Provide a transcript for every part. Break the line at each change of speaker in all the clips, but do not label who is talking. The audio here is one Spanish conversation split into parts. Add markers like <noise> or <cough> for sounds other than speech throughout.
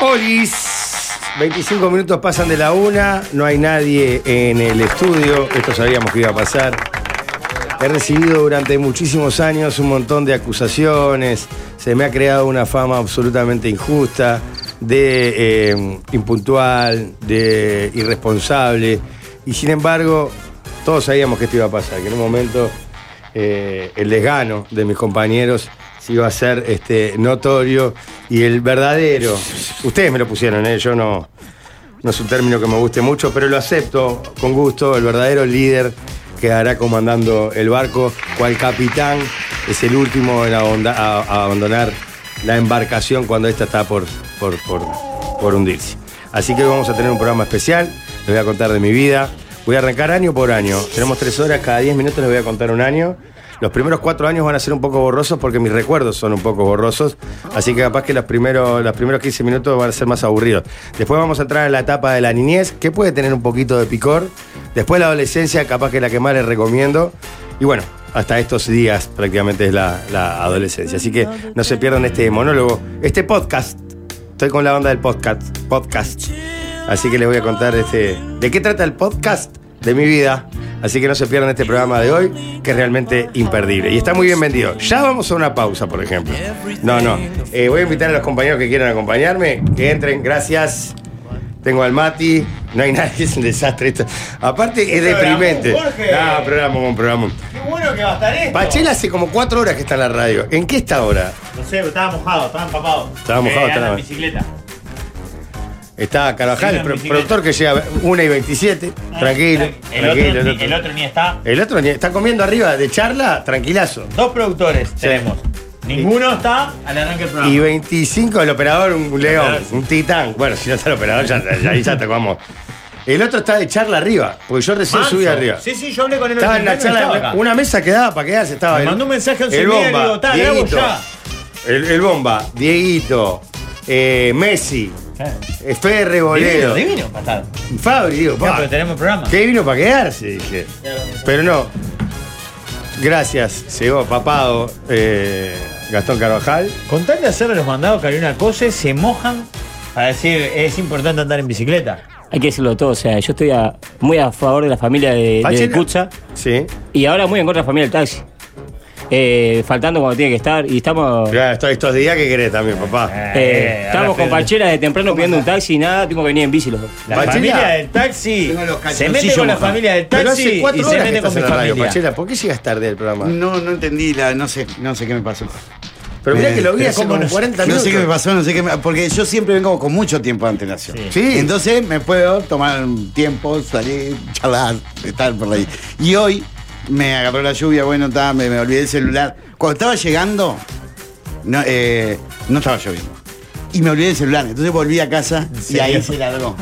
Olis. 25 minutos pasan de la una, no hay nadie en el estudio, esto sabíamos que iba a pasar. He recibido durante muchísimos años un montón de acusaciones, se me ha creado una fama absolutamente injusta, de eh, impuntual, de irresponsable, y sin embargo, todos sabíamos que esto iba a pasar, que en un momento eh, el desgano de mis compañeros se iba a ser este, notorio y el verdadero. Ustedes me lo pusieron, ¿eh? yo no, no es un término que me guste mucho, pero lo acepto con gusto. El verdadero líder quedará comandando el barco, cual capitán es el último en abonda- a- a abandonar la embarcación cuando esta está por, por, por, por hundirse. Así que hoy vamos a tener un programa especial, les voy a contar de mi vida. Voy a arrancar año por año. Tenemos tres horas, cada diez minutos les voy a contar un año. Los primeros cuatro años van a ser un poco borrosos porque mis recuerdos son un poco borrosos. Así que capaz que los primeros, los primeros 15 minutos van a ser más aburridos. Después vamos a entrar en la etapa de la niñez, que puede tener un poquito de picor. Después la adolescencia, capaz que la que más les recomiendo. Y bueno, hasta estos días prácticamente es la, la adolescencia. Así que no se pierdan este monólogo, este podcast. Estoy con la banda del podcast. podcast. Así que les voy a contar este, de qué trata el podcast de mi vida. Así que no se pierdan este programa de hoy, que es realmente imperdible. Y está muy bien vendido. Ya vamos a una pausa, por ejemplo. No, no. Eh, voy a invitar a los compañeros que quieran acompañarme, que entren. Gracias. Tengo al Mati. No hay <laughs> nadie, es un desastre esto. Aparte, es
Programón,
deprimente.
Jorge.
Ah, programón, programón.
Qué bueno que va a estar esto.
Pachela hace como cuatro horas que está en la radio. ¿En qué está ahora?
No sé, pero estaba mojado, estaba empapado.
Estaba mojado,
eh, anda
estaba-
en bicicleta.
Está
Sí,
Carvajal, el
en
pro-
bicicleta. Ah,
productor que llega 1 y 27. Tranquilo,
El,
tranquilo.
otro, ni- el otro ni está.
El otro ni- está comiendo arriba de charla, tranquilazo.
Dos productores tenemos. Ninguno está al arranque del programa.
Y 25 el operador, un león,
operador.
un titán. Bueno, si no está el operador, ya, ya- ahí ya tocamos. El otro está de charla arriba, porque yo recién
Manso.
subí arriba.
Sí, sí, yo hablé con él.
Estaba en la
hoy temprano y estaba
charla,
acá.
una mesa quedaba para quedarse, estaba
Me
el-
mandó un mensaje a 11
el
y media, le
bomba,
digo, "Ta, grabo
Dieguito,
ya".
el, el bomba, Dieguito, eh, Messi,
Claro.
eh, Ferre
Divino,
Bolero,
divino, pasar.
y Fabri, digo,
Ya,
pa,
pero tenemos programa.
¿Qué vino para quedarse? Dije. Pero no. Gracias. Llegó papado eh, Gastón Carvajal.
Con tal de hacer los mandados que una cosa, se mojan para decir es importante andar en bicicleta.
Hay que decirlo todo, o sea, yo estoy a- muy a favor de la familia de, de
Pachela.
Kutza
Sí.
y ahora muy en contra de la familia del taxi. Eh, faltando cuando tiene que estar y estamos,
Ya, esto- estos días que querés también, papá.
eh,
Eh, ahora
estamos con
Pedro.
Pachera de temprano pidiendo un taxi y nada, tengo que venir en bici los dos.
La
Pachela.
familia del taxi
Tengo los
se
calzoncillos
mete con la
mojados.
familia del
Pero
taxi
hace
y
cuatro
se
horas que
mete con
estás
mi
en la radio,
familia.
Pachela. ¿Por qué llegas tarde del programa?
No, no entendí la, no sé, no sé qué me pasó. Eh,
Pero mirá que lo vi
Pero
hace
¿cómo
como
no,
40
No
minutos.
sé qué me pasó, no sé qué me Porque yo siempre vengo con mucho tiempo de antelación.
Sí.
Entonces me puedo tomar un tiempo, salir, charlar, estar por ahí. Y hoy me agarró la lluvia, bueno, ta, me, me olvidé el celular. Cuando estaba llegando, no, eh, no estaba lloviendo. Y me olvidé el celular. Entonces volví a casa y
serio?
ahí se ladró.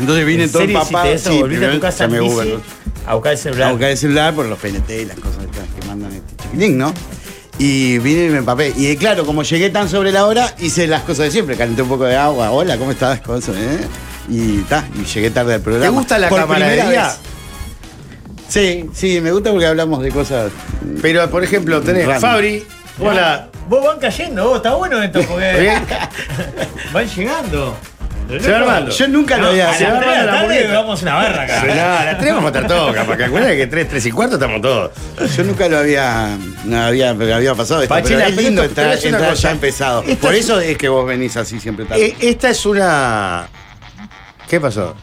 Entonces vine
¿En
todo
serio
empapado.
hiciste eso?
sí,
¿Volviste a tu
primero
casa
llamé
en
a
bici
Uber, ¿no?
a buscar el celular?
a buscar el celular por los PNT y las cosas estas que mandan este chiquilín, ¿no? Y vine y me empapé. Y eh, claro, como llegué tan sobre la hora, hice las cosas de siempre. Calenté un poco de agua. Hola, ¿cómo estás? Cosas, ¿eh? Y ta, y llegué tarde al programa.
¿Te gusta la
Por primera
camaradería?
vez. Sí, sí, me gusta porque hablamos de cosas. mm,
Pero, por ejemplo, tenés
Random.
Fabri. Hola.
Vos van cayendo, vos, está bueno esto,
<laughs>
porque
Bien.
<laughs> van llegando.
Se va armando.
Yo nunca lo
No,
había
a las
se va
tres de la
armando la
tarde
muleta.
vamos a una barra
No,
acá.
a las 3 vamos a estar todos, capaz. que acuérdate que 3, 3 y cuarto estamos todos.
Yo nunca lo había, no había, pero había pasado esto.
Pachela,
pero es
pero
lindo
esto- te voy a
entrar,
decir una
entrar
cosa.
ya empezado.
Esto
Por
es-
eso es que vos venís así siempre tarde.
Eh, esta es una. ¿Qué pasó?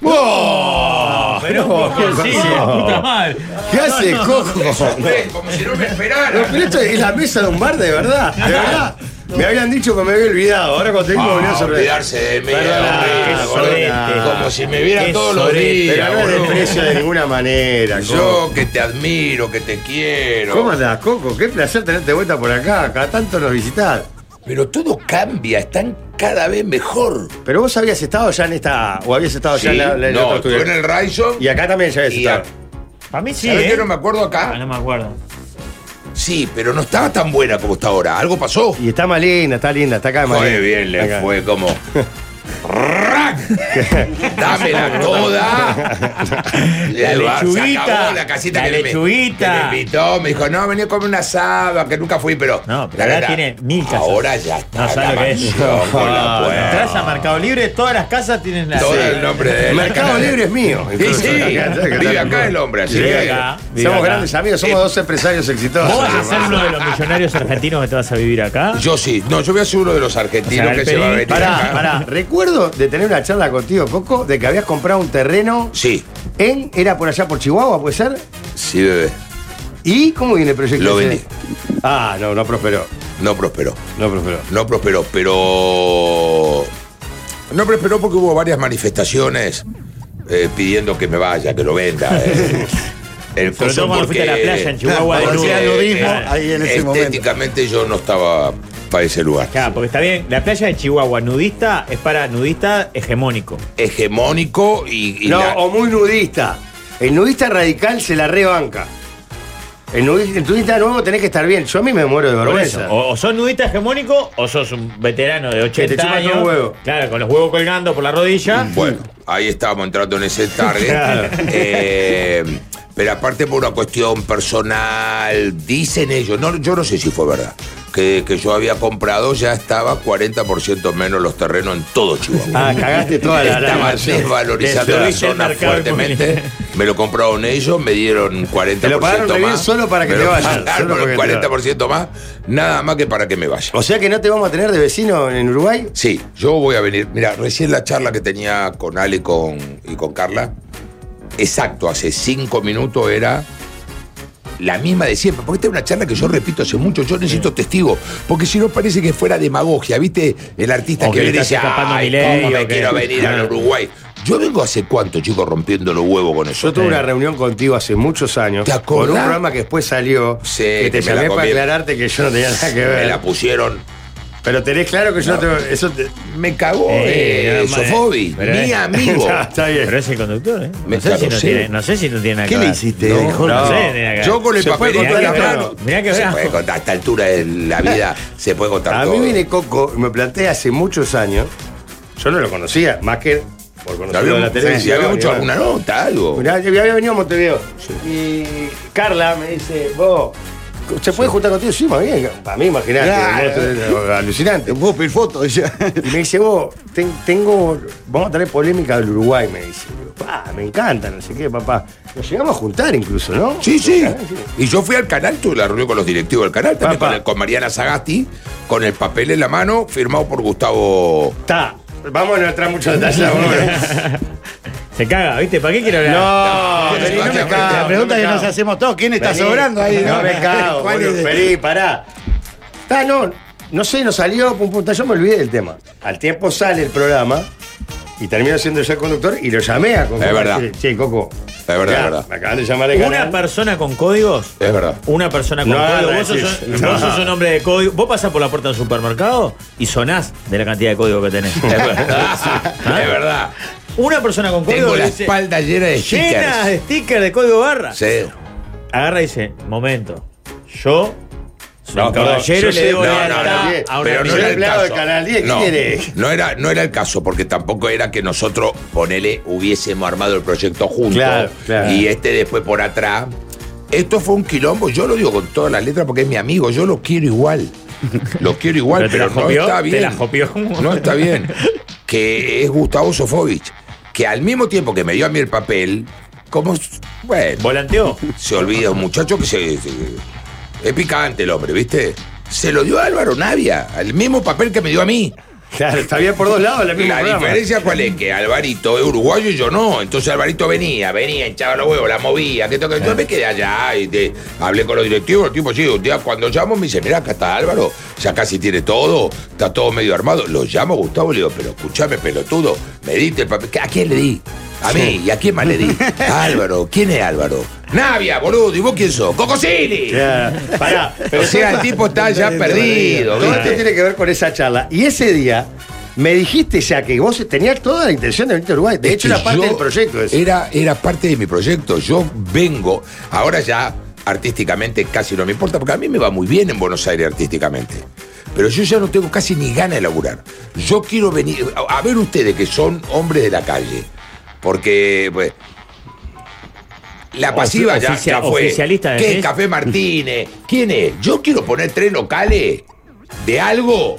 ¡Oh!
Pero
No, ¿qué
sí,
pasó?
puta madre.
¿Qué hace, Coco?
Como si no me esperara.
No, pero esto es la mesa de un bar de verdad, de verdad. Me habían dicho que me había olvidado. Ahora cuando tengo que volver a
Ah,
sorprender.
olvidarse de mí.
Perdona,
ah,
hombre,
qué
boludo.
sorete.
Como si me viera
Qué
todos los
sorete.
Pero
días.
no me
boludo.
desprecio de ninguna manera.
Yo que te admiro, que te quiero.
Coco. ¿Cómo andás, Coco? Qué placer tenerte de vuelta por acá. Cada tanto nos visitás.
Pero todo cambia, están cada vez mejor.
Pero vos habías estado ya en esta. O habías estado ya
Sí,
en la, la- en la
no,
otra
estuve
tuya.
en el Raison.
Y acá también ya habías
Y
estado.
acá.
Para mí sí,
¿Sabés
¿eh?
que no me acuerdo
Ah,
acá?
no me acuerdo.
Sí, pero no estaba tan buena como está ahora. Algo pasó.
Y está más linda, está linda, está acá de <laughs>
Fue
Malena.
bien, le
Acá.
fue como. ¡Tac!
<laughs>
¡Dámela
<laughs>
toda!
La
Eh, va, se
lechuguita,
acabó la casita
la
que le-
lechuguita.
que le invitó, me dijo, no, venía a comer una asado, que nunca fui, pero.
No, pero ahora tiene mil casas.
Ahora ya está.
No sabe
la
lo que es.
mansión con la
<laughs> Ah,
puerta.
Entras a Mercado Libre, todas las casas tienen la.
Todo
Sí.
el nombre de él.
Mercado Libre es mío.
Sí,
incluso.
sí. Vive acá el hombre, así
Vive
que-
acá. Vive acá.
Somos
Eh,
grandes amigos, somos dos empresarios exitosos.
Vos vas a ser uno de los millonarios argentinos que te vas a vivir acá.
Yo sí. No, yo voy a ser uno de los
O
argentinos
sea, el
que se va a
peli-
venir
Pará,
acá.
pará. Recuerdo de tener una charla contigo, Coco, de que habías comprado un terreno
Sí,
en. Era por allá por Chihuahua, ¿puede ser?
sí, bebé.
¿Y cómo viene el proyecto?
Lo
ese?
vendí.
Ah, no, no prosperó.
No prosperó.
No prosperó.
No prosperó, pero. No prosperó porque hubo varias manifestaciones eh, pidiendo que me vaya, que lo venda.
<laughs>
eh. El
Sobre todo
coso
cuando fuiste a la
porque-
playa en Chihuahua de
porque,
nuevo.
nudismo eh, ahí en ese momento.
Estéticamente yo no estaba para ese lugar.
Claro, porque está bien, la playa de Chihuahua nudista es para nudista hegemónico.
Hegemónico y. y
No,
la-
o muy nudista. El nudista radical se la rebanca. El nudista, el nudista nuevo tenés que estar bien. Yo a mí me muero de
Por
vergüenza.
eso, o, o sos nudista hegemónico o sos un veterano de 80
te chupan
años.
los huevos.
Claro, con los huevos colgando por la rodilla. <laughs>
Mm, Bueno, ahí estábamos entrando en ese
<laughs>
target.
Claro.
Eh, pero aparte por una cuestión personal, dicen ellos, no, yo no sé si fue verdad, que, que yo había comprado, ya estaba 40% menos los terrenos en todo Chihuahua.
Ah, cagaste toda la
Estaba
la-
desvalorizando
Lo
la
hice el
zona
mercado
fuertemente. Me lo compraron ellos, me dieron 40%
Te lo pagaron re bien
más.
solo para que
Me
te
lo
vayas,
pagaron
solo porque te
40% más, nada más que para que me vaya.
O sea que no te vamos a tener de vecino en Uruguay.
Sí, yo voy a venir. Mira, recién la charla que tenía con Ale y con, y con Carla, exacto, hace cinco minutos era la misma de siempre. Porque esta es una charla que yo repito hace mucho, yo necesito testigos. Porque si no parece que fuera demagogia, ¿viste? El artista
O
que
que le
viene y
estás
dice,
escapando a
ay,
Milei,
¿cómo
o
me
que- <laughs>
quiero venir al Uruguay? Yo vengo hace cuánto, chicos, rompiendo los huevos con eso. Eh,
Yo tuve una reunión contigo hace muchos años.
¿Te acordás?
Por un programa que después salió.
Sí,
que te
que me la
llamé para
comí.
aclararte que yo no tenía nada que
Me
ver.
la pusieron.
Pero tenés claro que yo no,
No.
te. Eso te-
Me cagó
Eh,
eh,
no, madre.
Sofobi,
Pero,
mi
eh.
amigo.
Ya, está bien.
Pero es el conductor, ¿eh?
Me
No sé, si
claro,
no,
sí.
tiene, no sé si no tiene nada que
¿Qué le
ver.
hiciste,
No,
hijo?
No
No.
sé, tiene nada que
Yo
ver.
con el
Se puede
papel en
contar
la
esto,
mano.
no. Mirá que
se
bravo.
puede contar, a esta altura de la vida se puede contar
A
todo.
mí viene Coco, me plantea hace muchos años. Yo no lo conocía, más que por conocerlo de
había,
la televisión.
sí, había
y
mucho
bueno.
alguna nota, algo.
Mirá, yo había venido a Montevideo. Y Carla me dice, vos. ¿Se puede juntar contigo? Sí, más bien. Para mí, imagínate.
Claro.
vos tenés- Alucinante.
Te puedo pedir fotos. ya.
Y me dice, vos, ten- tengo. Vamos a traer polémica del Uruguay, me dice. Digo, Pa, me encanta, no sé qué, papá. Nos llegamos a juntar incluso, ¿no?
Sí, sí. Y yo fui al canal, tuve la reunión con los directivos del canal, también
Papá.
con, el- con Mariana Sagasti, con el papel en la mano, firmado por Gustavo.
Está. Vamos a no entrar mucho en detalle. <laughs> vámonos.
Se caga, ¿viste? ¿Para qué quiero hablar?
No,
No,
Feri,
no
no
me
me
cago.
cago.
La pregunta
no
que
me
nos
cago.
hacemos todos, ¿quién está
Vení.
sobrando ahí?
No <laughs> me cago,
¿Cuál
boludo.
es?
Feri, pará. Está, no, no sé, no salió, pum, pum, ta, yo me olvidé del tema. Al tiempo sale el programa y termino siendo yo el conductor y lo llamé a Coco.
Es verdad.
Che, Coco.
Es verdad,
mirá,
es verdad.
Me acaban de llamar de
Una persona con códigos.
Es verdad.
Una persona con
No,
código.
no,
Vos sos,
sí,
un-
no.
vos sos un hombre de código. Vos pasás por la puerta del supermercado y sonás de la cantidad de código que tenés.
<laughs> Es verdad. Es verdad.
Una persona con código
Tengo la
dice,
espalda llena de
llena de
stickers.
stickers de código barra.
Sí.
Agarra y dice, momento, yo soy
No,
un caballero
yo
y le
sé-
debo
no,
lealtad
no, no, no,
a una
pero
Yo
no era
empresa".
el
empleado
caso.
de Canal 10, ¿qué
no,
quiere?
no era, no era el caso, porque tampoco era que nosotros, ponele, hubiésemos armado el proyecto juntos.
Claro, claro.
Y este después por atrás. Esto fue un quilombo, yo lo digo con todas las letras porque es mi amigo, yo lo
<laughs>
quiero igual. Lo quiero igual,
¿Pero te
pero,
la
no
jopió?
está
¿Te
bien.
la jopió?
<laughs> No está bien. Que es Gustavo Sofovich, que al mismo tiempo que me dio a mí el papel, como. Bueno,
Volanteó.
se olvida un muchacho que se, se- Es picante el hombre, ¿viste? Se lo dio a Álvaro Navia, al mismo papel que me dio a mí.
Claro, está bien por dos lados la misma
La diferencia cuál es, que Alvarito es uruguayo y yo no. Entonces Alvarito venía, venía, hinchaba los huevos, la movía, que toca. Yo me quedé allá y te- hablé con los directivos, el tipo sí, un día cuando llamo me dice, mirá, acá está Álvaro, ya casi tiene todo, está todo medio armado. Lo llamo Gustavo y le digo, pero escuchame, pelotudo, me diste el papel. ¿A quién le di? A mí, ¿y a quién más le di?
<laughs>
A Álvaro, ¿quién es Álvaro? Navia, boludo, ¿y vos quién sos? ¡Cocosini!
Claro, Pará,
<laughs> O sea, el tipo
<laughs>
está ya perdido,
Todo esto
¿viste?
tiene que ver con esa charla. Y ese día me dijiste ya que vos tenías toda la intención de venirte a Uruguay. De
Es
hecho,
que
era parte
yo-
del proyecto. ese.
Era, era parte de mi proyecto. Yo vengo, ahora ya artísticamente casi no me importa, porque a mí me va muy bien en Buenos Aires artísticamente. Pero yo ya no tengo casi ni ganas de laburar. Yo quiero venir. A, a ver ustedes que son hombres de la calle. Porque. pues, la pasiva ya,
Oficia-
ya fue.
oficialista de
¿Qué
mes.
es Café Martínez? ¿Quién es? Yo quiero poner tres locales de algo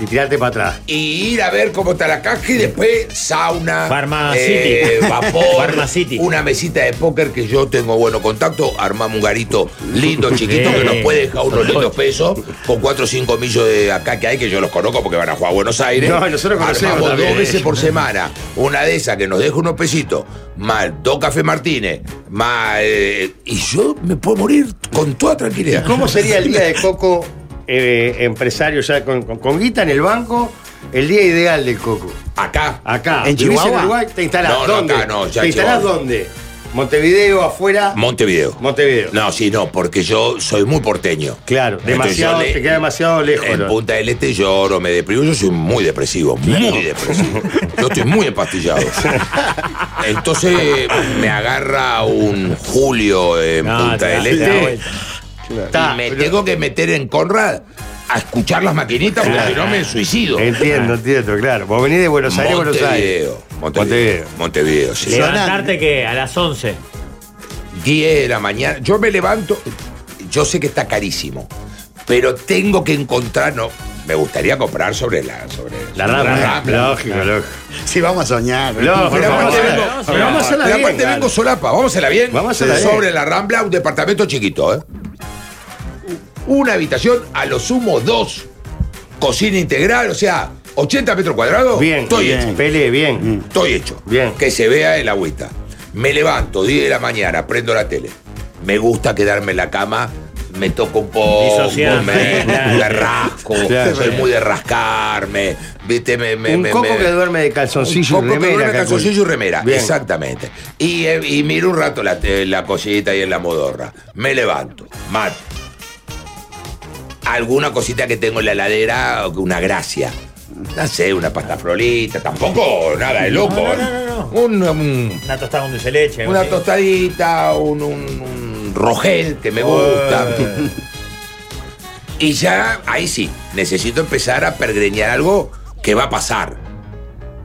Y tirarte para atrás.
y ir a ver cómo está la caja y después sauna,
Pharma City.
Eh, <laughs> vapor,
Pharma City.
una mesita de póker que yo tengo bueno contacto, armamos un garito
<laughs>
lindo, chiquito, que
Eh.
nos puede dejar unos lindos pesos, con cuatro o cinco millos de acá que hay, que yo los conozco porque van a jugar a Buenos Aires.
No, nosotros conocemos
Armamos
también.
dos veces por semana, una de esas que nos deja unos pesitos, más dos café martínez, más... eh, y yo me puedo morir con toda tranquilidad.
¿Cómo sería el día de Coco eh, empresario ya con, con, con guita en el banco? El día ideal del Coco.
Acá.
Acá.
¿En
vivís
Chihuahua?
En Uruguay, ¿Te instalás
No, no,
dónde?
acá no, ya
¿Te instalás
Chihuahua.
dónde? ¿Montevideo, afuera?
Montevideo.
Montevideo.
No, sí, no, porque yo soy muy porteño.
Claro,
Entonces,
demasiado,
yo le-
te queda demasiado lejos.
En
¿no?
Punta del Este lloro, me deprimo. Yo soy muy depresivo, muy depresivo. Yo estoy
<laughs>
muy empastillado. Entonces me agarra un Julio en
No,
Punta
te da-
del
te da
Este
vuelta.
Está,
y me
pero-
tengo que meter en Conrad a escuchar las maquinitas porque si no me suicido.
Entiendo, entiendo, claro. Vos venís de Buenos Aires, Buenos Aires.
Ah. Montevideo, Montevideo, Montevideo, sí.
Levantarte que a las 11.
10 de la mañana. Yo me levanto, yo sé que está carísimo, pero tengo que encontrar, no, me gustaría comprar sobre la sobre
La
sobre
rama.
rambla.
Lógico, lógico.
Sí, vamos a soñar. <laughs>
No,
Pero
Vamos
aparte
a
vengo,
la-
pero
vamos a la
pero
bien,
aparte
dale.
vengo solapa, vamos a la bien.
Vamos a la bien.
Sobre la Rambla, un departamento chiquito, ¿eh? Una habitación, a lo sumo dos. Cocina integral, o sea, 80 metros cuadrados.
Bien,
estoy hecho. Mm.
bien. Pele, bien.
Estoy hecho.
Bien.
Que se vea el agüita. Me levanto, 10 de la mañana, prendo la tele. Me gusta quedarme en la cama, me toco un poco,
Disociante,
me,
claro.
<laughs>
me rasco,
Claro.
soy muy de rascarme, viste, me, me-
Un
me-
coco
me-
que duerme de calzoncillo
un
y
poco
remera.
que duerme
calculo.
calzoncillo y remera,
Bien.
exactamente. Y, eh, y miro un rato la, eh, la cosita y en la modorra. Me levanto, mato. Alguna cosita que tengo en la heladera, una gracia. No sé, una pasta florita, tampoco nada de loco.
No, no, no, no.
Un- un-
Una tostada con dulce de leche. algo
una
así.
tostadita, un, un- un rogel que me gusta.
Eh.
Y ya ahí sí, necesito empezar a pergreñar algo que va a pasar.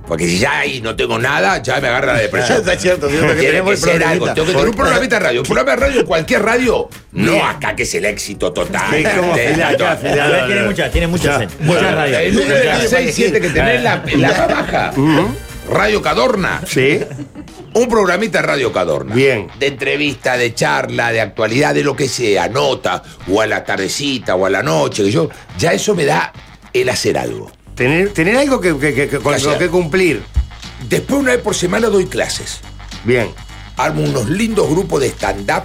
Porque si ya ahí no tengo nada, ya me agarra
<laughs>
la depresión.
Está cierto, cierto, que
Tiene
tenemos
que
el
ser algo.
programita.
Tengo que tener un
Por-
programita de radio. Un programa de radio en cualquier radio. No acá, que es el éxito total.
Sí, como
Te-
Fidel, acá,
no.
Fidel.
A ver, tiene
no, no.
muchas, tiene muchas.
Ya.
eh,
Bueno,
muchas radios.
el número
Muchas.
de 6, 7 que tenés la, la baja. Radio Cadorna.
Ah. Sí.
Un programita Radio Cadorna.
Bien.
De entrevista, de charla, de actualidad, de lo que sea, nota, o a la tardecita, o a la noche, que yo. Ya eso me da el hacer algo.
Tener, tener Eh, algo que, que- que- que- con
Ya
lo
sea.
que cumplir.
Después, una vez por semana, doy clases.
Bien.
Armo unos lindos grupos de stand-up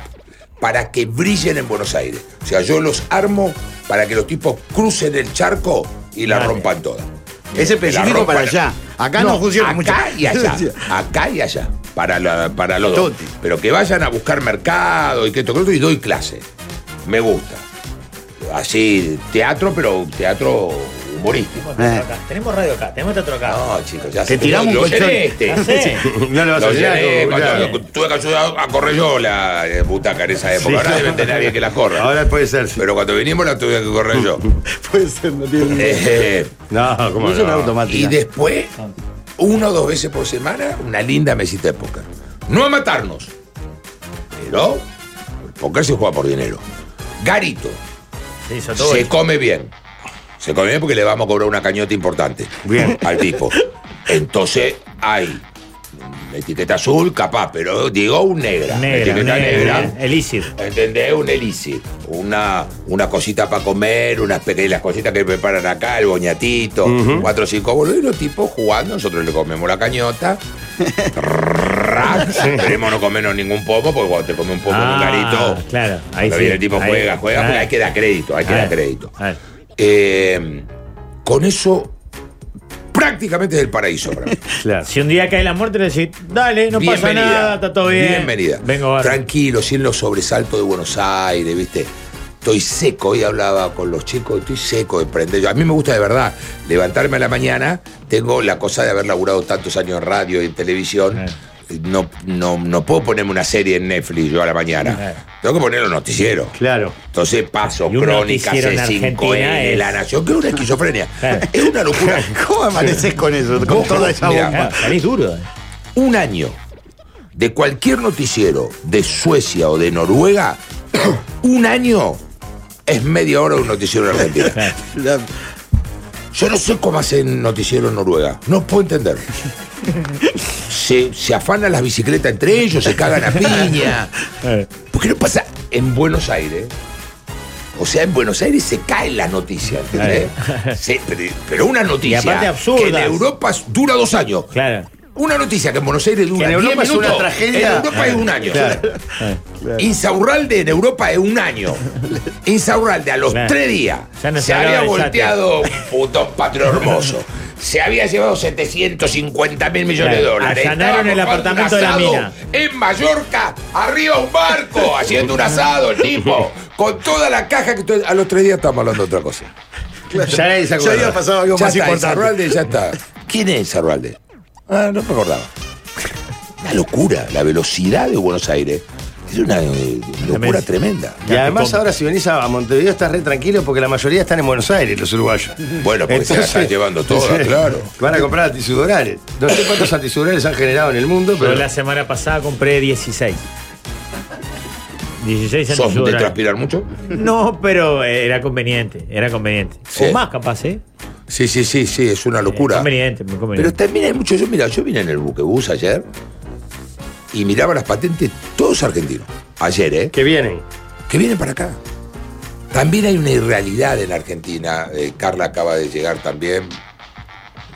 para que brillen en Buenos Aires. O sea, yo los armo para que los tipos crucen el charco y la rompan toda.
Es específico para allá. Acá no, funciona
acá
mucho. <laughs>
y allá. Acá y allá. Para, la- para los dos.
Tutti.
Pero que vayan a buscar mercado y que esto, que lo otro, y doy clase. Me gusta. Así, teatro, pero teatro humorístico.
Tenemos
Eh.
radio acá, Tenemos radio acá, tenemos teatro acá.
No, chicos, ya
Te
sé.
tiramos
Lo-
un
lo
colchón.
llené este.
Ya
<laughs>
sé.
No lo vas a
Lo
hacer.
llené,
algo,
cuando-
claro.
tuve que ayudar a correr yo la eh, butaca en esa época.
Sí.
Ahora deben tener a alguien que las corra.
Ahora puede ser. sí.
Pero cuando vinimos la tuve que correr
<laughs>
yo.
Puede ser, no tiene.
Eh,
No,
no
como
es una
no.
y
automática.
después, una o dos veces por semana, una linda mesita de póker. No a matarnos, pero el póker se juega por dinero. Garito,
Se hizo todo.
se come bien. Se come bien porque le vamos a cobrar una cañota importante
Bien.
al tipo. Entonces hay etiqueta azul, capaz, pero digo un negra.
Negra,
etiqueta negra.
negra. El ISIR.
¿Entendés? Un elixir. Una, una cosita para comer, unas pequeñas cositas que preparan acá, el boñatito, cuatro o cinco boludos, y los tipos jugando, nosotros le comemos la cañota. Rac, Esperemos no comernos ningún pomo, porque cuando te comes un pomo
Ah,
con carito,
Ah, Claro, ahí
cuando
sí.
viene el tipo
Ahí, Ah.
juega, juega,
claro.
porque hay que dar crédito, hay que
A
dar
ver,
crédito.
a ver.
Eh, con eso, prácticamente es el paraíso para mí.
Claro.
Si un día cae la muerte, le decís, dale, no pasa nada, está todo bien.
Bienvenida.
Vengo a ver.
Tranquilo, sin los sobresaltos de Buenos Aires, ¿viste? Estoy seco, hoy hablaba con los chicos, estoy seco de prender. Yo- A mí me gusta de verdad levantarme a la mañana, tengo la cosa de haber laburado tantos años en radio y en televisión,
Eh.
no, no, no puedo ponerme una serie en Netflix yo a la mañana.
Claro.
Tengo que poner los noticieros.
Claro.
Entonces paso
Eh. Y un
crónicas
noticiero en Argentina
C5N,
es-
La Nación, que es una esquizofrenia.
Claro.
Es una locura.
<laughs>
<laughs>
¿Cómo amaneces con eso? Con toda esa
Mirá,
bomba.
Claro, salís duro. eh.
un año de cualquier noticiero de Suecia o de Noruega, <coughs> un año es media hora de un noticiero
<laughs>
en Argentina.
La-
Yo no sé cómo hacen noticiero en Noruega, no puedo entender. Se, se afanan las bicicletas entre ellos, se
<laughs>
cagan a piña.
Eh.
¿Por qué no pasa en Buenos Aires? O sea, en Buenos Aires se caen las noticias,
Eh.
¿entendés? Se- pero, pero una noticia
aparte absurdas.
que en Europa dura dos años.
Claro.
Una noticia que en Buenos Aires dura
Que en
10
Europa es
minutos,
una tragedia.
En Europa es un año.
Claro.
Insaurralde en Europa es un año. Insaurralde a los
Claro.
tres días
Ya no
se
se hablaba
había
del
volteado puto patrio hermoso. Se había llevado 750 mil millones de
Claro.
dólares.
Allanaron
Estaba
el
comprando un
apartamento de la
asado
mina.
En Mallorca, arriba un barco, haciendo un asado, el tipo. Con toda la caja que tú- a los tres días estamos hablando de otra cosa.
Ya nadie se
Ya
acuerda.
había pasado algo
Ya
más
está,
importante.
Insaurralde, ya está. ¿Quién es Insaurralde? Ah, no me acordaba. Una locura, la velocidad de Buenos Aires. Es una eh, locura
Tremendo.
tremenda.
Y además ahora si venís a a Montevideo estás re tranquilo porque la mayoría están en Buenos Aires, los uruguayos.
Bueno, porque se la están llevando
<laughs>
toda, claro.
Van a comprar antisudorales. No sé cuántos antisudorales han generado en el mundo,
Yo
pero...
la semana pasada compré 16. 16
¿Sos de
antisudorales.
transpirar mucho?
No, pero era conveniente, era conveniente.
Sí.
O más capaz, ¿eh?
Sí, sí, sí, sí, es una
Eh,
locura.
Conveniente, muy
Pero
conveniente.
también hay mucho. Yo, mira, yo vine en el buquebús ayer y miraba las patentes, todos argentinos. Ayer, ¿eh?
Que vienen.
que vienen para acá. También hay una irrealidad en la Argentina. Eh, Carla acaba de llegar también,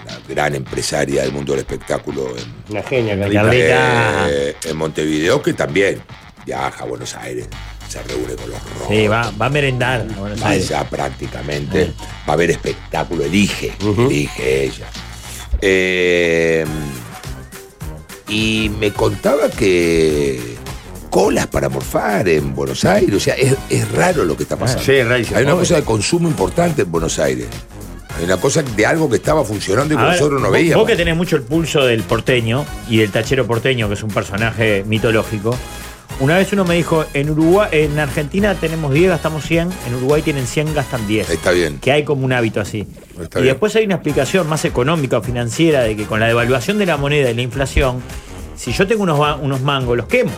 una gran empresaria del mundo del espectáculo en,
Una genia, Carlita.
Carlita.
eh, en Montevideo, que también viaja a Buenos Aires, se reúne con los rojos.
Sí, va, va a merendar. a Buenos
Va
Aires.
allá prácticamente. Va a haber espectáculo, elige, elige ella. Eh, y me contaba que colas para morfar en Buenos Aires, o sea, es, es raro lo que
Ah,
está pasando.
sí, es rarísimo.
Hay una
Obvio.
cosa de consumo importante en Buenos Aires. Hay una cosa de algo que estaba funcionando y que
A ver,
nosotros no
vos-
veíamos.
Vos que tenés mucho el pulso del porteño y del tachero porteño, que es un personaje mitológico. Una vez uno me dijo, en Uruguay, en Argentina tenemos 10, gastamos 100, en Uruguay tienen 100, gastan 10.
Está bien.
Que hay como un hábito así.
Está
y
bien.
después hay una explicación más económica o financiera de que con la devaluación de la moneda y la inflación, si yo tengo unos, ba- unos mangos, los quemo.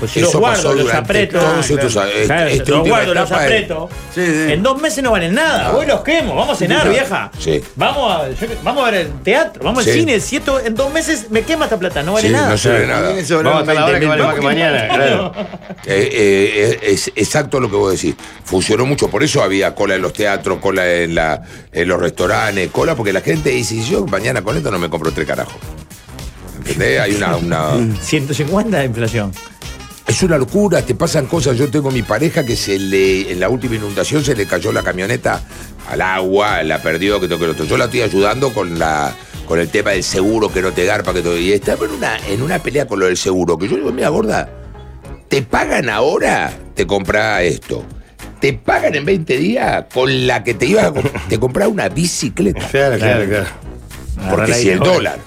Pues si
Eso
los
pasó
guardo, los
durante
aprieto.
todos estos
Claro,
años.
claro,
Esta
los
última
guardo, los
este- etapa es-
aprieto.
Sí, sí.
En dos meses no valen nada. Vos los quemo. Vamos a cenar,
No.
vieja.
Sí.
Vamos a, yo- vamos a ver el teatro, vamos al
Sí.
cine. Si esto en dos meses me quema esta plata, no vale
Sí,
nada.
no sirve de
A
nada.
mí me sobraron
Vamos hasta la hora que
20.000
vale más que mañana. Claro.
Eh, eh, es exacto lo que vos decís. Funcionó mucho, por eso había cola en los teatros, cola en, la, en los restaurantes, cola, porque la gente dice, yo mañana con esto no me compro tres carajos. ¿Entendés? Hay
<laughs>
una, una-
150 de inflación.
Es una locura, te pasan cosas. Yo tengo mi pareja que se le, en la última inundación se le cayó la camioneta al agua, la perdió, que toque lo otro. Yo la estoy ayudando con la con el tema del seguro que no te garpa, que todo. Y estaba en una, en una pelea con lo del seguro, que yo digo, mira, gorda, te pagan ahora, te compra esto. Te pagan en 20 días con la que te ibas a comp- te comprar una bicicleta.
Claro, claro, claro.
Porque
Agarrar
si el
aire.
dólar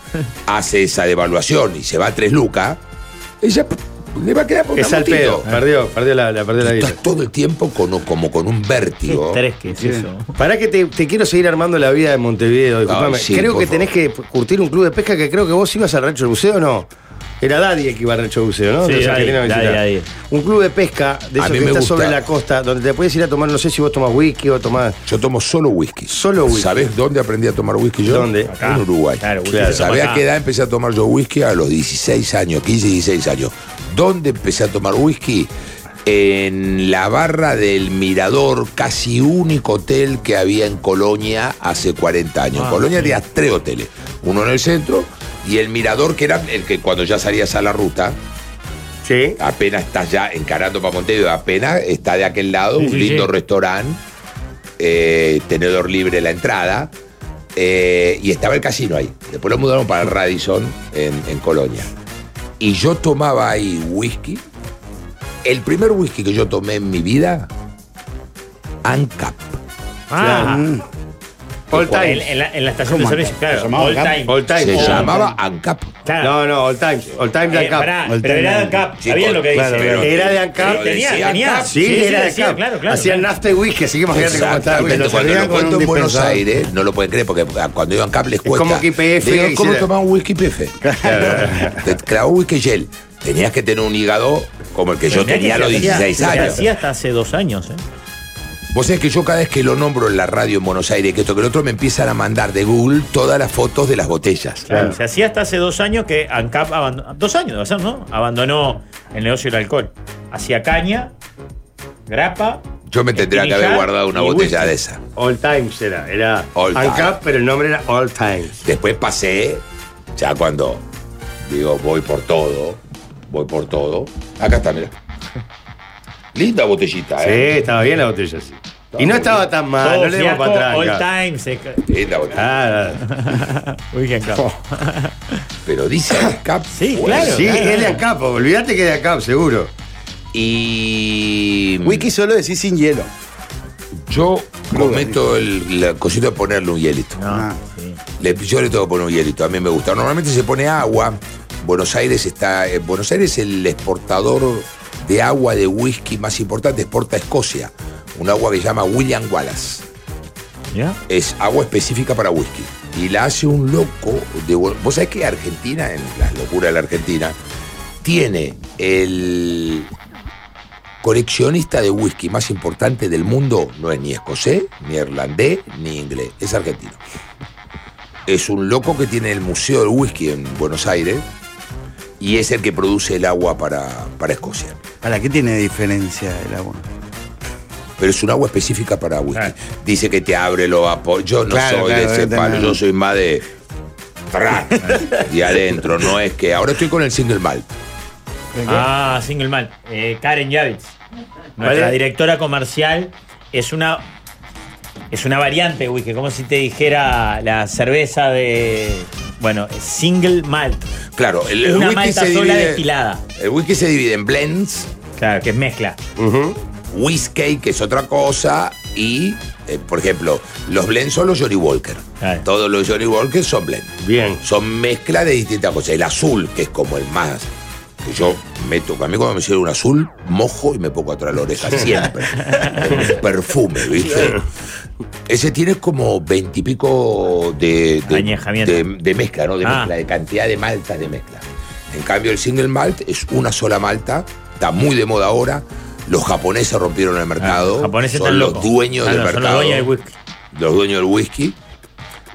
hace esa devaluación y se va a 3 lucas, ella p- le va a quedar por
Es
una
al pedo.
motito.
Perdió, perdió la, la, perdió la vida.
Estás todo el tiempo con, un- como con un
Qué
vértigo.
estrés que es eso.
Oh, Pará que te, te quiero seguir armando la vida de Montevideo, disculpame.
Ay, sí,
creo
por
que
favor.
tenés que curtir un club de pesca que creo que vos ibas al rancho del buceo, ¿no? Era Daddy el que iba al rancho del buceo, ¿no?
Sí,
Entonces,
Daddy,
Argentina
Daddy,
visita.
Daddy.
Un club de pesca de
A
esos
mí
que
me
está
gusta.
sobre la costa, donde te puedes ir a tomar, no sé si vos tomás whisky o tomás.
Yo tomo solo whisky.
Solo whisky.
¿Sabés dónde aprendí a tomar whisky yo?
¿Dónde?
Acá.
En Uruguay.
Claro, whisky se toma
¿Sabés a
acá.
qué edad empecé a tomar yo whisky? A los 16 años, 15, 16 años. ¿Dónde empecé a tomar whisky? En la barra del Mirador, casi único hotel que había en Colonia hace 40 años. En
Ah,
Colonia
sí.
tenía tres hoteles. Uno en el centro y el Mirador, que era el que cuando ya salías a la ruta,
Sí.
apenas estás ya encarando para Montevideo, apenas está de aquel lado
Sí,
un
sí,
lindo
sí.
restaurante, eh, tenedor libre la entrada, eh, y estaba el casino ahí. Después lo mudaron para el Radisson en, en Colonia. Y yo tomaba ahí whisky. El primer whisky que yo tomé en mi vida, ANCAP.
Ah,
All time.
En, en la, en la estación de
¿Cómo
servicio,
Ancap?
claro.
¿Se llamaba
All
Ancap?
time.
All time. Oh.
Se
All
llamaba ANCAP.
Claro.
No, no, all time. All time de
Eh,
ANCAP.
pará,
All
pero
time.
era de ANCAP. Está
Chicos,
bien lo que
claro,
dice.
pero-
Era de ANCAP.
pero
Tenía,
decía
tenía.
ANCAP.
Sí,
Sí, sí,
era de
decía,
ANCAP.
claro, claro,
Hacían
claro.
nafta y whisky, así que imagínate cómo estaba.
Exactamente,
Pero
cuando
servían
lo
con
cuento
un
en Buenos
dispensador.
Aires, no lo pueden creer, porque a- cuando iban CAP les
Es
cuesta.
como que IPF
Digo, ¿Cómo
quisiera-
tomar un whisky IPF?
<laughs>
Te clavó whisky gel. Tenías que tener un hígado como el que yo tenía a los 16
Se
años.
hacía hasta hace dos años, ¿eh?
Vos sabés que yo cada vez que lo nombro en la radio en Buenos Aires, que esto que el otro me empiezan a mandar de Google todas las fotos de las botellas.
Claro.
Se hacía hasta hace dos años que ANCAP abandonó. Dos años debe ser, ¿no? Abandonó el negocio del alcohol. Hacía caña, grapa.
Yo me tendría que haber
espinillar
guardado una
y
botella
whisky.
de esa.
All Times era, era
All time.
ANCAP, pero el nombre era All Times.
Después pasé, ya cuando digo, voy por todo, voy por todo. Acá está, mira. Linda botellita,
Sí,
¿eh?
estaba bien la botella, sí. Y no estaba tan mal,
Todo
no le dimos
fiasco,
para atrás.
All
ANCAP.
time. Se...
Linda botella. Oh,
Claro.
<laughs> Uy, que ANCAP.
Pero dice ANCAP.
<laughs> Sí,
bueno.
claro.
Sí, es de ANCAP, olvídate que es de ANCAP, seguro.
Y.
Wiki solo decís sin hielo.
Yo cometo el- la cosita de ponerle un hielito.
No,
Ah.
sí.
Le, yo le tengo que poner un hielito, a mí me gusta. Normalmente se pone agua. Buenos Aires está. eh, Buenos Aires es el exportador de agua de whisky más importante, exporta a Escocia. Un agua que se llama William Wallace.
¿Ya?
Es agua específica para whisky. Y la hace un loco de. Bu- Vos sabés que Argentina, en la locura de la Argentina, tiene el coleccionista de whisky más importante del mundo no es ni escocés, ni irlandés, ni inglés, es argentino. Es un loco que tiene el Museo del Whisky en Buenos Aires y es el que produce el agua para, para Escocia.
¿Para qué tiene diferencia el agua?
Pero es un agua específica para whisky.
Claro.
Dice que te abre los vapores. Yo no
Claro,
soy
claro,
de ese
de
palo,
nada.
yo soy más de...
<laughs>
tra, de adentro, no es que... Ahora estoy con el single malt.
Ah, single mal. Eh, Karen Yavitz, nuestra
Vale.
directora comercial, es una es una variante, whisky, como si te dijera la cerveza de bueno, single malt,
Claro, el, el
una
whisky
malta
se
sola
divide...
destilada,
El whisky se divide en blends,
claro, que es mezcla.
Ujú.
whisky, que es otra cosa, y, eh, por ejemplo, los blends son los Johnny Walker.
Claro.
Todos los Johnny Walker son blends.
Bien.
Son mezcla de distintas cosas. El azul, que es como el más. Que yo meto. A mí cuando me sirve un azul, mojo y me pongo atrás
<laughs>
la oreja siempre. Es un <laughs> perfume, ¿viste? Ese tiene como veintipico de, de,
Añejamiento.
de- de mezcla, ¿no? De
Ah.
mezcla, de cantidad de maltas de mezcla. En cambio, el single malt es una sola malta, está muy de moda ahora. Los japoneses rompieron el mercado.
Ah, Los japoneses
son
están
los
locos.
dueños
Claro,
del
son los
mercado.
dueños del whisky.
Los dueños del whisky.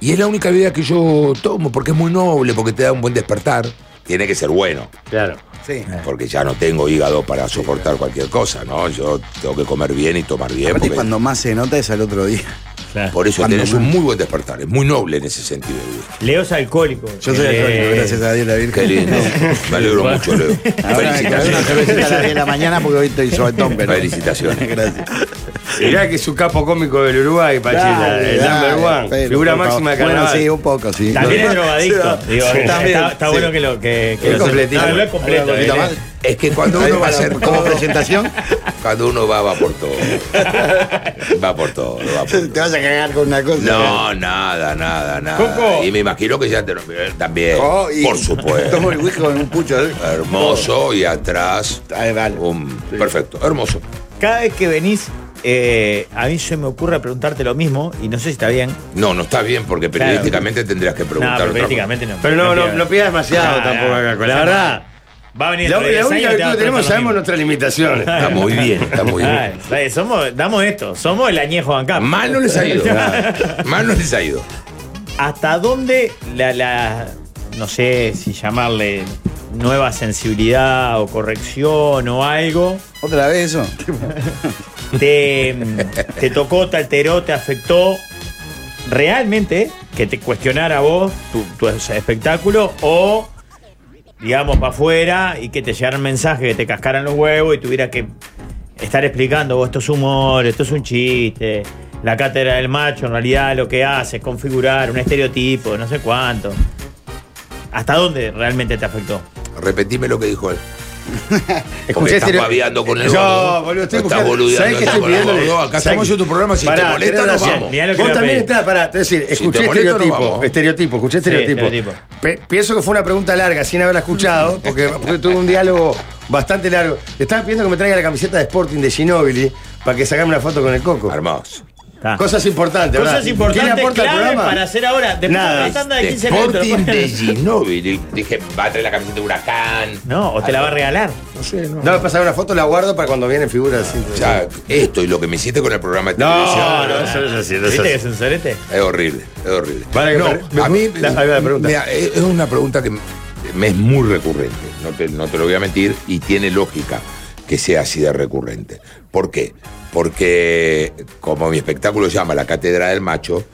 Y es la única bebida que yo tomo, porque es muy noble, porque te da un buen despertar. Tiene que ser bueno,
Claro.
Sí.
porque ya no tengo hígado para soportar cualquier cosa, ¿no? Yo tengo que comer bien y tomar bien.
Aparte
porque-
cuando más se nota es al otro día.
Claro.
Por eso
cuando
tenés un
más.
muy buen despertar, es muy noble en ese sentido el whisky.
Leo es alcohólico.
Yo soy
Eh,
alcohólico, gracias a Dios la
Qué
Virgen. <laughs>
lindo. Me alegro mucho, Leo.
Ahora me cabe una
Felicitaciones.
cervecita a las 10 de la mañana porque hoy estoy sobretón, pero. <laughs>
Felicitaciones.
Gracias.
Mirá que es su capo cómico del Uruguay, Pachita.
Dale,
el
dale,
number one.
pero,
figura
por favor.
máxima de carnaval.
Bueno, sí, un poco, sí.
También es drogadicto.
Sí,
Digo,
sí,
está
también,
está, está
sí.
bueno que lo que, que
Es
lo-
completito.
No, lo es
Ahora un
completo.
poquito
eh.
más.
Es que cuando
Ahí
uno va a
para-
hacer
como
como
presentación,
cuando uno va, va por todo. Va por todo, va por
te
todo.
vas a cagar con una cosa.
No, nada, nada, nada.
Coco.
Y me imagino que ya te lo eh, también.
Oh, y-
Por supuesto.
Tomo el whisky con un pucho. ¿eh?
Hermoso y atrás.
Ahí vale.
un- Perfecto, hermoso.
Cada vez que venís, eh, a mí se me ocurre preguntarte lo mismo y no sé si está bien.
No, no está bien porque
Claro.
periodísticamente tendrías que
No,
preguntar
pero
otra cosa.
prácticamente no.
Pero no, no,
pido-
no pidas demasiado
Ah,
tampoco
ah,
acá. con La
ya
verdad.
Va a venir
La,
dentro de
la
diez
única
años y te va
virtud
a
que tenemos,
preguntar
sabemos
lo <laughs>
nuestras limitaciones.
Está muy bien, está muy
mismo.
bien.
Ah, eh, somos, damos esto, somos el añejo ANCAP.
Mal no les ha
<laughs>
ido. ah, Mal no les ha ido.
¿Hasta dónde la, la- no sé si llamarle nueva sensibilidad o corrección o algo,
¿Otra vez eso?
te, te tocó, te alteró, te afectó realmente que te cuestionara vos tu, tu espectáculo o digamos para afuera y que te llegara un mensaje que te cascaran los huevos y tuviera que estar explicando vos esto es humor, esto es un chiste, la cátedra del macho en realidad lo que hace es configurar un estereotipo, no sé cuánto. ¿Hasta dónde realmente te afectó?
Repetime lo que dijo él. Porque
Escuché
estás
este-
babeando con el gordo.
No, boludo, estoy
No estás
buscando-
boludeando,
¿Sabés qué
estás
estoy
con el
pidiéndole?
gordo. Acá
¿Sabés
estamos
qué?
en tu programa, si te
Pará,
molesta,
tenés
nos
razón.
vamos.
Mirá lo que
Vos
le
también
pedí.
estás, pará, te voy a decir, escuché
te molesta, nos
estereotipo,
vamos.
estereotipo, escuché estereotipo.
estereotipo.
Pe- pienso que fue una pregunta larga, sin haberla escuchado, porque, porque tuve un diálogo bastante largo. Le estaba pidiendo que me traiga la camiseta de Sporting de Ginóbili para que sacame una foto con el coco.
Hermoso.
Está.
Cosas importantes,
Cosas
¿verdad?
importantes
¿Quién le aporta al
clave
programa?
para hacer ahora. Después
Nada.
de la tanda de 15 minutos.
Sporting de Ginóbili. Dije, va a traer la camiseta de Huracán.
No, o te la va a regalar.
No sé, no.
No, me pasar una foto, la guardo para cuando vienen figuras así.
O sea, esto y lo que me hiciste con el programa de
No,
televisión.
no, eso no es así, no es
¿Viste que es
así.
un sorete?
Es horrible, es horrible.
Vale,
no,
me- me-
a mí
la- ahí va la pregunta.
mira, es es una pregunta que me es muy recurrente, no te, no te lo voy a mentir, y tiene lógica que sea así de recurrente. ¿Por qué? Porque, como mi espectáculo se llama La Cátedra del Macho,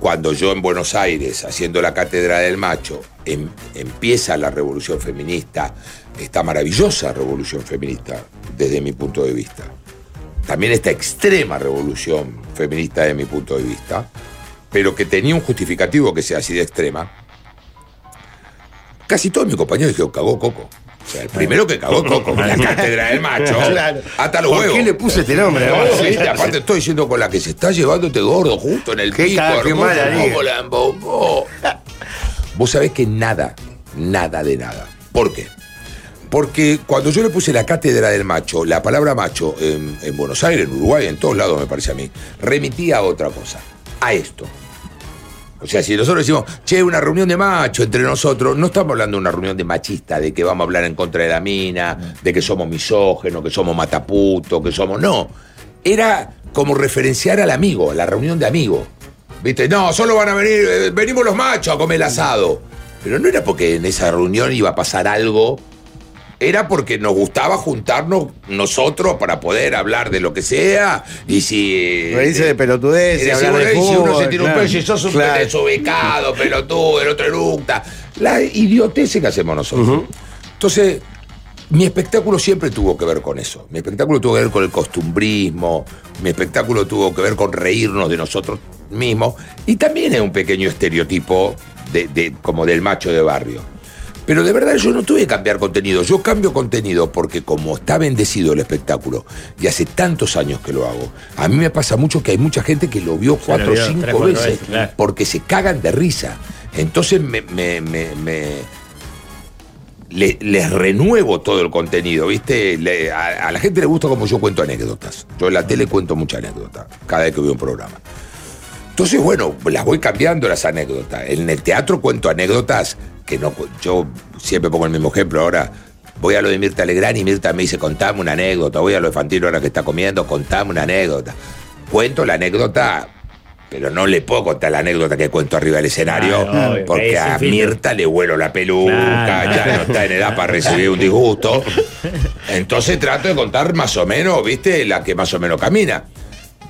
cuando yo en Buenos Aires, haciendo la Cátedra del Macho, em- empieza la revolución feminista, esta maravillosa revolución feminista, desde mi punto de vista, también esta extrema revolución feminista desde mi punto de vista, pero que tenía un justificativo que sea así de extrema, casi todos mis compañeros dijeron, cagó Coco. O sea, el primero
<laughs>
que cagó Coco, en la cátedra del macho.
Claro.
Hasta los
¿Por
huevos.
qué le puse este nombre?
No,
además?
viste, aparte estoy diciendo con la que se está llevando este gordo justo en el
Qué
pico,
ca- qué
hermoso,
mala liga.
como la embobó. Vos sabés que nada, nada de nada. ¿Por qué? Porque cuando yo le puse la cátedra del macho, la palabra macho en, en Buenos Aires, en Uruguay, en todos lados me parece a mí, remitía a otra cosa, a esto. O sea, si nosotros decimos, che, una reunión de macho entre nosotros, no estamos hablando de una reunión de machista, de que vamos a hablar en contra de la mina, de que somos misógenos, que somos mataputo, que somos. No. Era como referenciar al amigo, a la reunión de amigos. ¿Viste? No, solo van a venir, eh, venimos los machos a comer el asado. Pero no era porque en esa reunión iba a pasar algo era porque nos gustaba juntarnos nosotros para poder hablar de lo que sea y si eh,
Reírse de pelotudeces,
y decir,
hablar de
bueno, y si uno
fútbol,
se tira un
claro.
pelo, si sos un
Claro.
desubicado, pelotudo, el otro eructa. La idiotez que hacemos nosotros. Entonces, mi espectáculo siempre tuvo que ver con eso. Mi espectáculo tuvo que ver con el costumbrismo, mi espectáculo tuvo que ver con reírnos de nosotros mismos y también es un pequeño estereotipo de- de, como del macho de barrio. Pero de verdad yo no tuve que cambiar contenido. Yo cambio contenido porque como está bendecido el espectáculo y hace tantos años que lo hago, a mí me pasa mucho que hay mucha gente que lo vio cuatro o
vio tres,
cinco
cuatro
veces,
veces, claro.
porque se cagan de risa. Entonces me, me- me- me- le- les renuevo todo el contenido, ¿viste? Le- a, a la gente le gusta como yo cuento anécdotas. Yo en la tele cuento muchas anécdotas cada vez que veo un programa. Entonces, bueno, las voy cambiando las anécdotas. En el teatro cuento anécdotas que no. cu- Yo siempre pongo el mismo ejemplo. Ahora voy a lo de Mirta Legrand y Mirta me dice, contame una anécdota. Voy a lo de Fantino ahora que está comiendo, contame una anécdota. Cuento la anécdota, pero no le puedo contar la anécdota que cuento arriba del escenario,
Claro, obvio,
porque
es un
a
filtro.
Mirta le vuelo la peluca,
Claro,
ya
claro.
no está en edad para recibir un disgusto. Entonces trato de contar más o menos, ¿viste? La que más o menos camina.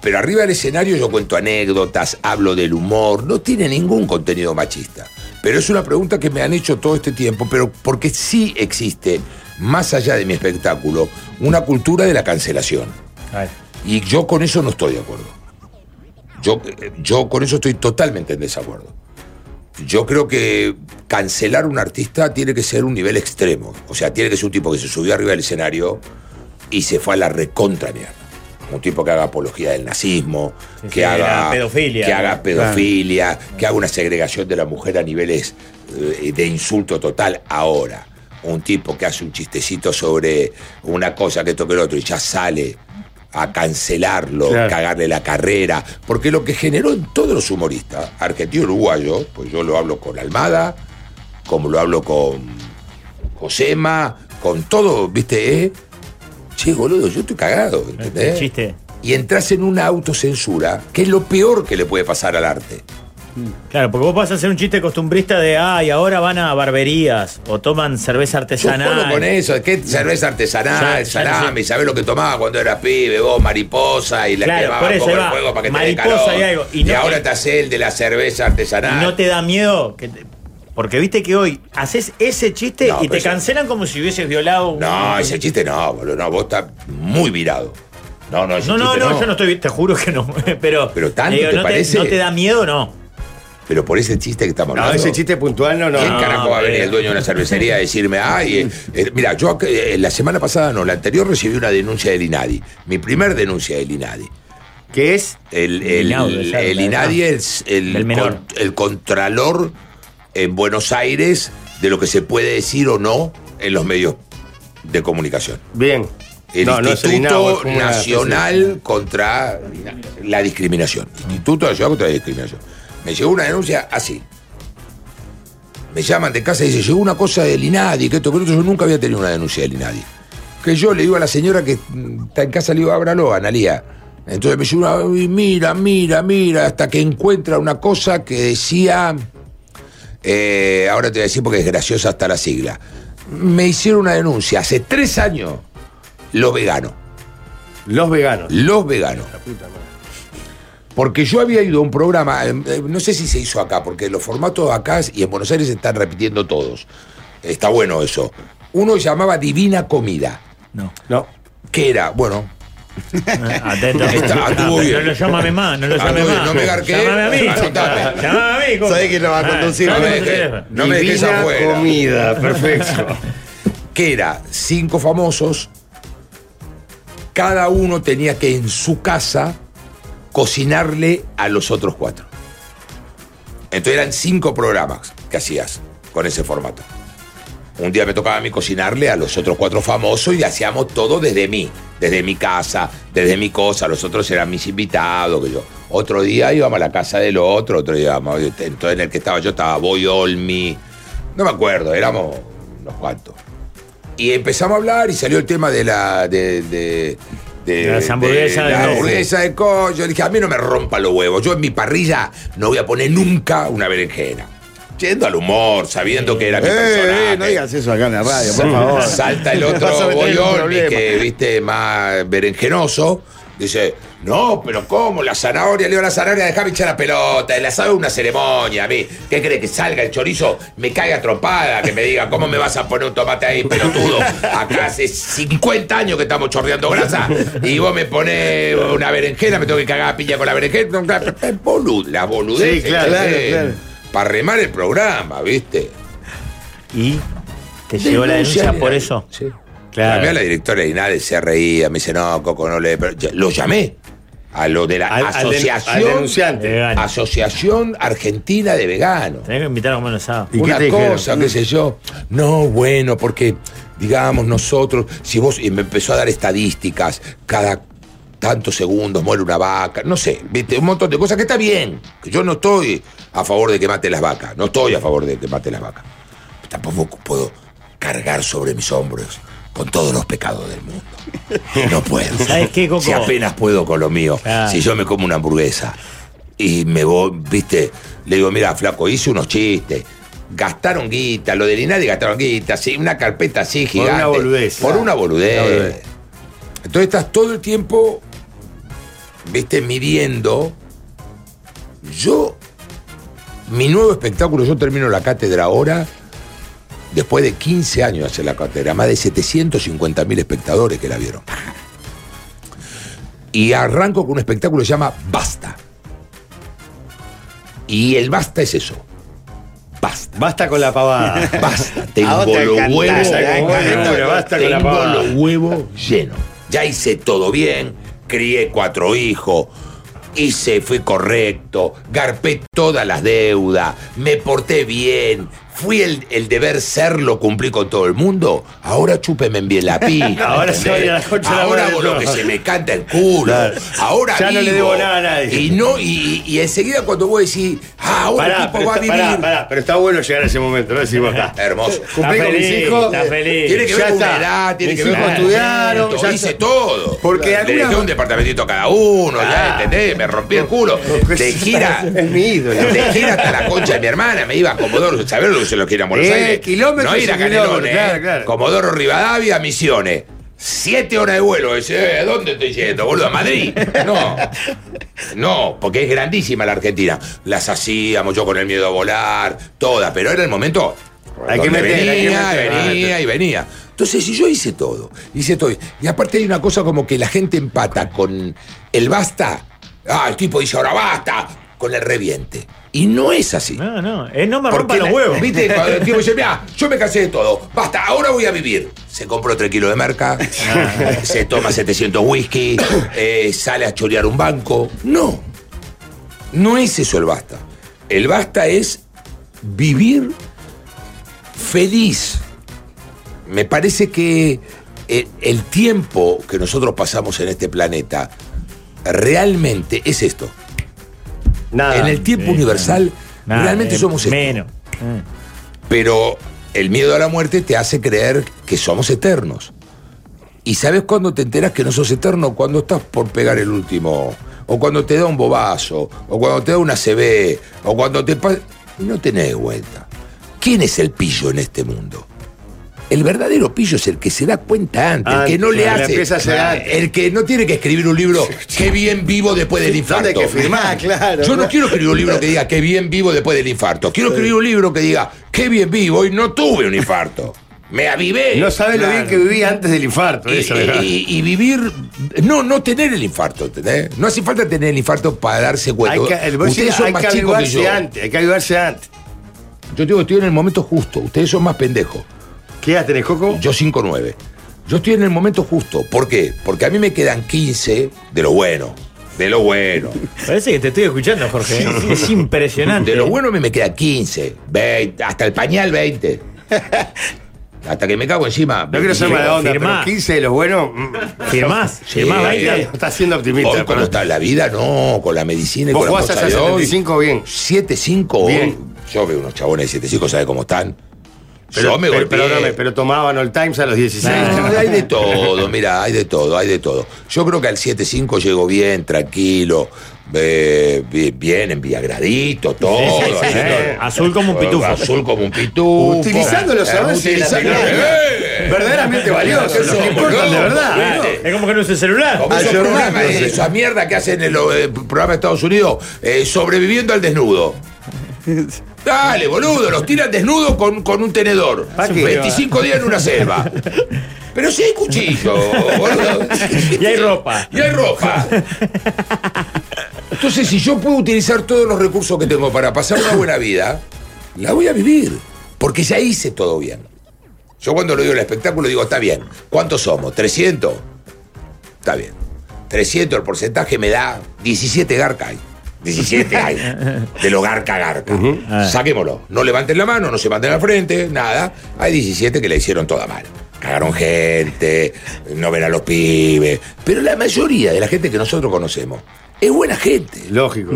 Pero arriba del escenario yo cuento anécdotas, hablo del humor, no tiene ningún contenido machista. Pero es una pregunta que me han hecho todo este tiempo, pero porque sí existe, más allá de mi espectáculo, una cultura de la cancelación. Y yo con eso no estoy de acuerdo. Yo, eh, yo con eso estoy totalmente en desacuerdo. Yo creo que cancelar a un artista tiene que ser un nivel extremo. O sea, tiene que ser un tipo que se subió arriba del escenario y se fue a la recontra mierda. Un tipo que haga apología del nazismo, que,
sí,
haga,
la pedofilia,
que
¿no?
haga pedofilia, que haga una segregación de la mujer a niveles eh, de insulto total ahora. Un tipo que hace un chistecito sobre una cosa que toque el otro y ya sale a cancelarlo,
Claro.
cagarle la carrera. Porque lo que generó en todos los humoristas, argentino uruguayo, pues yo lo hablo con Almada, como lo hablo con Josema, con todo, ¿viste? Eh, che, boludo, yo estoy cagado, ¿entendés?
El chiste.
Y entras en una autocensura, que es lo peor que le puede pasar al arte.
Claro, porque vos vas a hacer un chiste costumbrista de, ay, ahora van a barberías o toman cerveza
Yo juego
artesanal.
con eso, ¿qué cerveza artesanal,
Ya- ya
salami?
no sé.
¿Sabés lo que tomaba cuando eras pibe? Vos, mariposa, y la
Claro,
quemabas
por eso,
con
ahí
el
va.
fuego para que te dé
Mariposa
calor.
y algo. Y
Y,
no-
ahora te hace el de la cerveza artesanal.
¿Y no te da miedo? Que te- Porque viste que hoy haces ese chiste
No,
y
pero
te
eso-
cancelan como si hubieses violado. un-
No, ese chiste no, boludo, no, vos estás muy virado. No, no, ese
No, no,
chiste
no, yo no estoy, te juro que no. Pero,
Pero tanto,
le
¿te
no
parece?
no te da <laughs> miedo, no.
Pero por ese chiste que estamos
No,
hablando.
ese chiste puntual no, no.
¿Quién carajo va a venir el dueño de una cervecería a decirme, ay, eh, eh, mira, yo ac- eh, la semana pasada, no, la anterior recibí una denuncia del INADI, mi primer denuncia del INADI.
¿Qué es?
El, el,
Minau, debe ser,
el
la
INADI
verdad.
es el,
Del menor.
con- el contralor en Buenos Aires de lo que se puede decir o no en los medios de comunicación.
Bien.
El
no, no es el INAO, es
Instituto
como una especie de-
Nacional contra la Discriminación. Instituto Nacional contra la Discriminación. Me llegó una denuncia así. Me llaman de casa y dicen, llegó una cosa del INADI, que esto, que lo otro. Yo nunca había tenido una denuncia del INADI. Que yo le digo a la señora que mm, está en casa, le digo, ábralo, Analía. Entonces me llegó una, "Uy, mira, mira, mira, hasta que encuentra una cosa que decía... Eh, ahora te voy a decir porque es graciosa hasta la sigla. Me hicieron una denuncia hace tres años, los veganos.
Los veganos.
Los veganos. Porque yo había ido a un programa, eh, eh, no sé si se hizo acá, porque los formatos acá y en Buenos Aires se están repitiendo todos. Está bueno eso. Uno llamaba Divina Comida,
No.
No.
que era, bueno,
Atento.
Está, anduvo
Ah,
bien.
No lo llámame más, no lo
Anduvo
llámame
bien,
más.
no me garqué.
Llámame a mí.
Anotame.
Llámame a mí. compa.
Sabés que no va a
Ah,
conducir.
llámame
No me
a tu
dejes.
teléfono.
No me dejes
Divina
afuera.
comida,
<laughs>
perfecto.
que era cinco famosos, cada uno tenía que en su casa cocinarle a los otros cuatro. Entonces eran cinco programas que hacías con ese formato. Un día me tocaba a mí cocinarle a los otros cuatro famosos y hacíamos todo desde mí, desde mi casa, desde mi cosa. Los otros eran mis invitados, que yo. Otro día íbamos a la casa del otro, otro día íbamos. Entonces en el que estaba yo estaba Boy Olmi. No me acuerdo, éramos unos cuantos. Y empezamos a hablar y salió el tema de la. de. de
De las hamburguesas de
de, la
Messi.
hamburguesa de coño. Yo dije, a mí no me rompa los huevos. Yo en mi parrilla no voy a poner nunca una berenjena. Yendo al humor, sabiendo que era mi
Eh,
personaje.
eh, no digas eso acá en la radio, por
Sa-
favor.
Salta el
Vas a
otro
meter en un
Boyolmi,
problema.
que viste más berenjenoso. Dice, no, pero ¿cómo? La zanahoria, le digo, la zanahoria, déjame echar la pelota. El asado es una ceremonia, a mí. ¿Qué crees? Que salga el chorizo, me caiga trompada, que me diga, ¿cómo me vas a poner un tomate ahí, pelotudo? Acá hace 50 años que estamos chorreando grasa y vos me pones una berenjena, me tengo que cagar a piña con la berenjena. Bolud, la boludez.
Sí, claro, claro, claro.
Para remar el programa, ¿viste?
¿Y te llegó la denuncia
Denuncia.
por eso?
Sí.
Claro.
Llamé a la directora de INADE, se reía, me dice, no, Coco, no le... pero yo Lo llamé a lo de la
Al- al de-
asociación,
al denunciante.
Vegano.
asociación Argentina de Veganos.
Tenés que invitar a comer un asado.
¿Y qué
Una
te dijeron?
cosa, qué sé yo. No, bueno, porque, digamos, nosotros, si vos, y me empezó a dar estadísticas, cada tantos segundos muere una vaca, no sé, viste, un montón de cosas que está bien. que Yo no estoy a favor de que mate las vacas, no estoy a favor de que mate las vacas. Tampoco puedo cargar sobre mis hombros con todos los pecados del mundo. No puedo.
¿Sabes qué, Coco?
Si apenas puedo con lo mío.
Claro.
Si yo me como una hamburguesa y me voy, viste, le digo, mira, flaco, hice unos chistes. Gastaron guita, lo del INADI gastaron guita, sí, una carpeta así gigante.
una boludez.
Por una boludez.
Una boludez.
Entonces estás todo el tiempo, viste, midiendo. Yo, mi nuevo espectáculo, yo termino la cátedra ahora, después de 15 años de hacer la cátedra, más de 750 mil espectadores que la vieron. Y arranco con un espectáculo que se llama Basta. Y el basta es eso. Basta.
Basta con la pavada.
Basta. Tengo
A vos te
los
encanta,
huevos.
te
encanta. Basta con la
Tengo
pavada.
los huevos llenos. Ya hice todo bien. Crié cuatro hijos. Hice, fui correcto. Garpé todas las deudas. Me porté bien. Fui el, el deber ser, lo cumplí con todo el mundo. Ahora chúpeme
<laughs>
bien la pija.
Ahora se
¿entendés?
oye la concha de la
Ahora
madre,
hago lo
no.
que se me canta el culo.
Claro.
Ahora
Ya no le
vivo.
debo nada a nadie.
Y, no, y, y enseguida cuando vos decís, ah, ahora el
Pará,
tipo
pero,
va a
está,
vivir.
pará, pará, pero está bueno llegar a ese momento, ¿no? Decimos "Ah, acá.
Hermoso.
Está
Cumplí con mis
feliz,
hijos.
está feliz.
Tiene que
Ya
ver con
está. "Ah,
la edad, tiene
Mis
que ver
hijos
con
estudiaron, ya
hice
está.
todo.
Porque
Le
alguna-
dejé un departamentito a cada uno, ya entendés, me rompí el culo. De gira,
<laughs> Es mi ídolo.
de gira hasta la concha de mi hermana, me iba a Comodoro, saber lo que se lo quiera a Buenos
Eh,
Aires.
kilómetros
no
y
ir a
kilómetros,
Canelones,
claro,
eh.
claro.
Comodoro Rivadavia, Misiones. Siete horas de vuelo, dice, eh, ¿a dónde estoy yendo, boludo? ¿A Madrid? No, no, porque es grandísima la Argentina. Las hacíamos yo con el miedo a volar, todas, pero era el momento.
Hay que
donde
meter, hay que
venía,
meter. Ah,
venía y venía. Entonces, si yo hice todo, hice todo. Y aparte hay una cosa como que la gente empata con el basta. Ah, el tipo dice ahora basta. con el reviente. Y no es así.
No, no, él Eh, no me rompa
Porque
los
la-
huevos. <laughs>
Viste, cuando el tipo dice, mira, yo me cansé de todo, basta, ahora voy a vivir. Se compró 3 kilos
<laughs>
de merca, se toma 700
<coughs>
whisky, eh, sale a chorear un banco. No, no es eso el basta. El basta es vivir feliz. Me parece que el, el tiempo que nosotros pasamos en este planeta realmente es esto.
Nada.
en el tiempo
sí,
universal
Nada,
realmente
eh,
somos esto.
Menos.
Pero el miedo a la muerte te hace creer que somos eternos. ¿Y sabes cuándo te enteras que no sos eterno? Cuando estás por pegar el último. O cuando te da un bobazo. O cuando te da una CB. O cuando te pasa. No tenés vuelta. ¿Quién es el pillo en este mundo? El verdadero pillo es el que se da cuenta antes, el que no
Antes,
le
la
hace.
Ah,
Ah,
empieza a hacer antes.
el que no tiene que escribir un libro, qué bien vivo después del infarto. Ah,
¿Dónde hay que firmar? Claro.
Yo no quiero escribir un libro que diga qué bien vivo después del infarto. Quiero escribir un libro que diga qué bien vivo y no tuve un infarto. Me avivé.
No sabes lo bien que viví antes del infarto.
y,
eso, ¿verdad?
y- y vivir. No, no tener el infarto, ¿entendés? No hace falta tener el infarto para darse cuenta.
Hay que, el- vos
Ustedes
decís,
son
hay que
más chicos que yo.
avivarse antes, hay que avivarse antes.
Yo digo, estoy en el momento justo. Ustedes son más pendejos.
¿Qué edad tenés, Coco?
Yo 5-9. Yo estoy en el momento justo. ¿Por qué? Porque a mí me quedan 15 de lo bueno. De lo bueno.
<laughs> Parece que te estoy escuchando, Jorge. Es impresionante.
De lo bueno a mí me queda 15, 20, hasta el pañal 20. <laughs> hasta que me cago encima.
No quiero ser mala onda,
Firmá.
pero 15 de los buenos. mm,
Firmás,
Sí,
firmás,
ahí,
baila.
ahí.
Estás siendo optimista.
Hoy, ¿cómo
pero-
está la vida? No, con la medicina y
Vos
con la
jugás
cosa
hasta
de hoy.
75 bien.
7-5 hoy.
Bien.
Yo veo unos chabones de 7-5, ¿sabes cómo están? Yo me
pero,
golpeé.
perdóname, pero tomaban All Times a los 16.
No, hay de todo, mira, hay de todo, hay de todo. Yo creo que al 7-5 llego bien, tranquilo, eh, bi- bien enviagradito, todo.
Sí, sí, sí.
haciendo-
Azul como un pitufo.
Azul como un pitufo.
Utilizando los
Eh,
avances de la
utilizando-
tecnología.
¡Eh!
Verdaderamente valiosos,
Eso,
los que importan de
boludo.
verdad.
Viste.
Es como que no usa el celular.
Como esos
Ayer
programas,
mismo,
eh,
sí.
esa mierda que hacen en los eh, programas de Estados Unidos, eh, sobreviviendo
<laughs>
al desnudo. Dale, boludo, los tiran desnudos con, con un tenedor.
¿Para qué?
25 días en una selva. Pero si hay cuchillo, boludo.
<laughs> Y hay ropa.
Y hay ropa. Entonces, si yo puedo utilizar todos los recursos que tengo para pasar una buena vida, la voy a vivir. Porque ya hice todo bien. Yo cuando lo digo en el espectáculo digo, está bien. ¿Cuántos somos? ¿300? Está bien. 300 el porcentaje me da 17 garca hay. 17 hay. De lo garca a garca.
Ah.
Saquémoslo. No levanten la mano, no se manden al frente, nada. Hay 17 que le hicieron toda mal. Cagaron gente, no ven a los pibes. Pero la mayoría de la gente que nosotros conocemos es buena gente.
Lógico.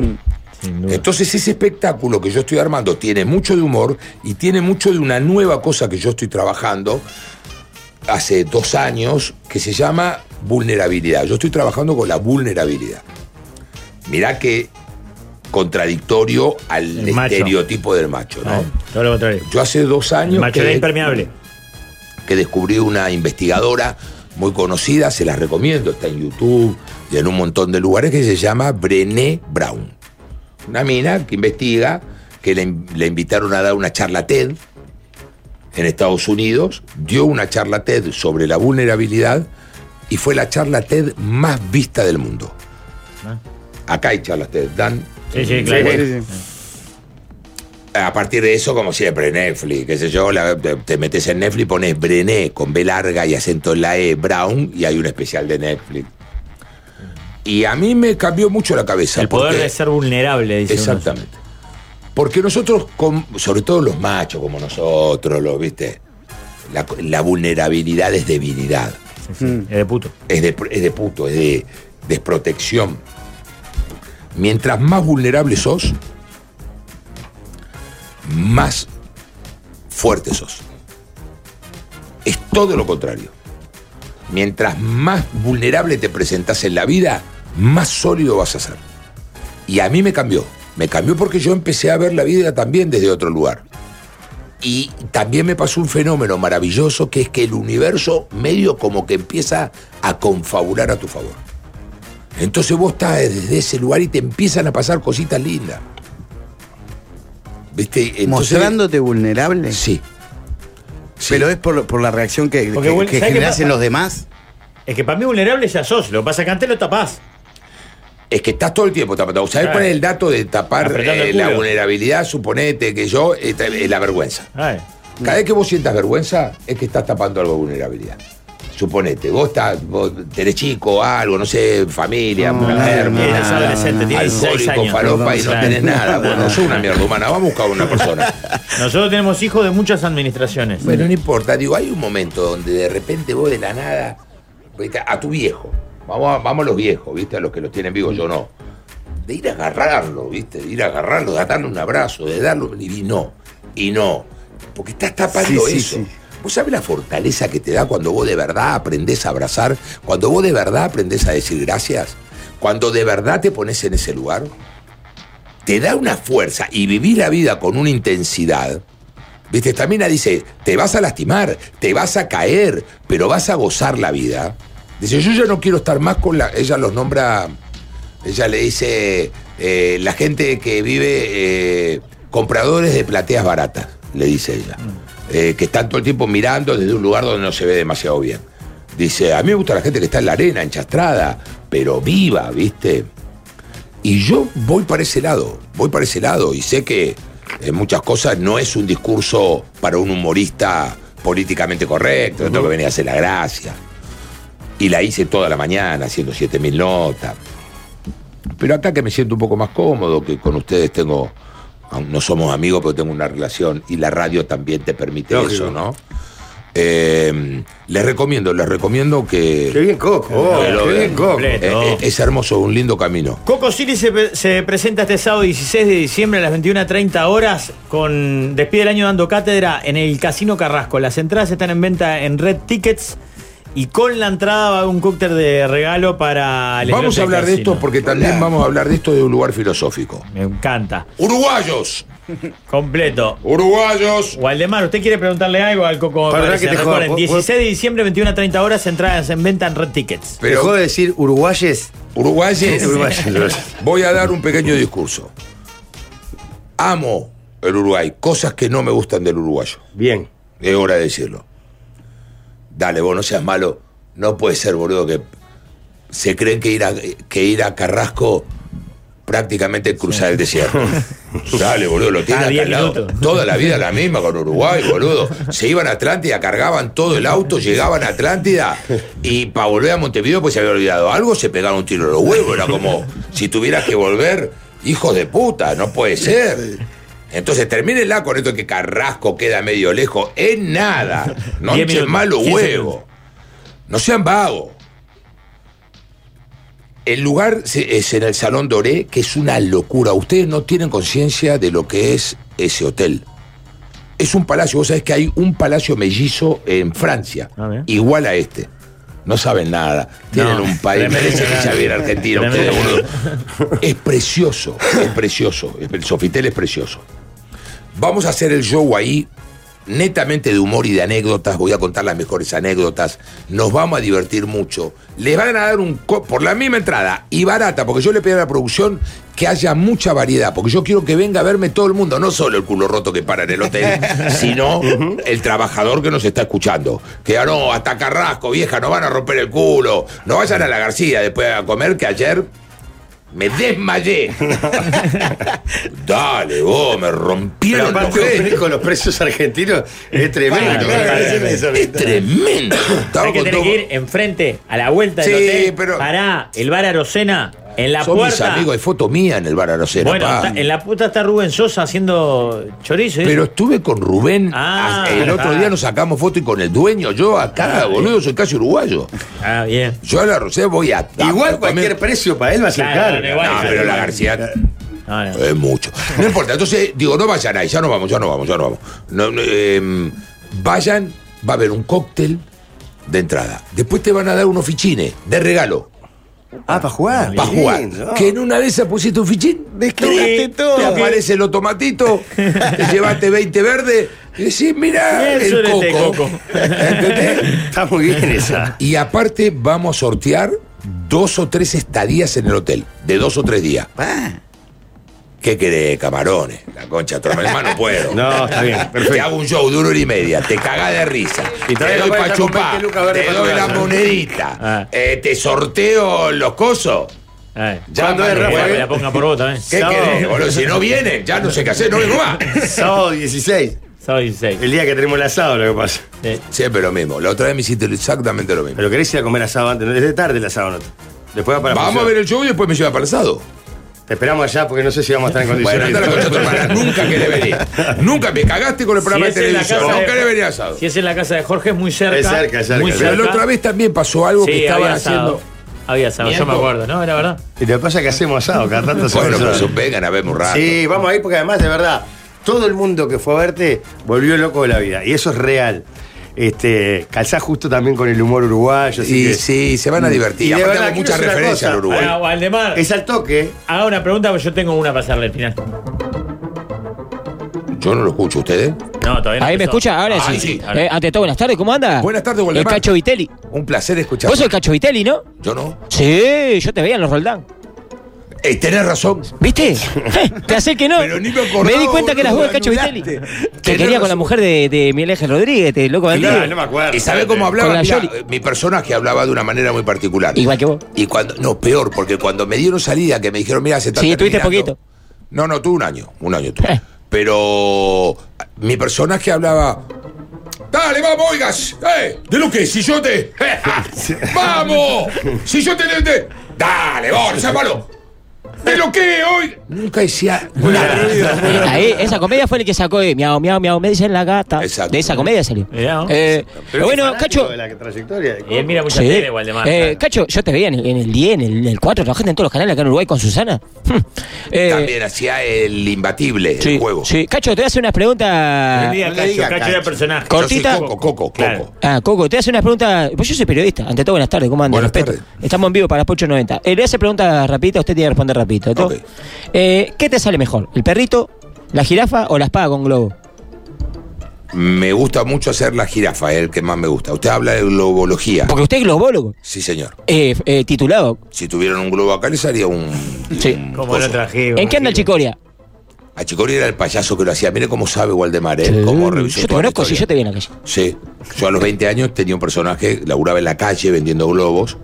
Entonces ese espectáculo que yo estoy armando tiene mucho de humor y tiene mucho de una nueva cosa que yo estoy trabajando hace dos años que se llama vulnerabilidad. Yo estoy trabajando con la vulnerabilidad. Mirá que contradictorio al
El macho.
estereotipo del macho. ¿no?
No, todo lo contrario.
Yo hace dos
El
años
macho era impermeable.
que descubrí una investigadora muy conocida, se las recomiendo, está en YouTube y en un montón de lugares, que se llama Brené Brown. Una mina que investiga, que le, le invitaron a dar una charla TED en Estados Unidos, dio una charla TED sobre la vulnerabilidad y fue la charla TED más vista del mundo. Acá hay charlas TED, Dan.
Sí, sí, claro.
Sí, sí, sí.
A partir de eso, como siempre, Netflix, qué sé yo, la- te, te metes en Netflix, pones Brené con B larga y acento en la E, Brown, y hay un especial de Netflix. Y a mí me cambió mucho la cabeza.
El poder
porque-
de ser vulnerable, dice uno.
Exactamente. Porque nosotros, com- sobre todo los machos como nosotros, los, ¿viste? La, la vulnerabilidad es debilidad, Mm.
Es de puto.
es de, es de puto, es de desprotección. Mientras más vulnerable sos, más fuerte sos. Es todo lo contrario. Mientras más vulnerable te presentás en la vida, más sólido vas a ser. Y a mí me cambió. Me cambió porque yo empecé a ver la vida también desde otro lugar. Y también me pasó un fenómeno maravilloso que es que el universo medio como que empieza a confabular a tu favor. Entonces vos estás desde ese lugar y te empiezan a pasar cositas lindas. ¿Viste? Entonces-
Mostrándote vulnerable.
Sí. Sí.
Pero es por, por la reacción que,
Porque
que-
vul-
que
¿sabes qué
generas en
pasa?
los demás.
Es que para mí vulnerable ya sos. Lo que pasa es que antes lo tapás.
Es que estás todo el tiempo tapando. ¿Sabés
Claro.
cuál es el dato de tapar
Apretando el
eh, la
culo.
vulnerabilidad? Suponete que yo, eh, ta- eh, la vergüenza.
Ay,
Cada vez que vos sientas vergüenza, es que estás tapando algo de vulnerabilidad. Suponete, vos, estás, vos tenés chico, algo, no sé, familia, mujer,
Ah, no,
hermana,
eres adolescente, tienes 16
alcohólico,
años.
falopa y no
Claro.
tenés nada. Bueno, sos una mierda humana, vamos a buscar una persona.
Nosotros tenemos hijos de muchas administraciones.
Bueno, no importa, digo, hay un momento donde de repente vos de la nada, ¿viste? a tu viejo, vamos a, vamos a los viejos, ¿viste? A los que los tienen vivos, yo no. De ir a agarrarlo, ¿viste? De ir a agarrarlo, de darle un abrazo, de darlo. Y no, y no. Porque estás tapando
Sí, sí,
eso.
sí.
¿Vos sabés la fortaleza que te da cuando vos de verdad aprendés a abrazar? Cuando vos de verdad aprendés a decir gracias? Cuando de verdad te pones en ese lugar? Te da una fuerza y vivir la vida con una intensidad Viste, esta mina dice, te vas a lastimar, te vas a caer, pero vas a gozar la vida. Dice, yo ya no quiero estar más con la... Ella los nombra, ella le dice, eh, la gente que vive, eh, compradores de plateas baratas, le dice ella. Eh, que están todo el tiempo mirando desde un lugar donde no se ve demasiado bien. Dice, a mí me gusta la gente que está en la arena, enchastrada, pero viva, ¿viste? Y yo voy para ese lado, voy para ese lado y sé que en muchas cosas no es un discurso para un humorista políticamente correcto, no tengo que venir a hacer la gracia. Y la hice toda la mañana haciendo 7000 notas. Pero acá que me siento un poco más cómodo, que con ustedes tengo, aun no somos amigos, pero tengo una relación y la radio también te permite
Lógico.
eso, ¿no? Eh, les recomiendo, les recomiendo que...
Qué bien Coco, oh,
que lo
qué bien
vean.
Coco.
Completo.
Eh, eh, es hermoso, un lindo camino.
Coco City se, pre- se presenta este sábado 16 de diciembre a las 21.30 horas con Despide el año dando cátedra en el Casino Carrasco. Las entradas están en venta en Red Tickets y con la entrada va a haber un cóctel de regalo para el
Vamos
Slotte
a hablar de
Casino.
esto porque también vamos a hablar de esto de un lugar filosófico.
Me encanta.
Uruguayos,
<laughs> Completo.
uruguayos.
Waldemar, ¿usted quiere preguntarle algo al Coco?
Para
Parece?
que te joda,
Recuerden,
po- po-
16 de diciembre, 21.30 horas, entradas en venta en Red Tickets.
Pero-
Dejó de decir uruguayes.
Uruguayes,
Uruguayes.
voy a dar un pequeño discurso. Amo el Uruguay, cosas que no me gustan del uruguayo.
Bien.
Es hora de decirlo. Dale, vos no seas malo. No puede ser, boludo, que se creen que ir a, que ir a Carrasco prácticamente es cruzar
<laughs>
el desierto. Dale, boludo, lo tienen
Cada
acá
Ah, diez
al lado.
minutos.
Toda la vida la misma con
<laughs>
Uruguay, boludo. Se iban a Atlántida, cargaban todo el auto, llegaban a Atlántida y para volver a Montevideo pues se había olvidado algo, se pegaron un tiro en los huevos. Era como si tuvieras que volver, hijo de puta, no puede ser. Entonces termínenla con esto que Carrasco queda medio lejos.
<laughs>
En nada. No
Diez
echen
minutos,
malo
quince
huevo. No sean vagos. El lugar se- es en el Salón Doré, que es una locura. Ustedes no tienen conciencia de lo que es ese hotel. Es un palacio, vos sabés que hay un palacio mellizo en Francia,
Ah, bien.
igual a este. No saben nada. Tienen
No,
un país,
tremendo.
merecen que sea bien Argentina, ustedes,
Tremendo.
boludo. Es precioso, es precioso. El Sofitel es precioso. Vamos a hacer el show ahí, netamente de humor y de anécdotas. Voy a contar las mejores anécdotas. Nos vamos a divertir mucho. Les van a dar un. co- por la misma entrada y barata, porque yo le pedí a la producción que haya mucha variedad, porque yo quiero que venga a verme todo el mundo, no solo el culo roto que para en el hotel,
<laughs>
sino el trabajador que nos está escuchando. Que ah, no, hasta Carrasco, vieja, no van a romper el culo. No vayan a la García después a comer, que ayer
<laughs>
me desmayé. Dale, vos, me
Pero
rompieron los <laughs>
aparte cumplir
gestos.
con los presos argentinos es tremendo.
Para,
<laughs>
para, para.
Es tremendo. Estaba
Hay que
con
tener
todo-
que ir enfrente, a la vuelta del
Sí,
hotel,
pero-
pará, el bar Arocena, en la
Son mis
puerta.
amigos, hay foto mía en el bar Arocena.
bueno,
pa.
está- en la puerta está Rubén Sosa haciendo chorizo. ¿eh?
Pero estuve con Rubén,
Ah,
el otro
pa.
día nos sacamos foto y con el dueño, yo acá, boludo, soy casi uruguayo.
ah, bien.
Yo a la Arocena voy a...
Igual
a-
cualquier precio para él va a ser
Claro,
caro.
no, igual.
No, pero la García...
No, no.
Es mucho. No importa. Entonces, digo, no vayan ahí. Ya no vamos, ya no vamos, ya no vamos. No, no, em, vayan, va a haber un cóctel de entrada. Después te van a dar unos fichines de regalo
Ah, para jugar.
para
Bien,
jugar.
¿no?
Que en una de esas pusiste un fichín.
Descargaste
te-
todo.
Te aparece el otomatito, te llevaste 20 verdes y decís,
Ah,
mira
Bien,
el
suerte,
coco.
Coco.
<laughs>
¿Entendés?
Está
<laughs>
muy bien esa.
Y aparte vamos a sortear dos o tres estadías en el hotel, de dos o tres días.
Ah.
¿Qué querés, camarones? La concha de tu hermano, Hermano, puedo.
No, está bien, perfecto.
Te hago un show de una hora y media, te cagás de risa.
Y
te
todavía
doy
capaz
pa'
está con 20
chupar,
lucas verdes
te
pa'
doy
tu
la
casa.
monedita,
Ah.
eh, te sorteo los cosos.
Eh.
¿Cuándo es,
Llámale,
Rafa?
Bueno,
bueno,
que la pongan por vos también.
¿Qué
Sábado-
querés? Boludo, si no
<laughs>
vienen, ya no sé qué hacer, no vengo más.
Sábado 16.
Sábado 16.
El día que tenemos el asado, lo que pasa.
Eh,
Siempre lo mismo. La otra vez me hiciste exactamente lo mismo.
Pero querés ir a comer asado antes, ¿no? es de tarde el asado, ¿no? Después va para la
Vamos a
función.
ver el show y después me lleva para el asado.
Te esperamos allá porque no sé si vamos a estar en
Bueno,
condiciones.
anda la concha de tu hermana.
<laughs>
Nunca querés venir. Nunca me cagaste con el programa
es
de
en la
televisión.
casa
Nunca
de-
querés venir al asado.
Si es en la casa de Jorge, es muy cerca.
Es cerca, es cerca.
Muy
Pero
Pero
cerca.
la otra vez también pasó algo
Sí,
que estaban
había asado.
haciendo.
Había asado, yo
Miento.
me acuerdo, ¿no? Era verdad.
Y lo que pasa es que hacemos asado, cada tanto hacemos
Bueno, pero
asado.
son- vengan a ver un rato.
Sí, vamos a ir porque además, de verdad, todo el mundo que fue a verte volvió loco de la vida. Y eso es real. Este, calzás justo también con el humor uruguayo. Así
Y
que
sí, se van a
Y
divertir.
de
Aparte
verdad,
hago muchas
quiero decir una
referencias al
cosa.
Uruguay.
Ahora, Valdemar,
Es al toque.
haga una pregunta, porque yo tengo una para hacerle al final.
Yo no lo escucho, ¿ustedes?
No, todavía no.
Ahí me
empezó.
escucha, ahora
Ah,
sí.
sí.
Eh, ante todo, buenas tardes, ¿cómo anda?
Buenas tardes,
El
Waldemar.
Cacho Vitelli.
Un placer escuchar.
Vos sos el Cacho Vitelli, ¿no?
Yo no.
Sí, yo te veía en los Roldán.
Eh, tenés razón. <laughs>
¿Viste? te hace que no.
Pero ni me acordaba,
di cuenta que eras vos
boludo,
el Cacho
anulaste.
Vitelli. Que
Tenés
quería con la
razón.
mujer de, de Miguel Ángel Rodríguez, te loco bandido.
Claro, no me acuerdo.
¿Y sabe cómo
Con
hablaba?
la
Mirá,
Yoli.
eh, mi personaje hablaba de una manera muy particular.
Igual que vos.
Y cuando, no, peor, porque cuando me dieron salida, que me dijeron, mira, se está
Sí, tuviste
terminando".
poquito.
No, no, tuve un año, un año tuve.
Eh.
Pero ah, mi personaje hablaba. Dale, vamos, oigas. ¡Eh! ¿De lo que? Si
<laughs>
yo te. ¡Vamos! Si yo te. te- ¡Dale, vamos, hermano! ¿De lo que hoy? Nunca decía nada.
Ahí, esa comedia fue el que sacó eh, miau, miau, miau, me dicen la gata.
Exacto.
De esa comedia salió.
Mirá, ¿no?
Eh, pero bueno,
fanático
Cacho.
De la trayectoria.
Y él mira mucha
Sí.
tele, Waldemar.
Eh, Cacho, yo te veía en el, en el 10, en el, en el 4, trabajaste en todos los canales acá en Uruguay con Susana.
Hmm.
Eh,
También hacía el imbatible,
sí,
el juego.
sí. Cacho, te voy a hacer unas preguntas.
No le diga
no le
Cacho,
diga
Cacho era
Cacho.
personaje.
Yo soy
Cortita.
Coco, Coco,
Claro.
Coco.
Ah, Coco, te voy a hacer unas preguntas. Pues yo soy periodista, ante todo, buenas tardes, ¿cómo andas?
Buenas
Respeto.
tardes.
Estamos en vivo para Pocho 90. Eh, le voy a hacer preguntas rapiditas, usted tiene que responder rapidito. ¿to?
Ok.
Eh, ¿Qué te sale mejor? ¿El perrito, la jirafa o la espada con globo?
Me gusta mucho hacer la jirafa, es el que más me gusta. Usted habla de globología.
Porque usted es globólogo.
Sí, señor.
Eh, eh, titulado.
Si tuvieran un globo acá, les haría un.
Sí.
un
Como lo
coso.
traje.
¿En qué anda el Chicoria?
A Chicori era el payaso que lo hacía. Mire cómo sabe Waldemar, ¿eh?
Sí.
Cómo revisó
yo te
toda la
conozco si
historia.
yo te vi en la calle.
Sí. Yo a los 20 años tenía un personaje, laburaba en la calle vendiendo globos.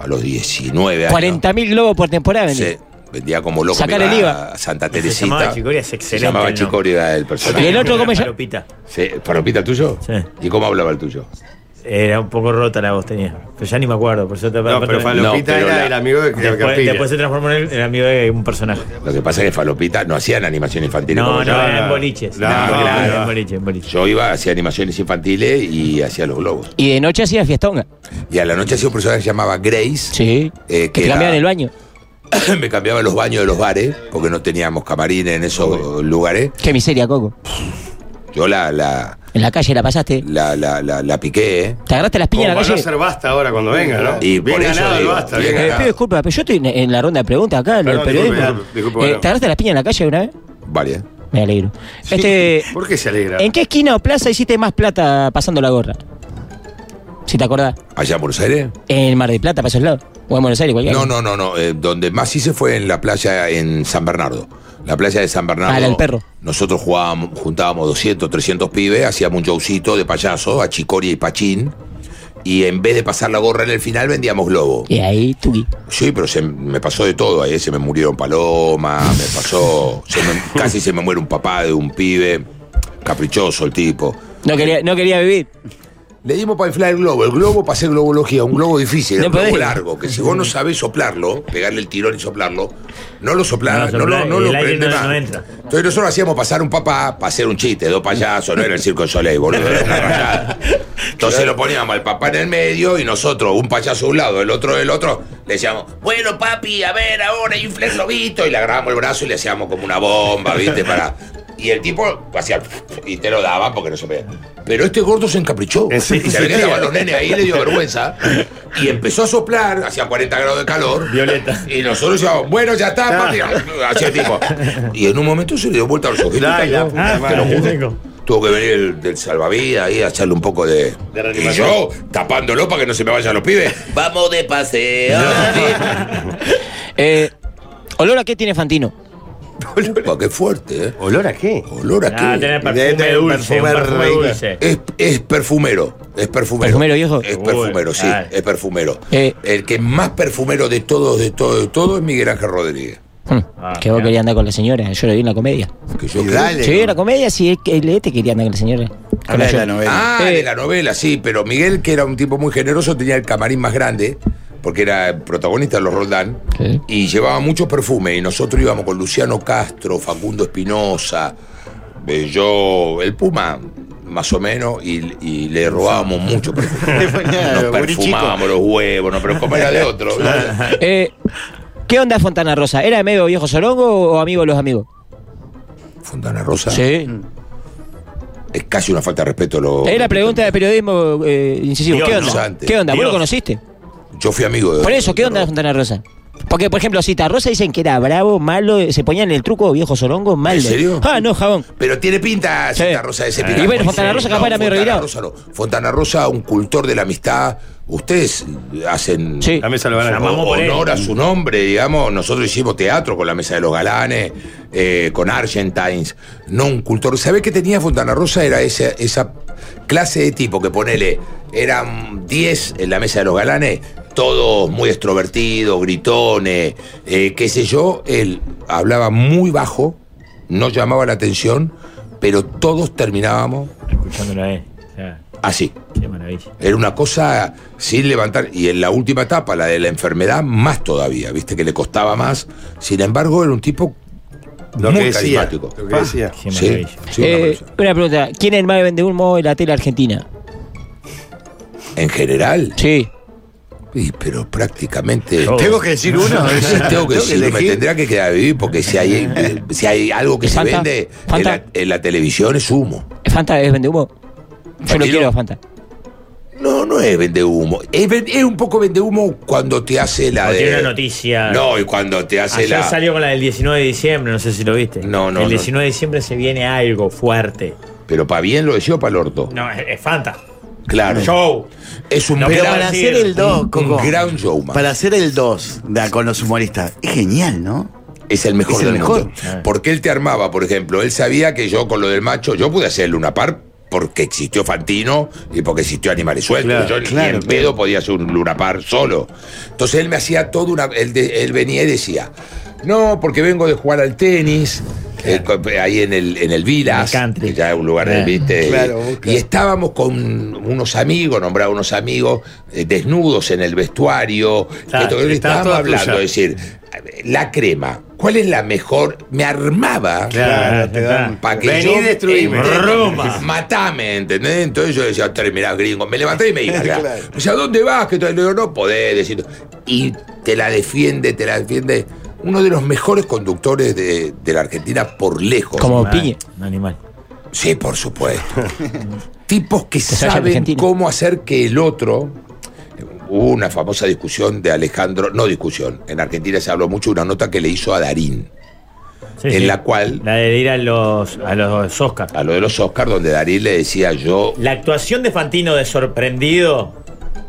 A los 19 años.
40.000 globos por temporada vendí.
Sí. Vendía como loco.
Sacar
me
el
iba
IVA.
a Santa
Se
Teresita.
llamaba Chicori, es excelente
Se llamaba
el
Chicori, era el
¿Y
personaje.
el otro cómo se llama?
Palopita.
Sí. ¿Paropita el tuyo?
Sí.
¿Y cómo hablaba el tuyo?
Era un poco rota la voz tenía. Pero ya ni me acuerdo. Por eso te
No, pero Falopita
No, pero
era
la-
el amigo de de
Después,
Capilla.
después se transformó en el, el amigo de un personaje.
Lo que pasa es que Falopita no hacían animación infantil. como
No, no,
yo.
no,
era en
no.
boliches.
No,
No,
no,
claro,
no.
en boliche, en boliche.
Yo iba, hacía animaciones infantiles y hacía los globos.
Y de noche hacía fiestonga.
Y a la noche hacía un personaje que se llamaba Grace.
Sí.
Eh,
que
que
te cambiaban
era-
el baño.
<coughs> me cambiaba los baños de los bares, porque no teníamos camarines en esos lugares.
Qué miseria, Coco.
Yo la, la,
En la calle la pasaste.
la, la, la, la piqué, ¿eh?
¿Te agarraste las piñas
Como
en la
para no
calle?
ser basta ahora cuando venga, ¿no?
Y por
bien
eso
ganado el
digo,
basta.
bien
Bien
Eh,
ganado.
ganado.
pido disculpas, pero yo estoy en, en la ronda de preguntas acá, en el
Perdón, disculpe,
periodismo.
disculpe, disculpe,
Eh,
bueno.
¿Te agarraste las piñas en la calle alguna vez?
Varias.
Me alegro.
Sí.
Este,
¿Por qué se alegra?
¿En qué esquina o plaza hiciste más plata pasando la gorra? Si te acordás.
¿Allá en Buenos Aires?
En Mar del Plata, para esos lados. O en Buenos Aires, cualquiera.
No, no, no, no. eh, donde más hice fue en la playa en San Bernardo. La playa de San Bernardo.
Ah, la del perro.
Nosotros jugábamos, juntábamos 200, 300 pibes, hacíamos un showcito de payaso a Chicoria y Pachín. Y en vez de pasar la gorra en el final, vendíamos globo.
Y ahí, tuki.
Sí, pero se, me pasó de todo ahí. Se me murieron palomas, me pasó. se
<laughs>
me- casi se me muere un papá de un pibe. Caprichoso el tipo.
No quería, no quería vivir.
Le dimos para inflar el globo. El globo pasé globología, un globo difícil,
No
un globo
podés.
largo, que si vos no sabés soplarlo, pegarle el tirón y soplarlo, no lo
No
soplás,
lo
no, lo-
soplás,
no
y
lo
el aire
prende
no-
más.
no entra.
Entonces nosotros hacíamos pasar un papá para hacer un chiste, dos payasos, no era el circo de Soleil, boludo, era
<laughs>
una rayada. Entonces lo poníamos al papá en el medio y nosotros, un payaso de un lado, el otro del otro, le decíamos, bueno papi, a ver ahora, infla el globito, y le agarrábamos el brazo y le hacíamos como una bomba, viste, para... Y el tipo hacía y te lo daba porque no se veía. Pero este gordo se encaprichó.
En
Se
serio.
ve que estaban los nenes ahí,
<laughs>
le dio vergüenza. Y empezó a soplar, hacía 40 grados de calor.
Violeta.
Y nosotros decíamos, bueno, ya está, papi. Hacía el tipo. Y en un momento se le dio vuelta a los ojitos.
Ay, la puta
te lo
madre.
juro.
Tuvo que venir el del salvavidas ahí a echarle un poco de.
De
y
reanimación.
yo, tapándolo para que no se me vayan los pibes. Vamos de <laughs> paseo.
Eh, ¿Olor a qué tiene Fantino?
Upa, qué fuerte, ¿eh?
¿Olor a qué?
Olor a
Ah,
qué.
tener
tener
perfume dulce, un
un perfume
perfume
rico.
dulce.
Es, es perfumero, es perfumero.
¿Perfumero viejo?
Es perfumero, sí,
Seguro.
es perfumero.
Eh.
El que más perfumero de todos, de todo, de todo es Miguel Ángel Rodríguez.
Hm,
Ah,
que vos
mira.
querías andar con la señora, yo lo vi en la comedia.
Que yo
Y
creo-
dale.
Yo vi en la comedia, si el, el este quería andar con la señora. Con
Habla
la
de la
yo-
novela.
Ah,
Eh.
de la novela, sí, pero Miguel, que era un tipo muy generoso, tenía el camarín más grande, porque era protagonista de los Roldán,
Sí.
y llevaba mucho perfume, y nosotros íbamos con Luciano Castro, Facundo Espinosa, eh, yo, el Puma, más o menos, y, y le robábamos mucho
<laughs>
perfume.
Le ponía
Nos
los burichicos.
perfumábamos los huevos, no, pero como era
<laughs>
de otro. ¿verdad?
Eh, ¿Qué onda Fontana Rosa? ¿Era medio viejo sorongo o amigo de los amigos?
Fontana Rosa,
Sí.
es casi una falta de respeto. a Lo,
Es la pregunta de periodismo eh, incisivo.
Dios,
¿Qué
¿no?
onda?
Antes.
¿Qué onda? ¿Vos lo
Dios.
conociste?
Yo fui amigo de.
Por eso, ¿qué onda de Fontana Rosa? Porque, por ejemplo, Cita Rosa dicen que era bravo, malo, eh, se ponían el truco viejo sorongo, malo.
serio?
Ah, no, jabón.
Pero tiene pinta
Sí. Ah.
Santa Rosa de ese
Y
pica.
bueno,
Como
Fontana
dice,
Rosa capaz era medio
Fontana
revirado.
Rosa no. Fontana Rosa, un cultor de la amistad. Ustedes hacen
Sí.
La mesa lo van a
o-
Llamamos por él.
honor a su nombre, digamos. Nosotros hicimos teatro con la Mesa de los Galanes, eh, con Argentines. No un cultor. ¿Sabés qué tenía Fontana Rosa? Era esa, esa clase de tipo que ponele, eran 10 en la Mesa de los Galanes, todos muy extrovertidos, gritones, eh, qué sé yo. Él hablaba muy bajo, no llamaba la atención, pero todos terminábamos
Escuchándola a él. Ah,
así.
Qué maravilla.
Era una cosa sin levantar. Y en la última etapa, la de la enfermedad, más todavía, viste que le costaba más. Sin embargo, era un tipo
Lo que
muy
decía.
carismático.
Lo que decía.
Qué
Sí,
maravilla.
sí, una
Eh,
maravilla.
una pregunta, ¿quién es el más vende humo de la tele argentina?
En general,
Sí.
sí, pero prácticamente.
Todo.
Tengo que decir uno.
Sí, tengo que decir, me
elegir.
tendrá que quedar a vivir porque si hay, eh, si hay algo que
¿Y
se
Fanta?
vende en
¿Fanta?
la, en la televisión es humo.
¿Fanta es vende humo? Yo lo
¿Fantino?
quiero, Fanta.
No, no es vende humo. Es, ven- es un poco vende humo cuando te hace la
O
de.
tiene una noticia.
No, y cuando te hace
Ayer
la.
salió con la del 19 de diciembre, no sé si lo viste.
No, no,
El
no.
19 de diciembre se viene algo fuerte.
Pero para bien lo decía o para el orto.
No, es, es Fanta.
Claro.
Show.
Es un
No,
gran,
Pero
Quiero
para
decir,
hacer el 2,
un
Coco.
gran showman.
Para hacer el 2 con los humoristas. Es genial, ¿no?
es el mejor
es el
del
mejor. Ah.
mundo. Porque él te armaba, por ejemplo, él sabía que yo con lo del macho, yo pude hacerle una par porque existió Fantino y porque existió Animales Sueltos.
Claro,
yo ni
claro,
en pedo podía hacer un Luna Par solo. Entonces él me hacía todo una. Él, de- él venía y decía: No, porque vengo de jugar al tenis. eh, co- ahí en el, en el Vilas,
En el country. Ah.
que ya es un lugar
Claro.
del viste.
Claro,
y-
busca.
y estábamos con unos amigos, nombrados unos amigos, eh, desnudos en el vestuario.
Claro,
que- que
estaba
estábamos
toda
hablando,
tuya.
es decir, la crema, ¿cuál es la mejor? Me armaba
Claro, te dan.
para que
Vení,
yo
destruime.
entre-
Roma.
Matame, ¿entendés? Entonces yo decía, terminás gringo. Me levanté y me
<laughs>
iba. acá. O sea, ¿dónde vas? Que todavía no, no podés decir. Y te la defiende, te la defiende. Uno de los mejores conductores de, de la Argentina por lejos.
Como
Ah,
piñe.
Un animal.
Sí,
<laughs>
por supuesto. Tipos que
se vaya a
saben
Argentina.
cómo hacer que el otro. Hubo una famosa discusión de Alejandro, no discusión, en Argentina se habló mucho de una nota que le hizo a Darín,
Sí,
en
sí.
la cual,
La de ir a los, a los Oscars.
a lo de los Oscars, donde Darín le decía yo,
La actuación de Fantino de sorprendido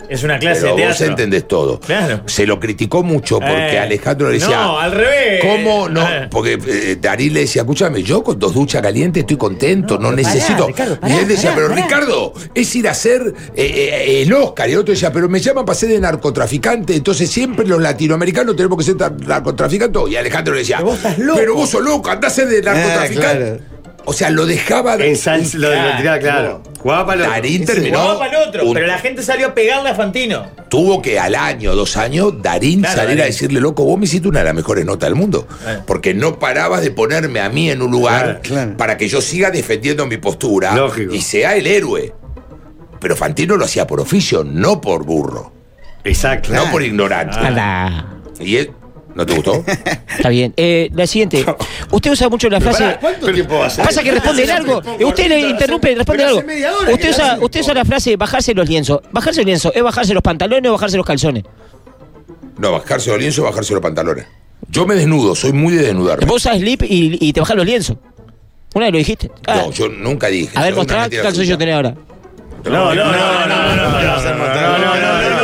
es una clase
pero
de
vos
teatro.
entendés todo.
Claro.
Se lo criticó mucho porque
Eh,
Alejandro le decía,
No, al revés.
¿Cómo no?
Eh,
Porque eh, Darín le decía, escúchame, yo con dos duchas calientes estoy contento, no, necesito.
Ricardo, pará,
y él decía,
pará,
pero
pará.
Ricardo, es ir a hacer eh, eh, el Oscar. Y el otro decía, pero me llaman para ser de narcotraficante, entonces siempre los latinoamericanos tenemos que ser tar- narcotraficantes. Y Alejandro le decía,
Pero vos estás loco.
pero vos sos loco, andás a ser de narcotraficante.
claro.
O sea, lo dejaba
En salsa lo
Claro.
lo tiraba, claro. Jugaba para los.
Darín
Jugaba
terminó.
para el otro,
un-
pero la gente salió a pegarle a
<laughs>
Fantino.
Tuvo que al año, dos años, Darín
Claro,
salir a
Darín.
decirle, loco, vos me hiciste una de las mejores notas del mundo.
Claro.
Porque no parabas de ponerme a mí en un
Claro,
lugar
claro.
para que yo siga defendiendo mi postura
Lógico.
y sea el héroe. Pero Fantino lo hacía por oficio, no por burro,
Exacto.
no por ignorante.
Anda.
¿Y él? ¿No
<laughs>
te gustó?
Está bien. Eh, la siguiente. Usted usa mucho la frase.
¿Cuánto tiempo va a ser?
Pasa que responde largo. Usted le interrumpe y responde
Pero hace
algo.
media hora que
Usted
la
usa,
hace.
usted usa la frase bajarse los lienzos. Bajarse los lienzos es bajarse los pantalones o bajarse los calzones.
No, bajarse los lienzos, bajarse los pantalones. Yo me desnudo, soy muy de desnudarme.
Vos usas slip y, y te bajas los lienzos. Una vez lo dijiste. Ah,
No, yo nunca dije.
a ver,
Soy una
mostrá qué
mentira
calzoncillo
suya.
tenés ahora.
No, no, no, no, no, no, no, no, no, no, no, no, no, no, no, no, no.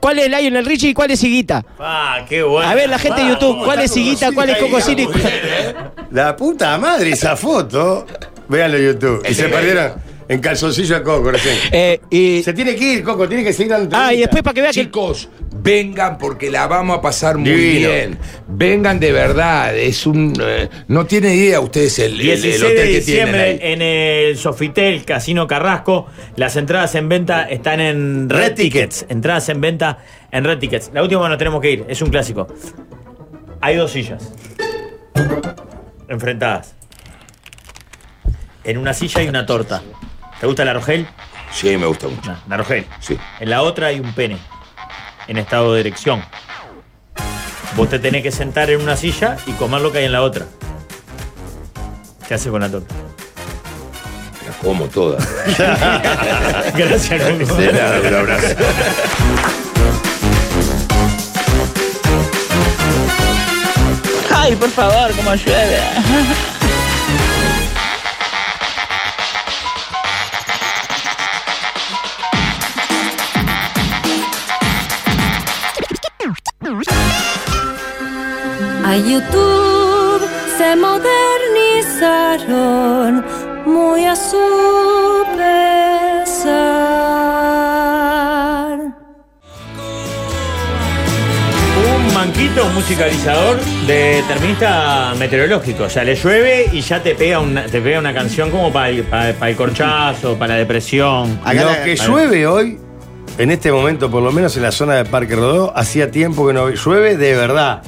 ¿Cuál es Lionel Richie y cuál es Higuita?
Ah, qué bueno.
A ver, la gente de YouTube, ¿cuál es Higuita, cuál es Coco Silly?
La puta madre, esa foto. Véanlo en YouTube. Y
Ese
se
es
perdieron en calzoncillo a Coco recién.
Eh, y,
Se tiene que ir, Coco, tiene que seguir dando.
ah, y después para que vean que.
Chicos, vengan porque la vamos a pasar muy
Divino.
bien. Vengan de verdad. Es un. eh, no tiene idea ustedes el, el- el
16 de
hotel que tienen.
diciembre
ahí.
en el Sofitel Casino Carrasco. Las entradas en venta están en Red,
Red
Tickets. Entradas en venta en Red Tickets. La última nos tenemos que ir, es un clásico. Hay dos sillas. Enfrentadas. En una silla hay una torta. ¿Te gusta la Rogel?
Sí, me gusta mucho.
No, la Rogel.
Sí.
En la otra hay un pene. En estado de erección. Vos te tenés que sentar en una silla y comer lo que hay en la otra. ¿Qué haces con la
<laughs>
torta?
La como
<laughs>
toda.
Gracias, Coco.
De nada, un abrazo.
<laughs>
Ay, por favor, como llueve.
A YouTube se modernizaron muy a su pesar.
Un manquito, un musicalizador de terminista meteorológico. O sea, le llueve y ya te pega una, te pega una canción como para el, para, para el corchazo, para la depresión.
Acá
Lo
la-
que
a ver.
llueve hoy, en este momento, por lo menos en la zona de Parque Rodó, hacía tiempo que no llueve de verdad.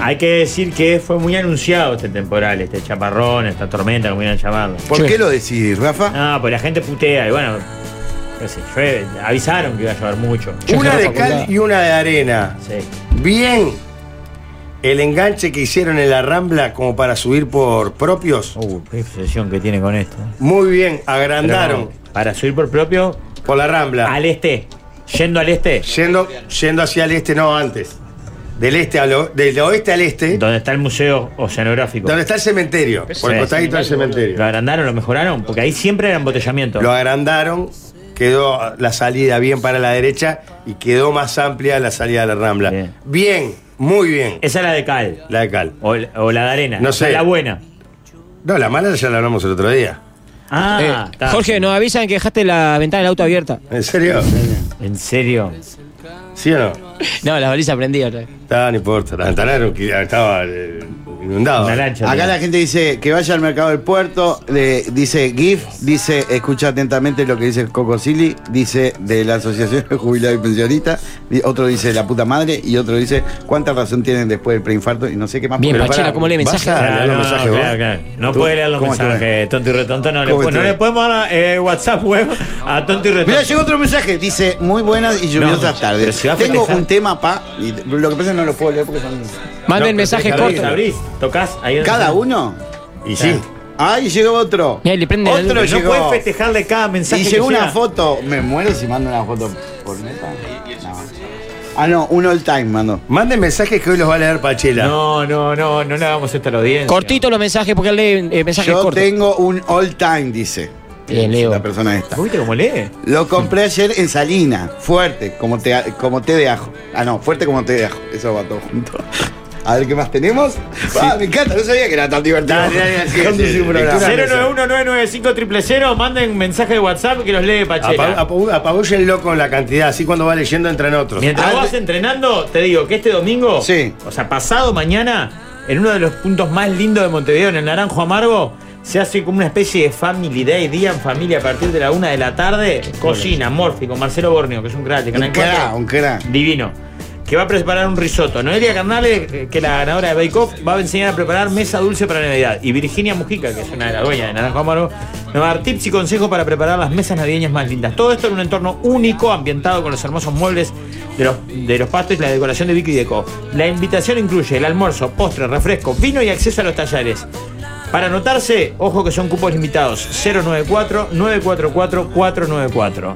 Hay que decir que fue muy anunciado este temporal, este chaparrón, esta tormenta, como quieran llamarlo.
¿Por qué lo decís, Rafa?
Ah, pues la gente putea y bueno, no sé, llueve. Avisaron que iba a llover mucho.
Una de cal y una de arena.
Sí.
Bien el enganche que hicieron en la Rambla como para subir por propios.
Uh, qué obsesión que tiene con esto.
Muy bien,
Pero
agrandaron
no, para subir por propio,
por la Rambla.
al este. Yendo al este,
Yendo, yendo hacia el este, no antes. Del este al o- del oeste al este,
donde está el museo oceanográfico.
donde está el cementerio, por el
Sí.
costadito del
¿Lo
cementerio.
agrandaron, lo mejoraron? Porque ahí siempre era embotellamiento.
Lo agrandaron, quedó la salida bien para la derecha y quedó más amplia la salida de la Rambla.
Bien.
Bien, muy bien.
Esa era la de cal.
La de Cal.
O, o la de arena.
No
O sea,
sé.
La buena.
No, la mala ya la hablamos el otro día.
Eh,
Ah, está.
Jorge, nos avisan que dejaste la ventana del auto abierta.
¿En serio?
¿En serio?
¿Sí o no?
No, la baliza prendida otra vez.
Está, Ah, no importa. La ventana era un qui- estaba eh,
Una
inundada.
lancha.
Acá la gente dice que vaya al mercado del puerto, le dice GIF, dice escucha atentamente lo que dice el Coco Silly, dice de la Asociación de Jubilados y Pensionistas, di- otro dice la puta madre y otro dice cuánta razón tienen después del preinfarto y no sé qué más.
Bien,
Pero
Pachela,
pará,
¿cómo lee
¿vas
mensaje?
a leer
Claro,
los
no,
mensajes vos?
claro, claro. no
¿Tú?
puede leer los
¿Cómo estuvo?
mensajes, tonto y retonto. No le,
¿Cómo
pu- no
estuvo?
le podemos dar eh, WhatsApp web a tonto y
Mira,
retonto.
llegó otro mensaje, dice muy buenas y lluviosas
No, pero
tardes.
si va a
Tengo
festejar.
un tema pa, y lo que pasa es que no lo puedo leer porque son
Manden mensajes
Abrís,
cortos.
abrís, tocas ahí donde-
cada uno.
Y sí.
Ay, llegó otro.
Mirá, le prende la
otro
luz.
Pero no
llegó.
puedes festejarle cada mensaje.
Y
que
llegó una
llega.
foto. Me muero si mando una foto por neta. No. Ah, no, un all time mando.
Manden mensajes que hoy los va a leer Pachela.
No, no, no, no le hagamos esto a la audiencia.
Cortito los mensajes porque él lee eh, mensajes
Yo
cortos.
tengo un all time, dice.
Bien, Leo.
La persona esta.
¿Viste cómo lee?
Lo compré ayer en Salina, fuerte, como té, como té de ajo. Ah, no, fuerte como té de ajo. Eso va todo junto. A ver qué más tenemos. Ah, me encanta, no sabía que era tan divertido.
Dale, dale, así,
Conducir
así,
un programa.
lectura.
091-995-000, manden mensaje de WhatsApp que los lee Pachela.
Apa- apo- apabúllenlo con la cantidad, así cuando va leyendo entran otros.
Ah,
Mientras vos vas entrenando, te digo que este domingo,
Sí.
o sea, pasado mañana, en uno de los puntos más lindos de Montevideo, en el Naranjo Amargo, se hace como una especie de Family Day, día en familia a partir de la una de la tarde. Cocina, Morfi, con Marcelo Borneo, que es un crack de Canal
Un cra,
4.
un cra.
Divino. Que va a preparar un risotto. Noelia Carnales, eh, que es la ganadora de Bake Off, va a enseñar a preparar mesa dulce para Navidad. Y Virginia Mujica, que es una de las dueñas de Naranjo Amargo, nos va a dar tips y consejos para preparar las mesas navideñas más lindas. Todo esto en un entorno único, ambientado con los hermosos muebles de los, de los pastos y la decoración de Vicky Deco. La invitación incluye el almuerzo, postre, refresco, vino y acceso a los talleres. Para anotarse, ojo que son cupos limitados. 094-944-494.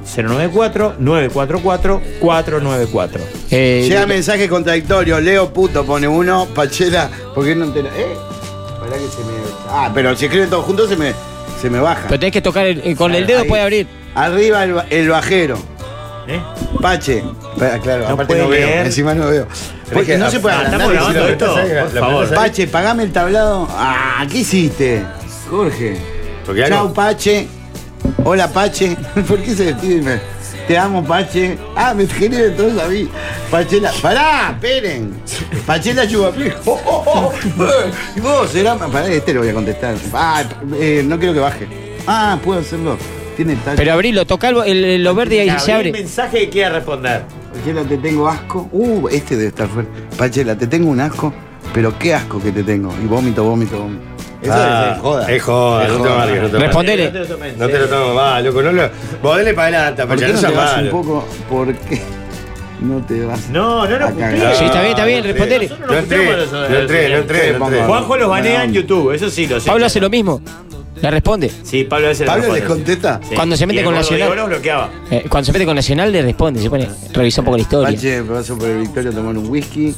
094-944-494.
Eh,
Llega mensaje contradictorio. Leo puto pone uno. Pachela, ¿por qué no te la- ¿Eh? Pará que se me. Ah, pero si escriben todos juntos se me, se me baja.
pero tenés que tocar el- eh, con el dedo,
Ahí.
puede abrir.
Arriba el, ba- el bajero.
¿Eh?
Pache. Pará, claro,
No
aparte
puede
no veo.
leer.
Encima no veo.
Tenés que-
no se puede
Ah,
agrandar
¿Estamos
y
grabando
decirlo.
esto?
la- la-
Por favor.
Pache, pagame el tablado. Ah, ¿qué hiciste? Jorge.
Porque algo-
Chau, Pache. Hola, Pache. <laughs> ¿Por qué se despiden? Te amo, Pache. Ah, me genera entonces a mí. Pachela. ¡Pará! ¡Esperen! Pachela Chubaplejo. <laughs> Oh, oh, oh. ¿Y vos? Era... Pará, este lo voy a contestar. Ah, eh, no quiero que baje. Ah, puedo hacerlo. Tiene tal.
Pero abrilo, tocá el, el- el- lo verde y ahí se
Abrí el
abre.
mensaje que quiera responder.
Pachela, te tengo asco. Uh, este debe estar fuerte. Pachela, te tengo un asco, pero qué asco que te tengo. Y vómito, vómito, vómito. Eso
Ah,
es joda.
Es joda, no te amargues, no te amargues.
Respondele.
No te lo tomes en
No te lo
serio.
tomes mal, loco. No lo... Vos dele para adelante,
¿Por
Pacha,
qué
no
no te
seas
vas un
malo.
poco? ¿Por qué no te vas?
No, no lo
Acá,
cumplí.
No,
Sí, está bien, está bien,
no
respondele.
entré, Ah, No entré, no entré, no entré, no entré.
Juanjo los banea en YouTube, eso sí lo sé.
Pablo hace lo mismo. Le responde.
Sí, Pablo hace lo
¿Pablo les
responde.
contesta?
Sí.
Cuando se mete
Y el
con
gordo
Nacional.
Diego los bloqueaba.
Eh, cuando se mete con Nacional le responde, se pone, revisa un poco la historia.
Pache, paso por el Victoria a tomar un whisky.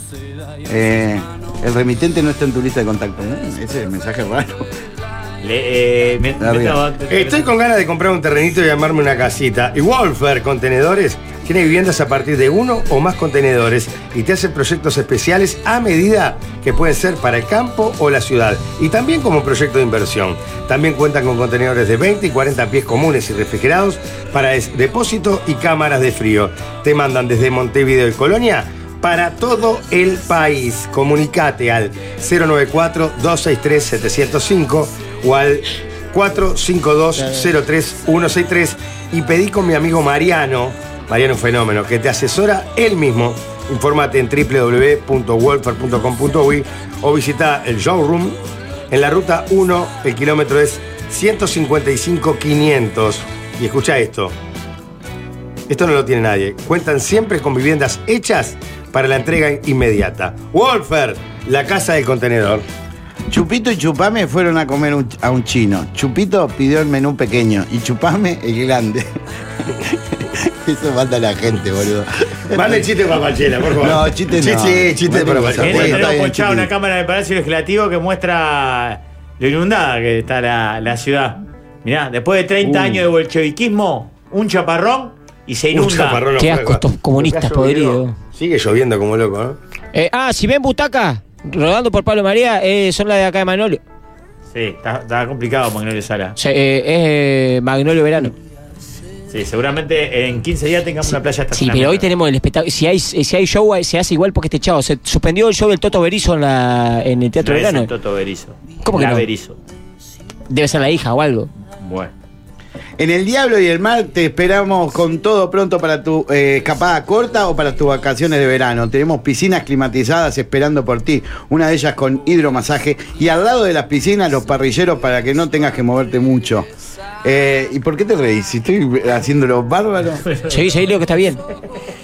Eh, el remitente no está en tu lista de contacto. ¿no? Ese es el mensaje raro.
Le- eh, me-
Arriba.
me estaba- te-
Estoy con ganas de comprar un terrenito y armarme una casita. Y Wolfer Contenedores tiene viviendas a partir de uno o más contenedores y te hace proyectos especiales a medida que pueden ser para el campo o la ciudad. Y también como proyecto de inversión. También cuentan con contenedores de 20 y 40 pies comunes y refrigerados para es- depósito y cámaras de frío. Te mandan desde Montevideo y Colonia para todo el país. Comunicate al 094-263-705 o al 452-03163 y pedí con mi amigo Mariano, Mariano Fenómeno, que te asesora él mismo. Informate en www.wolfer.com.uy o visita el showroom en la ruta 1, el kilómetro es 155-500. Y escucha esto. Esto no lo tiene nadie. Cuentan siempre con viviendas hechas para la entrega inmediata. Wolfer, la casa del contenedor.
Chupito y Chupame fueron a comer un- a un chino. Chupito pidió el menú pequeño y Chupame el grande. <laughs> Eso mata a la gente, boludo.
Mande el chiste para Pachela, por favor.
No, chiste no.
Chiste, chiste
Mande
para
cosas
Pachela.
Miren,
Bueno, está
tenemos
bien,
ponchada una
chiquilín.
cámara del Palacio Legislativo que muestra lo inundada que está la, la ciudad. Mirá, después de 30
Uh.
años de bolcheviquismo, un chaparrón y se
Un
inunda.
chaparrón
Qué
afuera.
asco estos comunistas
Lo que ha llovido,
podridos.
Sigue lloviendo como loco, ¿no?
Eh, ah, si ven butacas rodando por Pablo María, eh, son las de acá de Magnolio.
Sí, está, está complicado Magnolio Sala.
O sea, eh, es eh, Magnolio Verano.
Sí, seguramente en 15 días tengamos una playa
Sí, pero hoy
estacionamiento.
tenemos el espectáculo. Si hay, si hay show, se hace igual porque este chavo. Se suspendió el show del Toto Berizo en, la, en el Teatro
No es
Verano.
el Toto Berizo.
¿Cómo que
La
no?
Berizo.
Debe ser la hija o algo.
Bueno.
En el Diablo y el Mar te esperamos con todo pronto para tu eh, escapada corta o para tus vacaciones de verano. Tenemos piscinas climatizadas esperando por ti, una de ellas con hidromasaje y al lado de las piscinas los parrilleros para que no tengas que moverte mucho. Eh, ¿Y por qué te reís? Si estoy haciéndolo bárbaro.
Seguí, seguí, Leo, que está bien.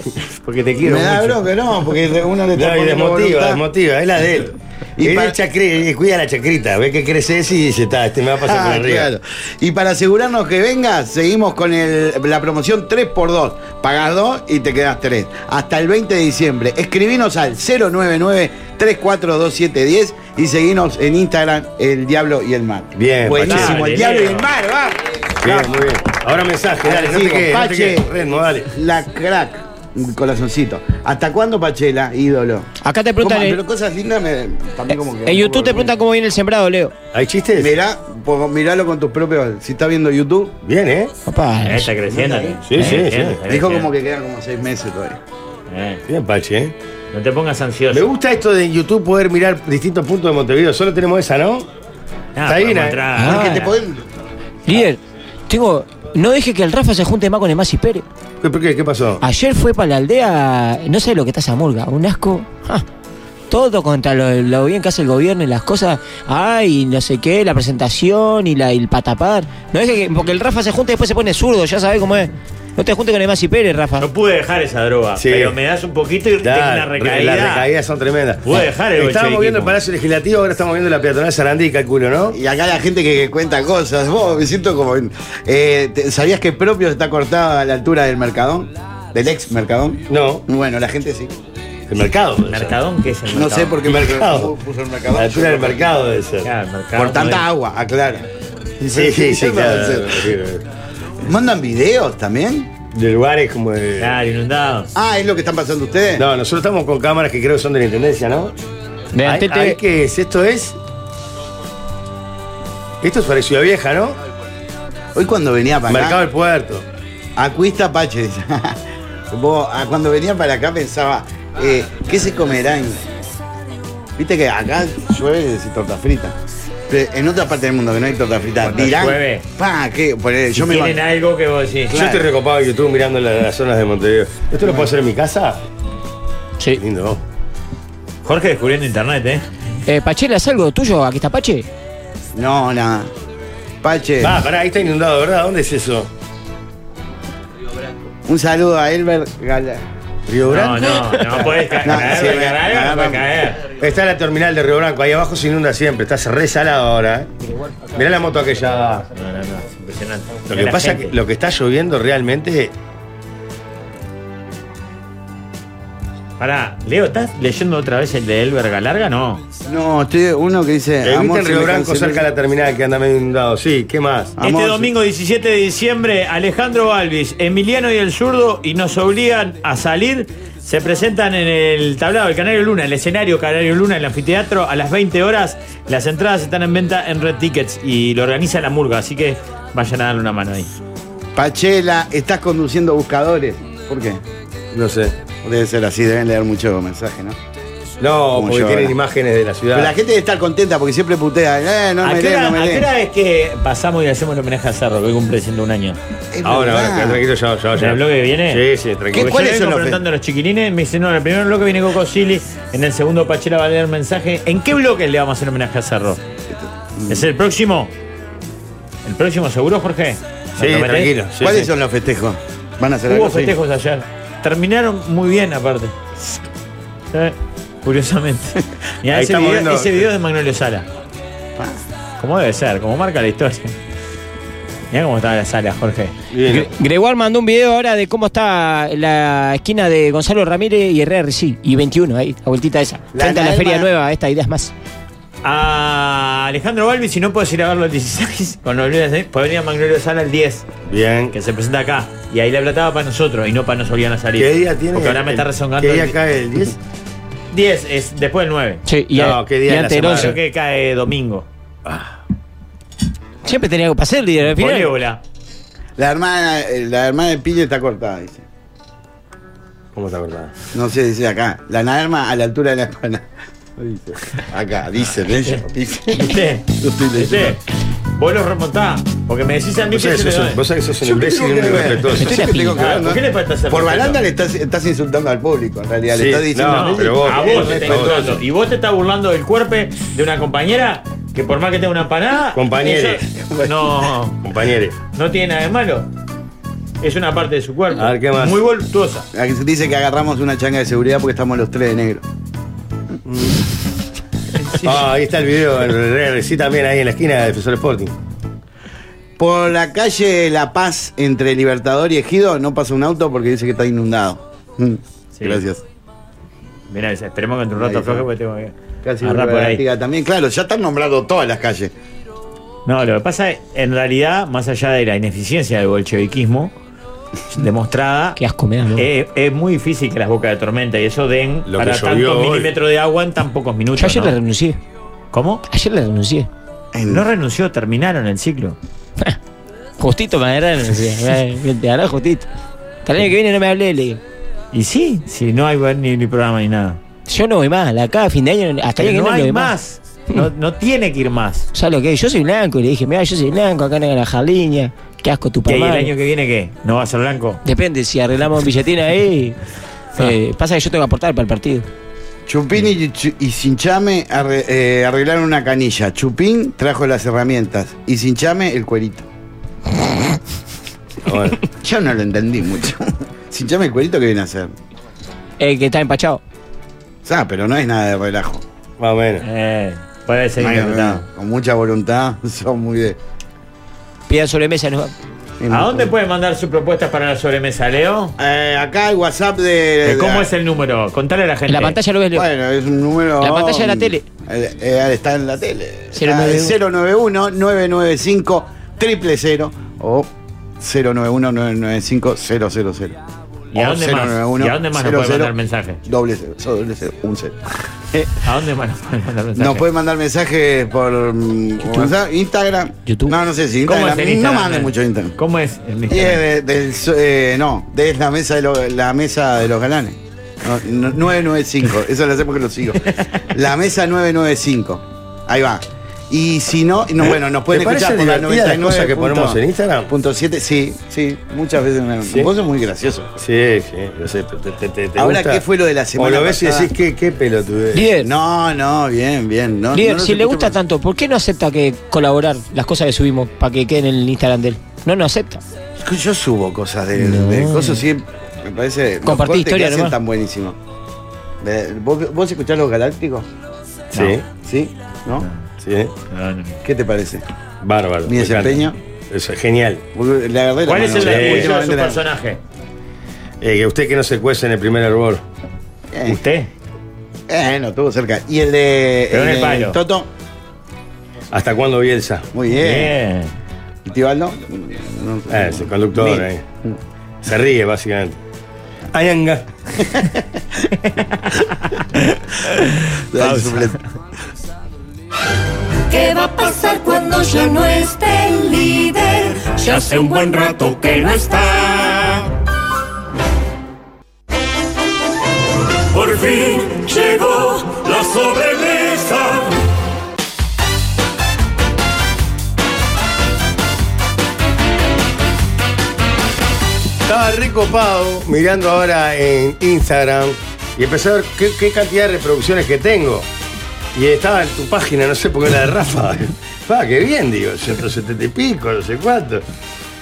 <laughs> Porque te quiero
Me da
mucho.
bronca, no, porque uno le está
No, y
poniendo
desmotiva,
voluntad.
desmotiva, es la de él.
Y
Él
pa-
es chacre- eh, cuida la chacrita, ve que creces y dice, está, este me va a pasar
Ah,
por arriba.
claro. Y para asegurarnos que vengas, seguimos con el- la promoción 3x2. Pagás 2 y te quedás 3. Hasta el 20 de diciembre. Escribinos al 099-342710 y seguinos en Instagram, El Diablo y el Mar.
Bien,
Buenísimo,
Pache.
El Diablo y
Dale,
el Mar, va.
Bien, muy bien. Ahora mensaje, dale, no te
Sigo,
quedes, no te
Pache.
quedes. Redmo, dale.
La crack. Un Corazoncito. ¿Hasta cuándo, Pachela? Ídolo.
Acá te
¿Cómo?
preguntan. en-
Pero cosas lindas me, también como que.
en YouTube te preguntan Eh, cómo viene el sembrado, Leo.
¿Hay chistes?
Mirá, pues, miralo con tus propios. Si estás viendo YouTube,
Bien, ¿eh?
Papá.
Eh, está creciendo.
Sí,
eh,
sí,
creciendo,
sí.
está
dijo
creciendo.
como que quedan como seis meses todavía.
Eh,
Bien, Pache, ¿eh?
no te pongas ansioso.
Me gusta esto de en YouTube poder mirar distintos puntos de Montevideo. Solo tenemos esa, ¿no?
Nada,
está
para
bien, eh.
encontrar-
Ah,
Porque
Nada.
te pueden-
Líder, tengo. No deje que el Rafa se junte más con el Masi Pérez.
¿Qué, por qué? ¿Qué
Ah,
pasó?
Ayer fue para la aldea, no sé lo que está esa murga, un asco. ja. Todo contra lo, lo bien que hace el gobierno y las cosas. Ay, no sé qué, la presentación y, la, y el patapar. No deje que. Porque el Rafa se junta y después se pone zurdo, ya sabe cómo es. No te juntes con Emasi Pérez, Rafa.
No pude dejar esa droga,
Sí.
pero me das un poquito y tengo una
Claro,
recaída.
Las recaídas son tremendas.
Puede dejar el
Estábamos
bolcheviquismo.
viendo el Palacio Legislativo, ahora estamos viendo la peatonal de Sarandí, calculo, ¿no?
Y acá la gente que cuenta cosas. Vos, me siento como. en- eh, te- ¿Sabías que propio está cortado a la altura del Mercadón? ¿Del ex Mercadón?
No.
Bueno, la gente sí.
El mercado. debe ser.
¿Mercadón qué es el
No
mercado?
sé por qué
Mercado.
Mercadón puso el
A
Mercadón.
la altura del mercado debe
Ah,
ser.
el mercado
Por tanta
no
agua, aclara.
Sí, sí, sí,
No
claro.
debe ¿Mandan videos también?
De lugares como
es-
de.
Claro, inundado.
Ah, es lo que están pasando ustedes.
No, nosotros estamos con cámaras que creo que son de la intendencia, ¿no?
De
Ahí-
Antete-
ahí ¿Qué es? ¿Esto es? Esto es para Ciudad Vieja, ¿no?
Hoy cuando venía para
Mercado del
acá.
Puerto.
Acuista Pache. dice. <laughs> Vos, ah, cuando venía para acá pensaba, eh, ¿qué se comerán? Viste que acá llueve y decís torta frita. Pero en otra parte del mundo que no hay torta frita,
Cuando
dirán.
llueve.
Pa, ¿qué? Poné, yo me
Tienen
imag-
algo que vos decís.
Yo estoy recopado en YouTube mirando la- las zonas de Montevideo. ¿Esto lo puedo hacer en mi casa? Qué
Sí.
Lindo. ¿no?
Jorge descubriendo internet, ¿eh?
Eh, Pachela, ¿es algo tuyo? Aquí está Pache.
No, nada. Pache,
Ah, pará, ahí está inundado, ¿verdad? ¿Dónde es eso?
un saludo a Elber Gala.
¿Río Branco?
No, no, no
<laughs>
puedes caer.
No,
caer,
sí,
caer,
me-
caer,
me
no puedes
agarran-
caer.
Está la terminal de Río Branco, ahí abajo se inunda siempre, estás resalado ahora. ¿eh? Mirá la moto aquella.
No, no, no, es impresionante.
Lo que pasa es que lo que está lloviendo realmente.
Pará, Leo, ¿estás leyendo otra vez el de Elber Galarga? No.
No, estoy uno que dice.
Evita
amor,
en
se
Eh, Río
me
Branco
canceló-
cerca de la terminal que anda medio inundado. Sí, ¿qué más?
Amor,
este
se-
domingo 17 de diciembre, Alejandro Balvis, Emiliano y el zurdo y nos obligan a salir. Se presentan en el tablado del Canario Luna, el escenario Canario Luna, en el anfiteatro, a las 20 horas. Las entradas están en venta en Red Tickets y lo organiza la Murga, así que vayan a darle una mano ahí.
Pachela, estás conduciendo buscadores. ¿Por qué?
No sé.
Debe ser así, deben leer mucho mensaje, ¿no?
No,
Como
porque
llora.
tienen imágenes de la
Pero la
ciudad.
gente debe estar contenta porque siempre putea. Eh, no
¿A
me
qué,
leen,
hora,
no me
a qué
leen.
hora es que pasamos y le hacemos el homenaje a Cerro, que cumple siendo un año?
Es
Ahora,
verdad.
ahora, tranquilo, ya, ya,
¿En
ya.
el bloque que viene?
Sí, sí,
¿Qué-
tranquilo.
Porque
cuáles
yo le
son
vengo
los
preguntando a los chiquilines, me dicen, no, en el primer bloque viene Coco Silly, en el segundo Pachela va a leer mensaje. ¿En qué bloque le vamos a hacer homenaje a Cerro? ¿Es el próximo? ¿El próximo seguro, Jorge? ¿Nos
Sí,
lo metés?
tranquilo. sí,
¿Cuáles
sí.
son los festejos? Van a hacer
Hubo
algo, sí.
festejos ayer. Terminaron muy bien, aparte. Eh, Curiosamente.
<laughs>
Mirá,
Ahí
ese,
estamos
video,
viendo-
ese video es de Magnolio Sala. Como debe ser, como marca la historia. Mirá cómo estaba la sala, Jorge.
Bien.
Gregoire mandó un video ahora de cómo está la esquina de Gonzalo Ramírez y Herrera, sí, y 21, ahí, la vueltita esa.
La
Frente a la
Alma.
Feria Nueva, esta idea es más.
A Alejandro Balbi, si no puedes ir a verlo el 16, <laughs> con los lunes, ¿eh? puede venir a Magnolio Sala el 10,
Bien.
que se presenta acá. Y ahí la plataba para nosotros y no para nos obligan a salir.
¿Qué día tiene?
Porque ahora me
el-
está rezongando.
¿Qué día
el
cae el 10?
10 es después del 9.
Sí, y,
No,
a-
qué día
y
de la
ante el
semana.
Creo
once.
que cae domingo.
Siempre tenía algo para hacer, líder, al final.
Volébola.
La hermana, eh, la hermana de Pille está cortada, dice.
¿Cómo está cortada?
No sé, dice acá. La alarma a la altura de la <laughs> espalda. Dice, Acá,
Ah.
dice,
<laughs>
ella. Dice.
¿Viste?
Lo estoy
¿Viste? Vos lo remontás. Porque me decís a mí
Vos
que
sabés
se
que
le
sos
doy.
un- vos sabés que sos un
Yo
imbécil y
tengo
un
que ver.
irrespetuoso.
Yo que tengo que
Ah,
ver, ¿no?
¿Por qué le falta hacer
Por
respeto?
balanda le estás, estás insultando al público, en realidad.
Sí,
le estás diciendo.
no,
"Ey,
pero vos-
A vos
Qué
te está
irrespetuoso.
insultando. Y vos te estás burlando del cuerpo de una compañera que por más que tenga una empanada.
Compañere.
ella- No,
Compañeros.
no tiene nada de malo. Es una parte de su cuerpo.
A ver, ¿qué más?
Muy voluptuosa.
Aquí se Dice que agarramos una changa de seguridad porque estamos los tres de negro.
Ah, ahí está el video en el sí, también ahí en la esquina de Defensor Sporting.
Por la calle La Paz, entre Libertador y Ejido, no pasa un auto porque dice que está inundado. Mm,
Sí.
Gracias.
Mirá, esperemos que entre un
Ahí
rato pues.
está.
floje porque tengo que.
Casi
agarrar
vuelve
por
a la
ahí.
Liga también, claro, ya están nombrando todas las calles.
No, lo que pasa es, en realidad, más allá de la ineficiencia del bolcheviquismo demostrada,
Qué asco me da, ¿no?
eh, es, muy difícil que las bocas de tormenta y eso den
Lo que
para
llovió
tantos
hoy.
milímetros de agua en tan pocos
Yo
minutos.
ayer le
¿no?
renuncié.
¿Cómo?
Ayer le renuncié.
En-
No renunció, terminaron el ciclo.
Justito me agarraron. Te agarró justito. Hasta el año que viene no me hablé, le digo.
Y sí, si no hay ni, ni programa ni nada.
Yo no voy más, la acá a fin de año, hasta el año que viene
Pero no
no
hay
voy
más. No, no tiene que ir más.
Ya lo que yo soy blanco, y le dije, mira, yo soy blanco, acá en la jardina, qué asco tu
¿Y ahí el
papá.
año que viene qué? ¿No va a ser blanco?
Depende, si arreglamos un billetín
<laughs>
ahí. eh, pasa que yo tengo que aportar para el partido.
Chupín y, Ch- y Sinchame arre- eh, arreglaron una canilla. Chupín trajo las herramientas y Sinchame el cuerito.
Ah, Bueno.
<laughs> Yo no lo entendí mucho. <laughs> Si llama el cuerito, ¿qué viene a hacer?
El que está empachado.
Ah, pero no es nada de relajo.
Más o menos.
Eh, puede ser
No hay-
interpretado.
con mucha voluntad, <laughs> son muy de. Eh,
Pidan sobremesa. No,
¿A dónde puede mandar sus propuestas para la sobremesa, Leo?
Eh, acá el WhatsApp de.
Eh, ¿Cómo
de-
es el número? Contale a la gente.
la pantalla lo ves, Leo.
Bueno, es un número.
La pantalla de la tele.
Eh, eh, está en la tele.
091.
091-995 000 o 091-995-000.
¿Y a dónde más? ¿Y a dónde más nos puede mandar mensaje?
mensajes? Doble cero, so- doble cero, un cero. Eh,
¿A dónde van a mandar mensaje?
Nos pueden mandar mensajes por mm, WhatsApp, Instagram.
YouTube.
No, no sé si
¿Cómo
Instagram.
es el Instagram?
No manden mucho Instagram.
¿Cómo es el
Y
Instagram?
es de- del, so- eh, no, de la mesa de, lo- la mesa de los galanes. No,
<laughs>
no, 995, eso lo hacemos que lo sigo. La mesa 995. Ahí va. Y si no, no bueno, nos pueden
¿Te parece
escuchar por la
divertida las
99.
cosas que ponemos en Instagram?
Punto 7, sí, sí, muchas veces. me-
¿Sí?
Vos sos muy gracioso.
Sí, sí, yo sé. pero ¿Te, te- te- te
Ahora,
gusta?
¿qué fue lo de la semana
O lo ves
pasada?
y decís, qué, qué pelotudez.
Líder,
No, no, bien, bien. No,
líder
no los
si le
escucho
gusta
más.
tanto, ¿por qué no acepta que colaborar las cosas que subimos para que queden en el Instagram de él? No, no acepta.
Yo subo cosas de, de cosas siempre. Me parece. los
Compartí
cortes que
historia
hacen
nomás.
tan buenísimo. Eh, ¿Vos, vos escuchás los galácticos?
Sí,
¿Sí? ¿No?
sí.
No, no.
¿Qué te parece?
Bárbaro.
Mi
me encanta.
desempeño.
Eso es genial.
Porque Le agarré la
¿Cuál es
mano.
el
Sí.
orgullo de su
Últimamente la-
personaje?
Eh, que usted que no se cuece en el primer árbol.
Eh,
¿Usted?
eh, no, estuvo cerca. Y el de.
Pero en el
de
palo.
Toto.
¿Hasta cuándo Bielsa?
Muy bien.
Bien.
¿Y Tibaldo? No sé.
Ah, es el conductor.
Mil.
eh. Se
<laughs>
ríe, básicamente. Ayanga.
Ay, suplente.
¿Qué va a pasar cuando ya no esté el líder? Ya hace un buen rato que no está.
Por fin llegó la sobremesa.
Estaba recopado mirando ahora en Instagram y empecé a ver qué, qué cantidad de reproducciones que tengo. Y estaba en tu página, no sé por qué la de Rafa. <laughs> Ah, qué bien, digo, 170 y pico, no sé cuánto.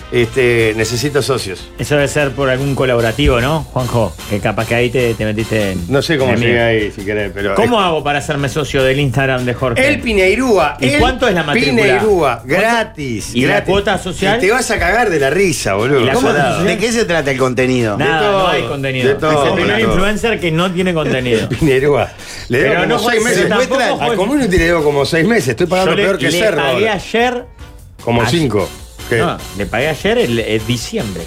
Este, necesito socios.
Eso debe ser por algún colaborativo, ¿no, Juanjo? Que capaz que ahí te, te metiste en.
No sé cómo
en
llegué
mí.
ahí, si querés, pero.
¿Cómo hago para hacerme socio del Instagram de Jorge?
El Pineirúa.
¿Y
el
cuánto es la matrícula?
Pineirúa,
¿Cuánto?
gratis.
¿Y la
gratis.
cuota social?
Y te vas a cagar de la risa, boludo.
¿Y la
¿Cómo?
cuota
De
social?
¿De qué se trata el contenido?
Nada,
de todo,
no hay contenido.
de todo,
es el primer
de todo.
influencer que no tiene
<laughs>
contenido.
Pineirúa. Le debo
Pero
como
no
seis
fue-
meses.
pero tampoco
A
fue-
Community le debo como seis meses. Estoy pagando
Yo le,
peor que
le
Cerro.
pagué
ahora.
ayer.
Como
ayer-
cinco. ¿Qué?
No, le pagué ayer el, el eh, diciembre.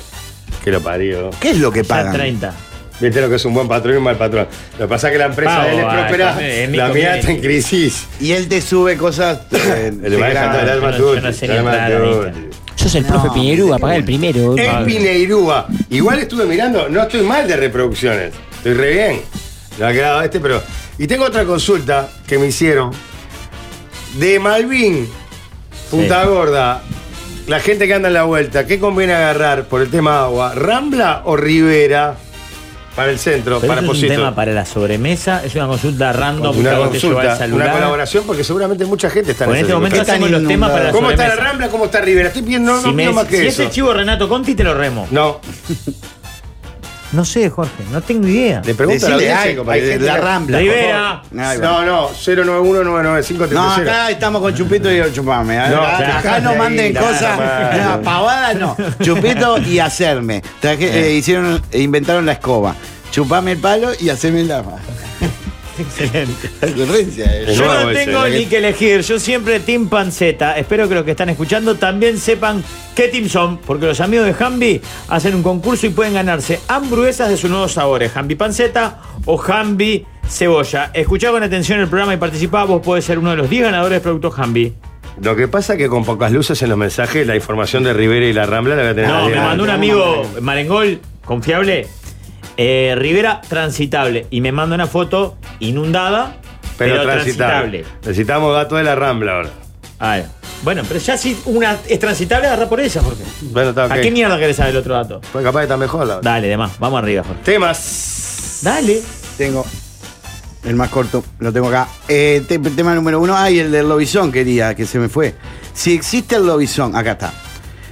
Que lo parió.
¿Qué es lo que
Ya
pagan?
30.
Viste lo que es un buen patrón y un mal patrón. Lo que pasa es que la empresa
Pavo,
de él es
ah,
próspera,
es mi
la mía
community.
está en crisis.
Y él te sube cosas. eh,
Le va a dejar todo el
graban.
yo
alma
no-
tuya,
yo no sé
el
ni
alma
entrar a
tuya.
Sos el profe Piñerúa, pagá el primero.
El Pineirúa. Igual estuve mirando, no estoy mal de reproducciones. Estoy re bien. Lo ha quedado este, pero. Y tengo otra consulta que me hicieron. De Malvin, Punta Gorda, la gente que anda en la vuelta, ¿qué conviene agarrar por el tema agua? ¿Rambla o Rivera? Para el centro,
Pero
para
eso es un
Posito.
tema para la sobremesa. Es una consulta random que
una
hago, te llevo al
consulta,
celular.
una colaboración, porque seguramente mucha gente está
Pues en
esa
este momento
¿Qué tan
hacemos los temas
inundado?
para la
¿Cómo está la
sobremesa.
Rambla? ¿Cómo está Rivera? Estoy viendo, no,
Si, me-
pido más que
si
eso.
es el chivo Renato Conti, te lo remo.
No,
No sé, Jorge, no tengo idea.
le pregunto a la
Decile
audiencia,
algo,
compadre.
de- de la Rambla. por
Rivera.
favor. Ahí va.
No, no, 091
No,
995
acá estamos con Chupito y Chupame. ¿eh?
No,
acá, acá
dejate
no manden
ahí,
cosas.
nada más.
no, pavadas no. Chupito y hacerme. Traje- eh, hicieron, eh, inventaron la escoba. Chupame el palo y haceme la. <laughs>
Excelente.
la ocurrencia, eh.
Yo
nuevo
no
ese,
tengo
¿eh?
ni que elegir, yo siempre Team Panceta. Espero que los que están escuchando también sepan qué team son, porque los amigos de Jambi hacen un concurso y pueden ganarse hamburguesas de sus nuevos sabores, Jambi Panceta o Jambi Cebolla. Escuchá con atención el programa y participá, vos podés ser uno de los 10 ganadores de productos Jambi.
Lo que pasa es que con pocas luces en los mensajes, la información de Rivera y la Rambla la voy a tener.
No,
que
me
leer.
mandó un amigo Marengol, confiable, eh, Rivera transitable, y me manda una foto inundada,
Pero,
pero,
transitable.
transitable.
Necesitamos datos de la Rambla ahora.
Ah, bueno, pero ya si una es transitable, agarra por ella, Jorge.
Bueno, está ok.
¿A qué mierda querés saber el otro dato?
Pues capaz que está mejor la
Dale, demás, vamos arriba, Jorge.
Temas.
Dale.
Tengo. El más corto, lo tengo acá. Eh, te- tema número uno. Ay, el del lobizón quería, que se me fue. Si existe el lobizón, acá está.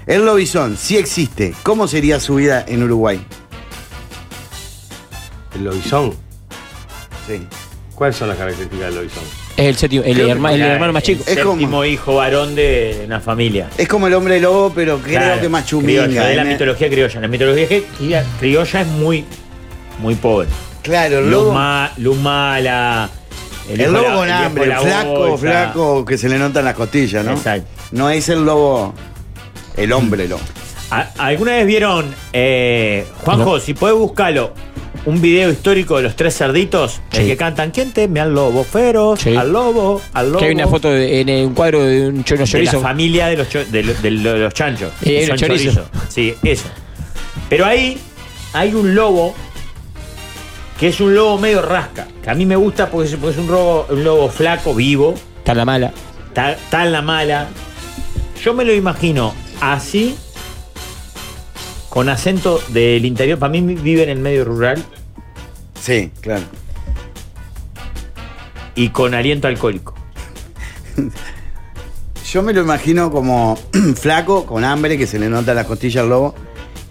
El lobizón, si existe, ¿cómo sería su vida en Uruguay?
El lobizón.
Sí.
¿Cuáles son las características del lobizón?
Es el, séptimo- el,
que
herma- el
Era
hermano más chico.
Es
El
como-
séptimo hijo varón de una familia.
Es como el hombre lobo, pero creo
Claro,
que más
criolla,
chuminga.
de la
¿eh?
mitología criolla. La mitología que- criolla es muy, muy pobre.
Claro, el lobo.
Luma, Lumala.
El
hijo de
lobo
la-
con
el hijo de
hambre,
la
flaco,
bolsa.
flaco, que se le notan las costillas, ¿no?
Exacto.
No es el lobo, el hombre lobo.
A- ¿Alguna vez vieron, eh, Juanjo, si puedes buscarlo, un video histórico de los tres cerditos? El
Sí.
que cantan, ¿quién teme al lobo? Feroz,
Sí.
al lobo, al lobo.
Que hay una foto de- en el- un cuadro de un chono
de la
chorizo.
familia de los, cho- de, lo- de lo- de los chanchos.
Y hay
Son
unos chorizos.
chorizos. Sí, eso. Pero ahí hay un lobo que es un lobo medio rasca. Que a mí me gusta porque es, porque es un, robo- un lobo flaco, vivo,
Está la mala.
tan la mala. Yo me lo imagino así, con acento del interior. Para mí vive en el medio rural
Sí, claro.
y con aliento alcohólico.
Yo me lo imagino como <clears throat> flaco, con hambre, que se le notan las costillas al lobo.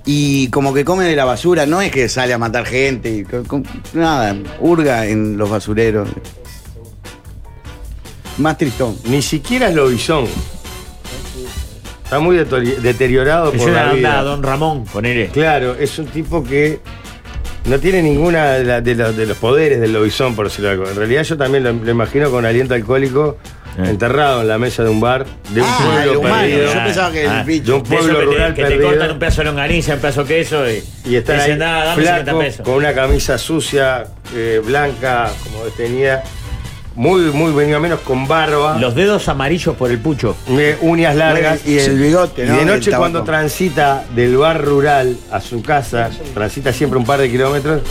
Y como que come de la basura, no es que sale a matar gente, y co- co- nada, hurga en los basureros. Más tristón.
Ni siquiera es lobizón. Está muy detori- deteriorado
Es
por la
una onda
vida.
Don Ramón, ponele.
Claro, es un tipo que no tiene ninguna de, la- de los, de los poderes del lobizón, por decirlo algo. En realidad yo también lo, lo imagino con aliento alcohólico,
Eh.
enterrado en la mesa de un bar, de un
Ah, el
pueblo
humano,
perdido. Ah,
yo pensaba que el bicho.
de un
ah. De eso
pueblo
que te-
rural
que te
perdido.
cortan un pedazo de longaniza, un pedazo de queso y,
Y está
te
ahí
dicen, "Ah, dame 50
flaco,
pesos.
con una camisa sucia, eh, blanca, como detenida, muy, muy venido a menos, con barba,
Los dedos amarillos por el pucho.
eh, uñas largas.
Y el bigote,
Y
¿no?
de
El
noche
tabaco.
cuando transita del bar rural a su casa, transita siempre un par de kilómetros,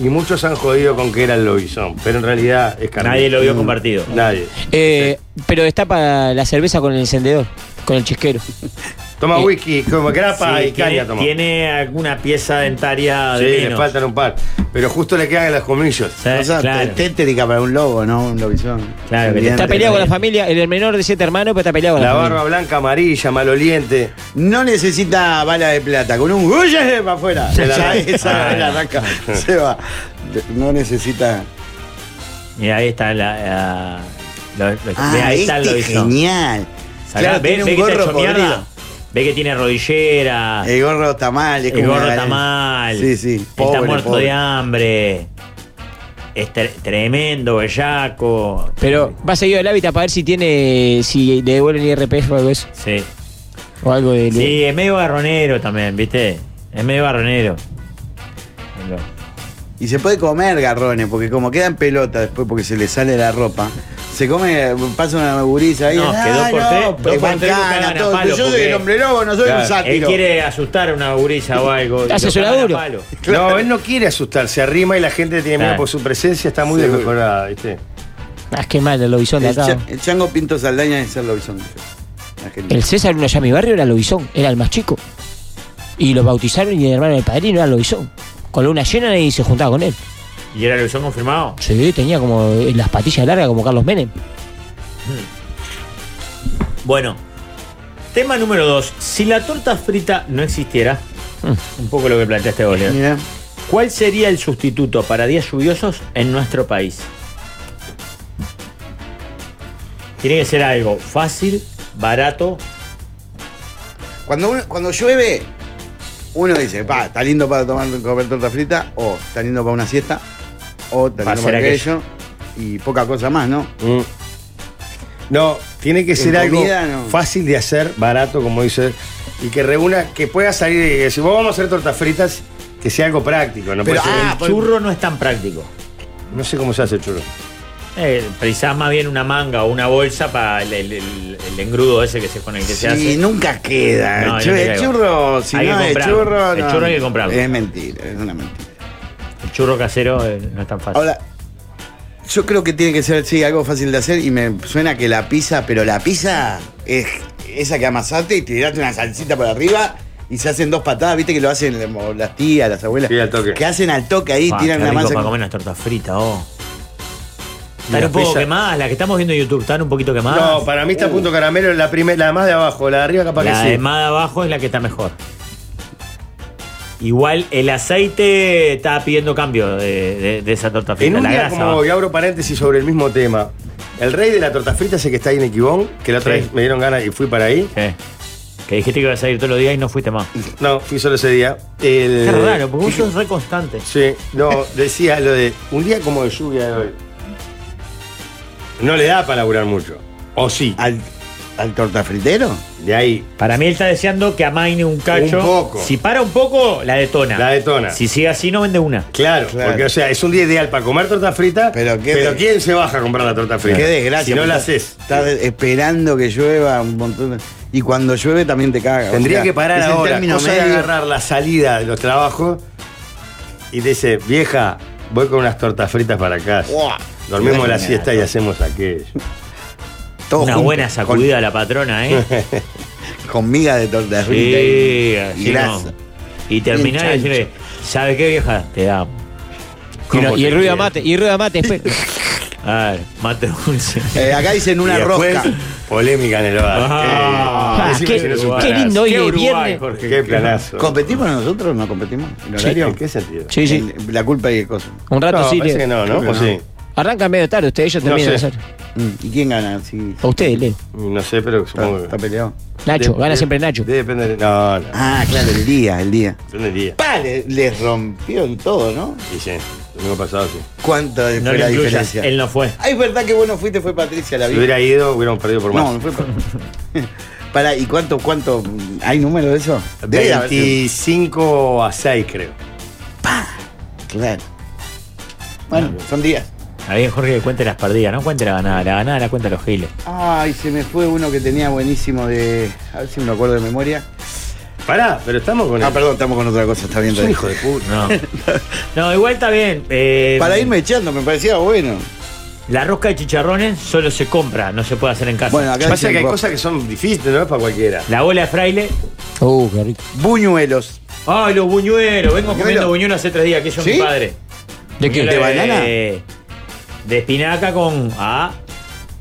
y muchos han jodido con que era el lobizón, pero en realidad es carne.
Nadie lo vio compartido.
Nadie.
Eh, Pero destapa la cerveza con el encendedor, con el chisquero.
Toma
Eh,
whisky, como grapa
Sí,
y caña
tiene,
toma.
tiene alguna pieza dentaria
sí,
de
le
menos.
faltan un par. Pero justo le quedan en los comillos.
Sí,
Cosa
claro.
tétrica para un lobo, ¿no? Un lobizón.
Claro, que te
Está
Evidente.
peleado con la familia, el menor de siete hermanos, pero está peleado con la,
La
familia.
barba blanca, amarilla, maloliente.
No necesita bala de plata, con un ¡Uye! para <laughs> afuera.
<laughs>
Se la
Ya
arranca.
esa bala
Ah.
arranca, se va. No necesita.
Mira, ahí está la. la- lo- lo- ve,
Ah,
ahí
este
está lo
es genial. Claro,
ve,
tiene
ve
un
que está
gorro
hecho mierda.
podrido.
Ve que tiene rodillera.
El gorro está mal. es
el
como
gorro
una-
está mal.
Sí, sí.
está
pobre,
muerto
pobre.
de hambre. Es tre- tremendo, bellaco.
Pero va seguido el hábitat para ver si tiene. si le devuelven IRPF o algo de eso.
Sí.
O algo de.
Sí, es medio barronero también, ¿viste? Es medio barronero. Lo-
Y se puede comer garrones, porque como quedan pelota después porque se le sale la ropa, se come, pasa una guriza ahí.
No,
"Ah,
que dos por tres- dos
pero
por tres
bancana,
lo cagan a
todo,
palo,
Yo soy el
porque-
hombre lobo, no soy
Claro,
un
él
Él
sátiro.
quiere asustar a una gurisa o algo. y
Hace
lo
su
cagan a
laburo.
palo.
No, él no quiere asustar, se arrima y la gente tiene miedo
Claro.
por su presencia, está muy
Seguro.
desmejorada, ¿viste?
Ah, qué mal, el lobizón de
El,
acá.
cha- el chango Pinto Saldaña es el lobizón. La gente.
El César, uno allá en mi barrio, era lobizón, era el más chico. Y lo bautizaron y el hermano del padrino era lobizón. Con la luna llena y se juntaba con él.
¿Y era Lobizón confirmado?
Sí, tenía como las patillas largas como Carlos Menem.
Bueno, tema número dos. Si la torta frita no existiera, un poco lo que planteaste vos, Leo,
Mirá.
¿cuál sería el sustituto para días lluviosos en nuestro país? Tiene que ser algo fácil, barato.
Cuando, uno- cuando llueve, uno dice, pa, está lindo para tomar comer torta frita, o está lindo para una siesta, o está
Para
lindo
hacer
para aquello. Y poca cosa más, ¿no?
Mm. No, tiene que
En
ser algo
comida, no.
fácil de hacer, barato, como dice, él, y que reúna, que pueda salir y decir, vos vamos a hacer tortas fritas, que sea algo práctico. No,
Pero,
puede ser-
ah,
el churro no es tan práctico.
no sé cómo se hace el churro.
Eh, precisás más bien una manga o una bolsa para el, el- el- el engrudo ese que se, con el que se
Sí,
hace.
nunca
No,
queda. el,
no
chu-
te
el
caigo.
churro, si
Hay que
no es
comprarlo.
churro.
El
no.
churro hay que comprarlo.
Es mentira, es una mentira.
El churro casero eh, no es tan fácil.
Ahora, yo creo que tiene que ser, sí, algo fácil de hacer y me suena que la pizza, pero la pizza es esa que amasaste y tiraste una salsita por arriba y se hacen dos patadas, viste que lo hacen como las tías, las abuelas.
Sí, al toque.
Que hacen al toque ahí,
Ah,
tiran
qué
una
rico
masa.
para comer unas tortas fritas, oh. Están un poco
pesa-
quemadas, las que estamos viendo en YouTube están un poquito quemadas.
No, para mí está punto caramelo la primera, la más de abajo, la de arriba capaz
Uh. La
que
de
sí.
más de abajo es la que está mejor. Igual el aceite estaba pidiendo cambio de, de- de esa torta
En
frita.
un
La
día
grasa.
como
va.
hoy, abro paréntesis sobre el mismo tema. El rey de la torta frita es el que está ahí en Equibón, que la otra
Sí.
vez me dieron ganas y fui para ahí.
Sí. Que dijiste que ibas a ir todos los días y no fuiste más.
No, fui solo ese día. El-
Qué raro, porque vos sos re constante.
Eh, Sí, no, decía lo de un día como de lluvia de hoy. No le da para laburar mucho. O sí,
¿Al, al tortafritero?
de ahí.
Para mí él está deseando que amaine un Ah, cacho.
Un poco.
Si para un poco, la detona.
La detona.
Si sigue así, no vende una.
Claro,
Claro.
porque o sea, es un día ideal para comer torta frita, pero,
Pero qué de-
¿quién se baja a comprar la torta frita?
Qué desgracia.
Si no
porque
la
estás-
haces.
Estás esperando que llueva un montón. de- Y cuando llueve también te caga. o
Tendría
sea,
que parar
es el
ahora,
término
cosa de
medio.
agarrar la salida de los trabajos y te dice, vieja, voy con unas tortas fritas para acá.
Buah.
Dormimos la
Genial.
siesta y hacemos aquello.
Todo
una
junto,
buena sacudida a la patrona,
<laughs>
¿eh?
Con, <laughs> con miga de torta
sí,
frita y- y,
así no.
grasa.
Y terminar y
chancho.
decirle, ¿sabes qué vieja? Te da.
Y, no-
¿Cómo
y
te
el ruido
quiero?
de mate, y el ruido de mate. espera.
A ver, mate dulce.
<laughs> Eh, acá dicen una
Y después,
rosca.
Polémica en el
Ah,
bar. Eh,
ah,
decime
qué-
si no es un
qué
planazo.
lindo hoy
Qué
de
Uruguay,
viernes.
Jorge.
Qué planazo.
¿Competimos nosotros o no competimos? ¿En horario?
¿En qué sentido?
Sí, sí.
En- La culpa y qué cosa.
Un rato
no,
sí.
parece
Leo.
que no, ¿no?
Creo
O
que
sí.
Arranca medio tarde, ustedes ya
No
terminan
sé.
de hacer.
Mm, ¿Y quién gana? Sí,
A ustedes, Leo.
No sé, pero
está,
supongo
está
que...
peleado.
Nacho,
De-
gana
de-
siempre Nacho.
de- depende de- No, no.
Ah, claro, el día, el día.
Depende del día.
Pa, le- les rompió en todo, ¿no?
Y sí, domingo pasado sí.
¿Cuánto fue
No
la
le incluyas,
diferencia?
él no fue.
Ay, es verdad que bueno fuiste, fue Patricia la
Si
vi.
hubiera ido, hubiéramos perdido por más.
No, me fue pa- <laughs> Pará, ¿y cuánto, cuánto? ¿Hay número de eso? Debe haber-
25 a 6, creo.
Claro. Bueno, son días.
A ver, Jorge, que cuente las perdidas, no cuente la ganada. La ganada la cuenta los giles.
Ay, se me fue uno que tenía buenísimo de. A ver si me lo acuerdo de memoria.
Pará, pero estamos con
Ah,
el-
perdón, estamos con otra cosa, está bien.
Es
está
un
bien.
hijo de puta.
<laughs>
No. No, igual está bien. eh,
Para irme echando, me parecía bueno.
La rosca de chicharrones solo se compra, no se puede hacer en casa.
Bueno, acá
Pasa que hay
dicen,
cosas que son difíciles, no es para cualquiera.
La bola de fraile.
Uh, qué rico.
Buñuelos.
¡Ay, los buñuelos! Vengo
¿Buñuelo?
comiendo buñuelos hace tres días, que yo
¿Sí?
mi padre.
¿De qué?
Buñuelo
¿De banana?
de espinaca con. Ah,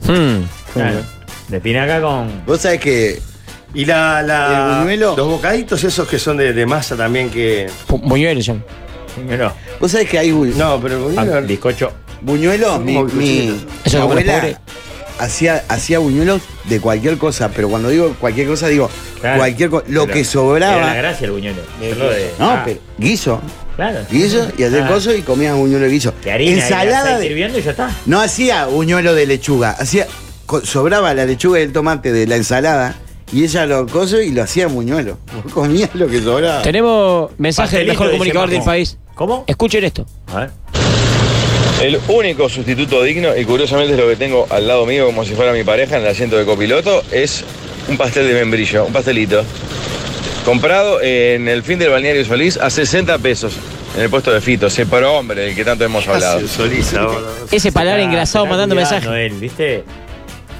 Mm.
claro. De espinaca con.
Vos sabés que
Y la, la-
¿El buñuelo?
los bocaditos esos que son de, de masa también que.
Bu- Buñuelos son.
Buñuelo.
vos sabés que hay bu-
No, pero el
Ah,
buñuelo-
bizcocho.
buñuelos, mi,
Como
mi-
bizcochitos.
Eso
mi
como los
abuela
pobres.
hacía hacía buñuelos de cualquier cosa, pero cuando digo cualquier cosa digo
Claro.
cualquier cosa, lo
Pero
que
Era la
sobraba.
gracia el buñuelo. Hacerlo de-
No,
ah,
pero guiso,
Claro.
guiso y hacer
Ah,
coso y comías buñuelo de guiso.
de harina,
Ensalada de-
sirviendo y ya está.
no hacía buñuelo de lechuga, hacía co- sobraba la lechuga y el tomate de la ensalada y ella lo coso y lo hacía buñuelo. Vos comías lo que sobraba.
Tenemos mensaje del
Pastelito,
mejor
dice
comunicador del
Marco.
país.
¿Cómo?
Escuchen esto.
A ver.
El único sustituto digno, y curiosamente es lo que tengo al lado mío como si fuera mi pareja en el asiento de copiloto, es un pastel de membrillo, un pastelito. Comprado en el fin del balneario Solís a 60 pesos en el puesto de Fito, ese pro hombre del que tanto hemos hablado.
Se solisa,
<laughs>
boludo.
Ese palar
Está-
engrasado
está
mandando
cuidando
mensaje.
él, ¿viste?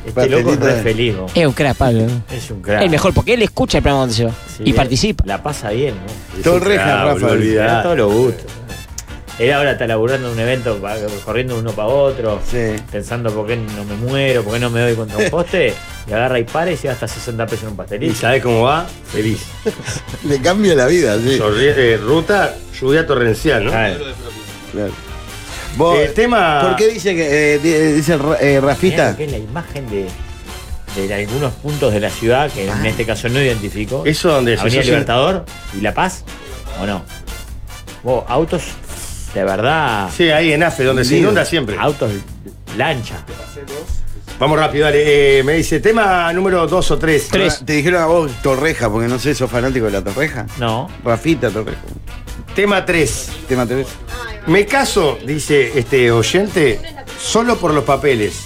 Este
Pastelito
loco es re
de-
feliz, vos.
Es un crack, Pablo.
Es un crack.
El mejor, porque él escucha el programa donde se va.
Sí,
y
él
participa.
La pasa bien, ¿no?
Torreja,
Ah,
Rafa,
Le da
boludo, olvidá.
todos los gustos. Él ahora está laburando en un evento, va corriendo de uno para otro,
Sí.
pensando por qué no me muero, por qué no me doy contra un poste, y agarra y para y se gasta 60 pesos en un
¿Y
pastelito.
sabes cómo va? Feliz.
Le cambia la vida, sí.
Sorri- eh, ruta, lluvia torrencial, ¿no? Eh,
Claro.
Claro. Vos,
El tema-
¿Por qué dice que eh, di- eh, dice Ra- eh,
Mirá lo
Rafita?
que es la imagen de, de algunos puntos de la ciudad que en este caso no identifico.
¿Eso dónde es?
Avenida
Eso sí.
Libertador y La Paz, ¿o no? Vos, autos de verdad,
Sí, ahí en AFE, donde se
Hundido.
inunda siempre.
Ah. autos lancha.
Vamos rápido, dale. Eh, me dice, tema número 2 o 3.
Ra- Te dijeron a vos Torreja, porque no sé, sos fanático de la Torreja.
No,
Rafita Torreja.
Tema 3.
Tema TV.
Me caso, dice este oyente, solo por los papeles.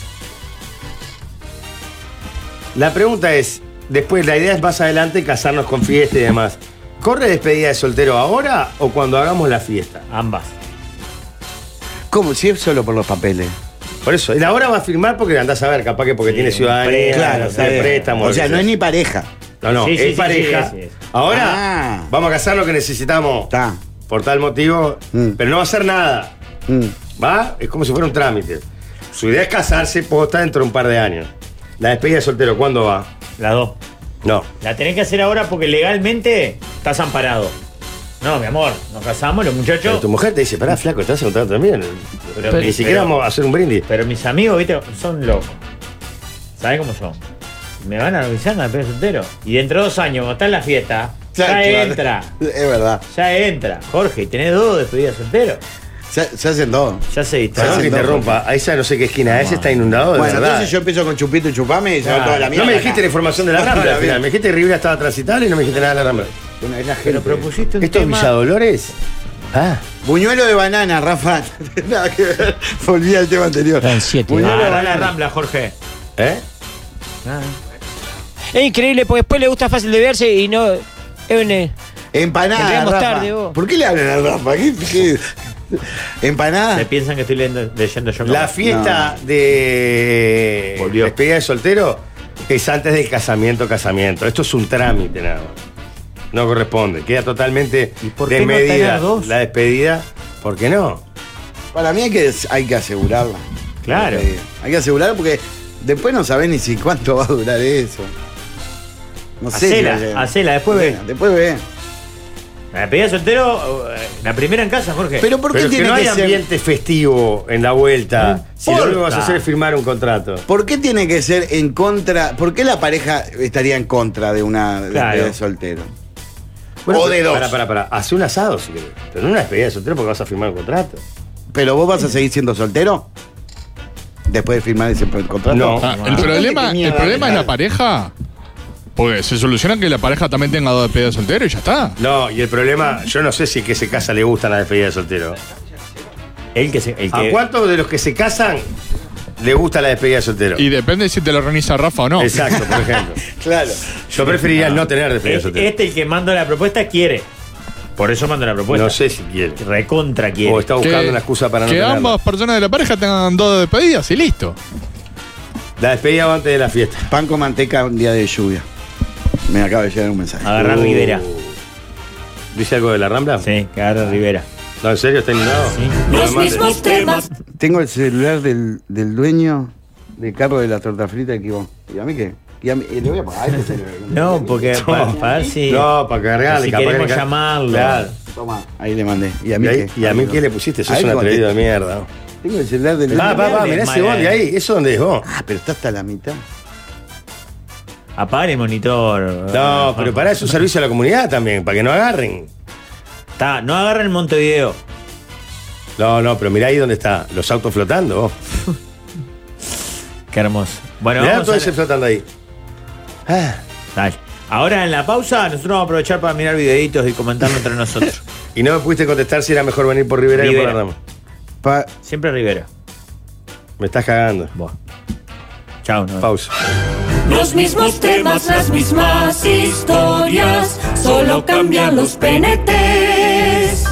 La pregunta es, después la idea es más adelante casarnos con fiesta y demás. ¿Corre despedida de soltero ahora o cuando hagamos la fiesta?
ambas.
¿Cómo? Si es solo por los papeles.
Por eso, el ahora va a firmar porque andás a ver, capaz que porque
Sí,
tiene ciudadanía,
préstamo, Claro,
está en
sí.
préstamo.
O
lo
sea,
que
no es ni pareja.
No, no,
Sí, sí,
es
sí,
pareja.
sí, sí, sí.
Ahora
Ah.
vamos a casar lo que necesitamos.
Está.
Por tal motivo,
Mm.
pero no va a hacer nada.
Mm.
¿Va? Es como si fuera un trámite. Su idea es casarse posta dentro de un par de años. La despedida de soltero, ¿cuándo va?
Las dos.
No.
La tenés que hacer ahora porque legalmente estás amparado. No, mi amor, nos casamos, los
Pero
muchachos.
tu mujer te dice, pará, flaco, estás en contrato también.
Pero
Ni
mi-
siquiera
pero-
vamos a hacer un brindis.
Pero mis amigos, viste, son locos. ¿Sabés cómo son? Me van a organizar una despedida de soltero. Y dentro de dos años, cuando está en la fiesta, ya, entra.
Es verdad.
Ya entra. Jorge, y tenés dos despedidas de soltero.
Se, se hacen dos.
Ya se
Perdón que interrumpa, a esa no sé qué esquina es, está inundado de
Bueno,
verdad.
entonces yo empiezo con chupito y chupame y se va
Claro.
toda la mierda.
no me dijiste la información de la
<laughs> Toda
Rambla
la
al final.
vida.
Me dijiste que Rivera estaba transitable y no me dijiste nada de la Rambla.
Bueno, es la gente.
Pero propusiste un
¿Esto es
tema-
Villadolores? Ah,
Buñuelo de banana, Rafa. <laughs> Nada que ver. Volví al tema anterior.
Eran siete.
Ah,
Buñuelo de
da la
banana.
rambla, Jorge. Ah.
¿eh?
Es increíble, porque después le gusta fácil de verse y no. es un, eh,
Empanada,
Entramos
Rafa.
tarde, vos.
¿Por qué le hablan al Rafa? ¿Qué, qué? empanada
Se piensan que estoy leyendo, leyendo yo.
La fiesta
eh,
de
Volvió.
despedida de soltero es antes del casamiento, casamiento. Esto es un trámite nada más. No corresponde. Queda totalmente
¿Y por qué no
desmedida
tener dos?
la despedida. ¿Por qué no?
Para mí hay que, hay que asegurarla.
Claro.
Eh, hay que asegurarla porque después no sabés ni si cuánto va a durar eso. No sé. si va a
Hacela,
llegar.
hacela, después ve.
Después ve.
La despedida de soltero, eh, la primera en casa, Jorge.
Pero ¿por qué
Pero es que
tiene
no
que,
hay
ser?
ambiente festivo en la vuelta.
No
Si lo único que vas a
importa.
hacer es firmar un contrato.
¿Por qué tiene que ser en contra? ¿Por qué la pareja estaría en contra de una despedida
Claro.
de soltero?
Bueno,
o de dos.
Para, para, para. Hace un asado si querés. Pero no una despedida de soltero porque vas a firmar un contrato.
¿Pero vos vas a seguir siendo soltero? Después de firmar ese contrato.
No.
Ah, el problema, el problema es la pareja. Porque se soluciona que la pareja también tenga dos despedidas soltero y ya está.
No, y el problema, yo no sé si el que se casa le gustan las despedidas de soltero.
el que se. El
¿A
que,
cuántos de los que se casan le gusta la despedida de soltero?
Y depende si te lo organiza Rafa o no.
Exacto, por ejemplo.
Claro.
Yo preferiría no, tener despedida de
es-
soltero.
Ah. este, el que manda la propuesta, quiere. <laughs> Por eso manda la propuesta.
no sé si quiere.
Recontra quiere.
O está buscando una excusa para no
que
tenerla.
ambas personas de la pareja tengan dos despedidas y listo.
La despedida va antes de la fiesta.
Pan con manteca un día de lluvia. Me acaba de llegar un mensaje.
Agarrar
Uh.
Rivera.
¿Dice algo de la Rambla?
Sí, que agarra Rivera. Este
No, ¿en serio? ¿Está inundado?
Los mismos temas.
Tengo el celular del, del dueño del carro de la torta frita que vos. ¿Y a mí qué? ¿Y a mí? ¿Le voy a pagar este celular?
No, porque para, para ver si.
No, para cargarle.
Si
capaz que
queremos
le ca-
llamarlo.
Claro.
Toma, ahí le mandé. ¿Y a
¿Y,
mí
ahí-
qué?
y a mí
no.
qué le pusiste? Sos
Ahí
un
como
atrevido de mierda.
te- Tengo el celular del
Va,
dueño.
va, va, mirá ese bondi ahí. ¿Eso dónde es vos?
Ah, pero está hasta la mitad.
Apagar el monitor.
No, pero para eso es un servicio a la comunidad también, para que no agarren.
Está, no agarra el Montevideo.
No, no, pero mirá ahí dónde está. Los autos flotando. vos.
Qué hermoso. Bueno,
mirá
vamos
todo
a-
ese flotando ahí. Ah.
Dale. Ahora en la pausa, nosotros vamos a aprovechar para mirar videitos y comentarlo entre nosotros.
<laughs> Y no me pudiste contestar si era mejor venir por Rivera, que
Rivera.
por la Rambla.
Pa-
Siempre Rivera.
Me estás cagando.
Bueno. Chao, no.
Pausa.
Los mismos temas, las mismas historias. Solo cambian los penetes.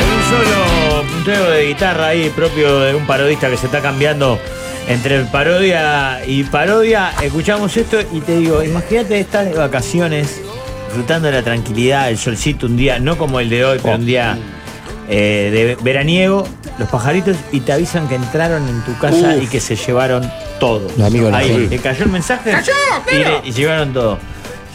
Un solo punteo de guitarra ahí propio de un parodista que se está cambiando entre parodia y parodia. Escuchamos esto y te digo, imagínate estar de vacaciones, disfrutando de la tranquilidad, el solcito un día, no como el de hoy, pero un día eh, de veraniego, los pajaritos y te avisan que entraron en tu casa y que se llevaron todo.
Los amigos de la
ahí
gente.
le cayó el mensaje y, le- y llevaron todo.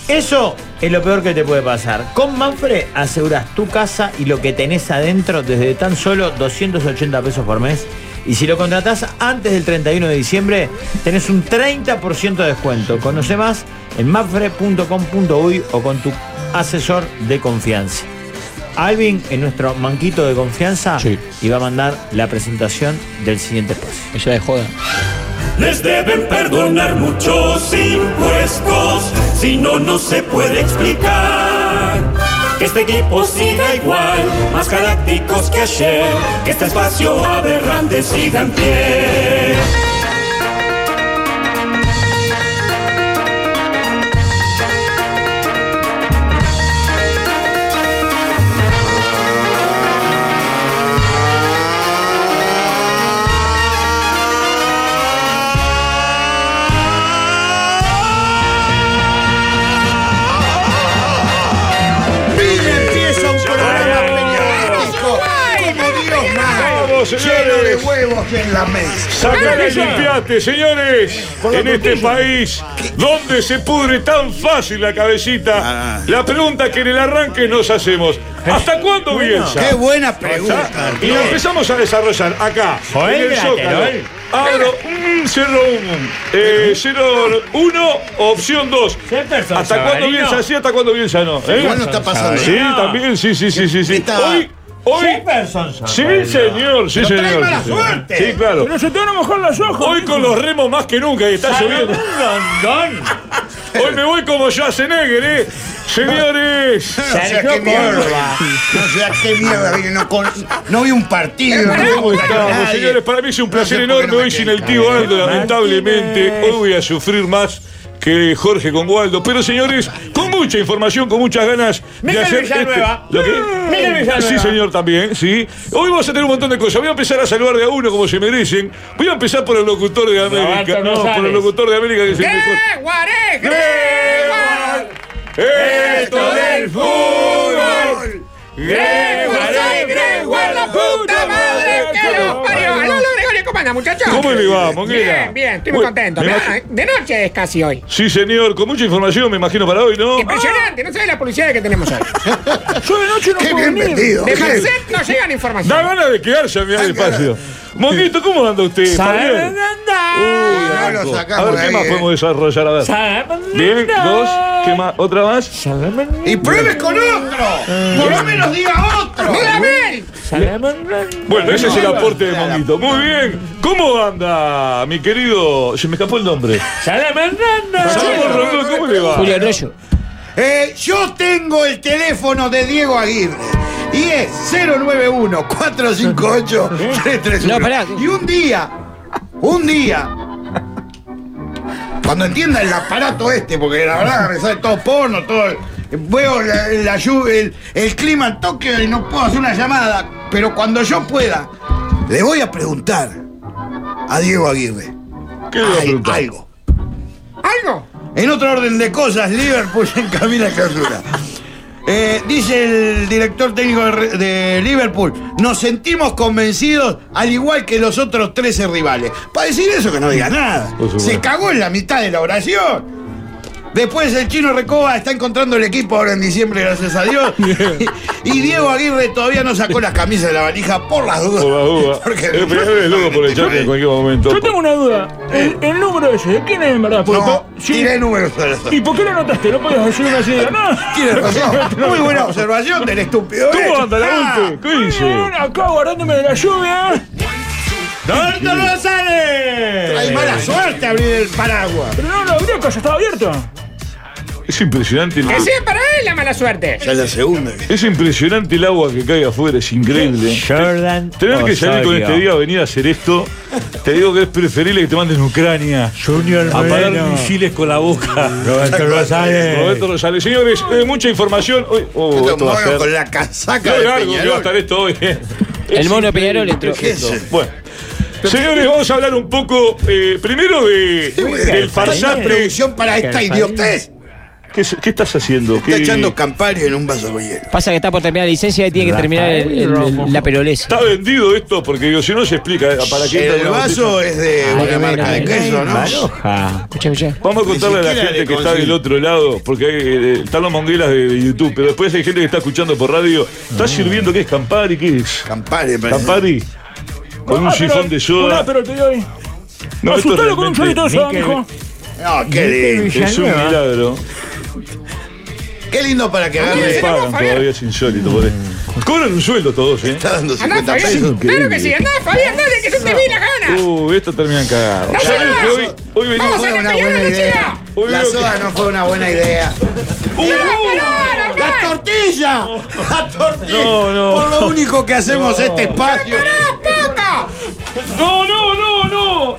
Eso es lo peor que te puede pasar. Con Manfred aseguras tu casa y lo que tenés adentro desde tan solo 280 pesos por mes. Y si lo contratás antes del 31 de diciembre, tenés un 30% de descuento. Conoce más en manfred.com.uy o con tu asesor de confianza. Alvin es nuestro manquito de confianza
Sí.
y va a mandar la presentación del siguiente espacio.
Eso es joda.
Les deben perdonar muchos impuestos, si no, no se puede explicar. Que este equipo siga igual, más galácticos que ayer, que este espacio aberrante siga en pie.
Empieza un programa periodístico como Dios manda.
huevos,
Lleno de
señores.
huevos en la mesa.
Sacar el limpiate, señores. En este país, donde se pudre tan fácil la cabecita? La pregunta que en el arranque nos hacemos. ¿Hasta cuándo
Bueno,
Bielsa?
qué buena pregunta,
Y la empezamos a desarrollar acá.
Joel,
en el
gracias,
Zócalo.
¿eh?
Joel.
Abro 0-1, 0-1, Eh, opción 2. ¿Hasta cuándo
Sabarino.
Bielsa sí? ¿Hasta cuándo Bielsa no? ¿Eh?
Sí, igual no está pasando.
Sí, también, sí, sí, sí, sí. sí.
Está-
Hoy, hoy. Sí, señor, sí,
Pero trae
señor.
mala
sí, señor.
suerte.
Sí, claro.
Pero se te van a mojar los ojos,
Hoy
hijo.
con los remos más que nunca y está lloviendo. Hoy me voy como Schwarzenegger, ¿eh? Señores.
No sea, qué mierda. No sea, qué mierda. viene, No, con- no vi un
<laughs>
partido. No
¿Cómo
vi
estamos, señores? Para mí es un placer enorme hoy sin el tío Aldo, lamentablemente. Hoy voy a sufrir más que Jorge con Waldo. Pero, señores, con mucha información, con muchas ganas de
Miguel
hacer. este-
Villanueva. Mm.
¿Lo qué?
Miguel Villanueva.
Sí, señor, también, sí. Hoy vamos a tener un montón de cosas. Voy a empezar a saludar de a uno como se merecen. Voy a empezar por el locutor de América.
Roberto
No,
González.
por el locutor de América que es el mejor.
Esto del fútbol.
Gregor, la puta madre que los parió. Aló, aló, Gregorio, ¿cómo anda, muchachos?
¿Cómo le va, Monguera?
Bien, bien, estoy muy
Bueno,
contento.
me
Me-
va-
De noche es casi hoy.
Sí, señor, con mucha información, me imagino, para hoy, ¿no?
Impresionante, no sabes la publicidad que tenemos hoy.
Yo de noche no
Qué bien vendido. De Merced no llegan
Da
información.
ganas de quedarse a mirar despacio. Monguito, ¿cómo anda usted? ¿Está
Sabe
bien? Uy,
lo
<laughs> Marco. A
sacamos de
ver, ¿qué
ahí,
más
eh.
podemos desarrollar? A ver. Bien, dos. ¿Qué más? ¿Otra más?
Y pruebe con otro. Por lo menos diga otro.
¡Mírame!
Bueno, ese es el aporte de Monguito. Muy bien. ¿Cómo anda, mi querido? Se me escapó el nombre. Salvador Rondón, ¿Cómo le va?
Eh, yo tengo el teléfono de Diego Aguirre. Y es 091-458-331.
No, pará.
Y un día, un día, cuando entienda el aparato este, porque la verdad me sale todo porno, todo. Veo la, la llu- el, el clima en Tokio y no puedo hacer una llamada. Pero cuando yo pueda, le voy a preguntar a Diego Aguirre.
¿Qué le va a preguntar?
Algo.
¿Algo?
En otro orden de cosas, Liverpool <laughs> en camino a clausura. Eh, dice el director técnico de Re- de Liverpool, nos sentimos convencidos al igual que los otros 13 rivales. Para decir eso que no diga nada.
Por supuesto.
Se cagó en la mitad de la oración. Después el chino Recoba está encontrando el equipo ahora en diciembre, gracias
<laughs>
a Dios. y Diego Aguirre todavía no sacó las camisas de la valija por las dudas.
Por la duda.
<laughs> Porque-
El primero es loco por el chat en cualquier momento.
Yo tengo una duda. El, el número ese, ¿de quién es en verdad? Porque
No,
po- sí.
tiré números.
¿Y por qué lo notaste? No podías decir una
<laughs>
idea. No. <laughs>
Tienes razón. Muy buena observación del estúpido.
¿Cómo anda la
gente?
¿Qué
Bien, acá guardándome de la lluvia.
¡Roberto
González!
Hay mala suerte abrir el paraguas.
Pero no lo abrió, que ya estaba abierto.
Es impresionante. el-
Que sea para él la mala suerte.
Ya es la segunda.
Es impresionante el agua que cae afuera, es increíble.
Jordan
Tener que salir con
Osorio.
este día a venir a hacer esto, te digo que es preferible que te manden a Ucrania.
Junior
A parar
Moreno.
misiles con la boca.
Roberto Rosales.
Roberto Rosales. Señores, eh, mucha información. Uy, oh, esto va a ser-
con la casaca
Qué largo
de
que va a
Peñarol.
estar esto hoy. eh.
El mono
Peñarol
entró. ¿Qué es eso?
Bueno. Señores, vamos a hablar un poco eh, primero de, del farsante.
producción para esta idiotez.
¿Qué, qué estás haciendo?
Está
¿Qué-
echando campario en un vaso de hielo.
Pasa que está por terminar la licencia y tiene que terminar el- el- el- la peroleza.
Está vendido esto porque digo, si no se explica eh, para qué
El
entra la
vaso
botella.
es de una marca de queso, ¿no?
Escucha, escucha.
Vamos a contarle a la
siquiera
gente
le
que está
consigue.
del otro lado, porque hay, eh, están los monguelas de, de YouTube, pero después hay gente que está escuchando por radio. ¿Está sirviendo qué es Campari? ¿Qué es?
Mm. Campari,
parece.
Campari. Con un
Ah, pero-
sifón de soda.
Ah, pero te doy.
No, esto
Asustalo con un
realmente-
chorrito de soda, mijo.
No, Ah, qué lindo.
Es un milagro.
Qué lindo para que
No
agarre. Mm.
le pagan todavía, es insólito. por ahí. Cobran un sueldo todos, ¿eh?
Está dando
Andá, Fabián. Claro que sí, andá, Fabián, dale, que yo te vi las ganas.
Uh, esto terminan cagados.
Dale,
¿Sabés
dale.
que hoy, hoy
Vamos
venimos-
a la pelea de China.
La soda no fue una buena
<laughs>
idea. ¡La tortilla! ¡La tortilla!
No, no.
Por lo único que hacemos este espacio.
No, no, no, no.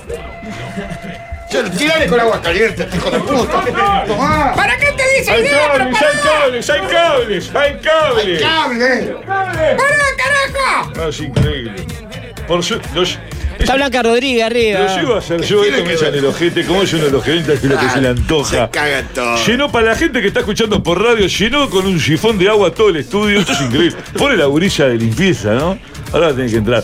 Tirale con agua caliente, hijo de puta. Tomá.
¿Para qué te dice
Hay
idea, pero
cables, hay cables, hay cables, hay cables.
¡Cable!
¡Para, carajo!
No, Ah, es increíble. Por su, los,
Está Blanca Rodríguez arriba.
Lo llego a hacer yo, esto me sale el ojete, como es uno de los gerentes que lo que se le antoja. Ah, Se caga todo. Llenó para la gente que está escuchando por radio, llenó con un sifón de agua todo el estudio. Esto es increíble. Pone la gurilla de limpieza, ¿no? Ahora tiene que entrar.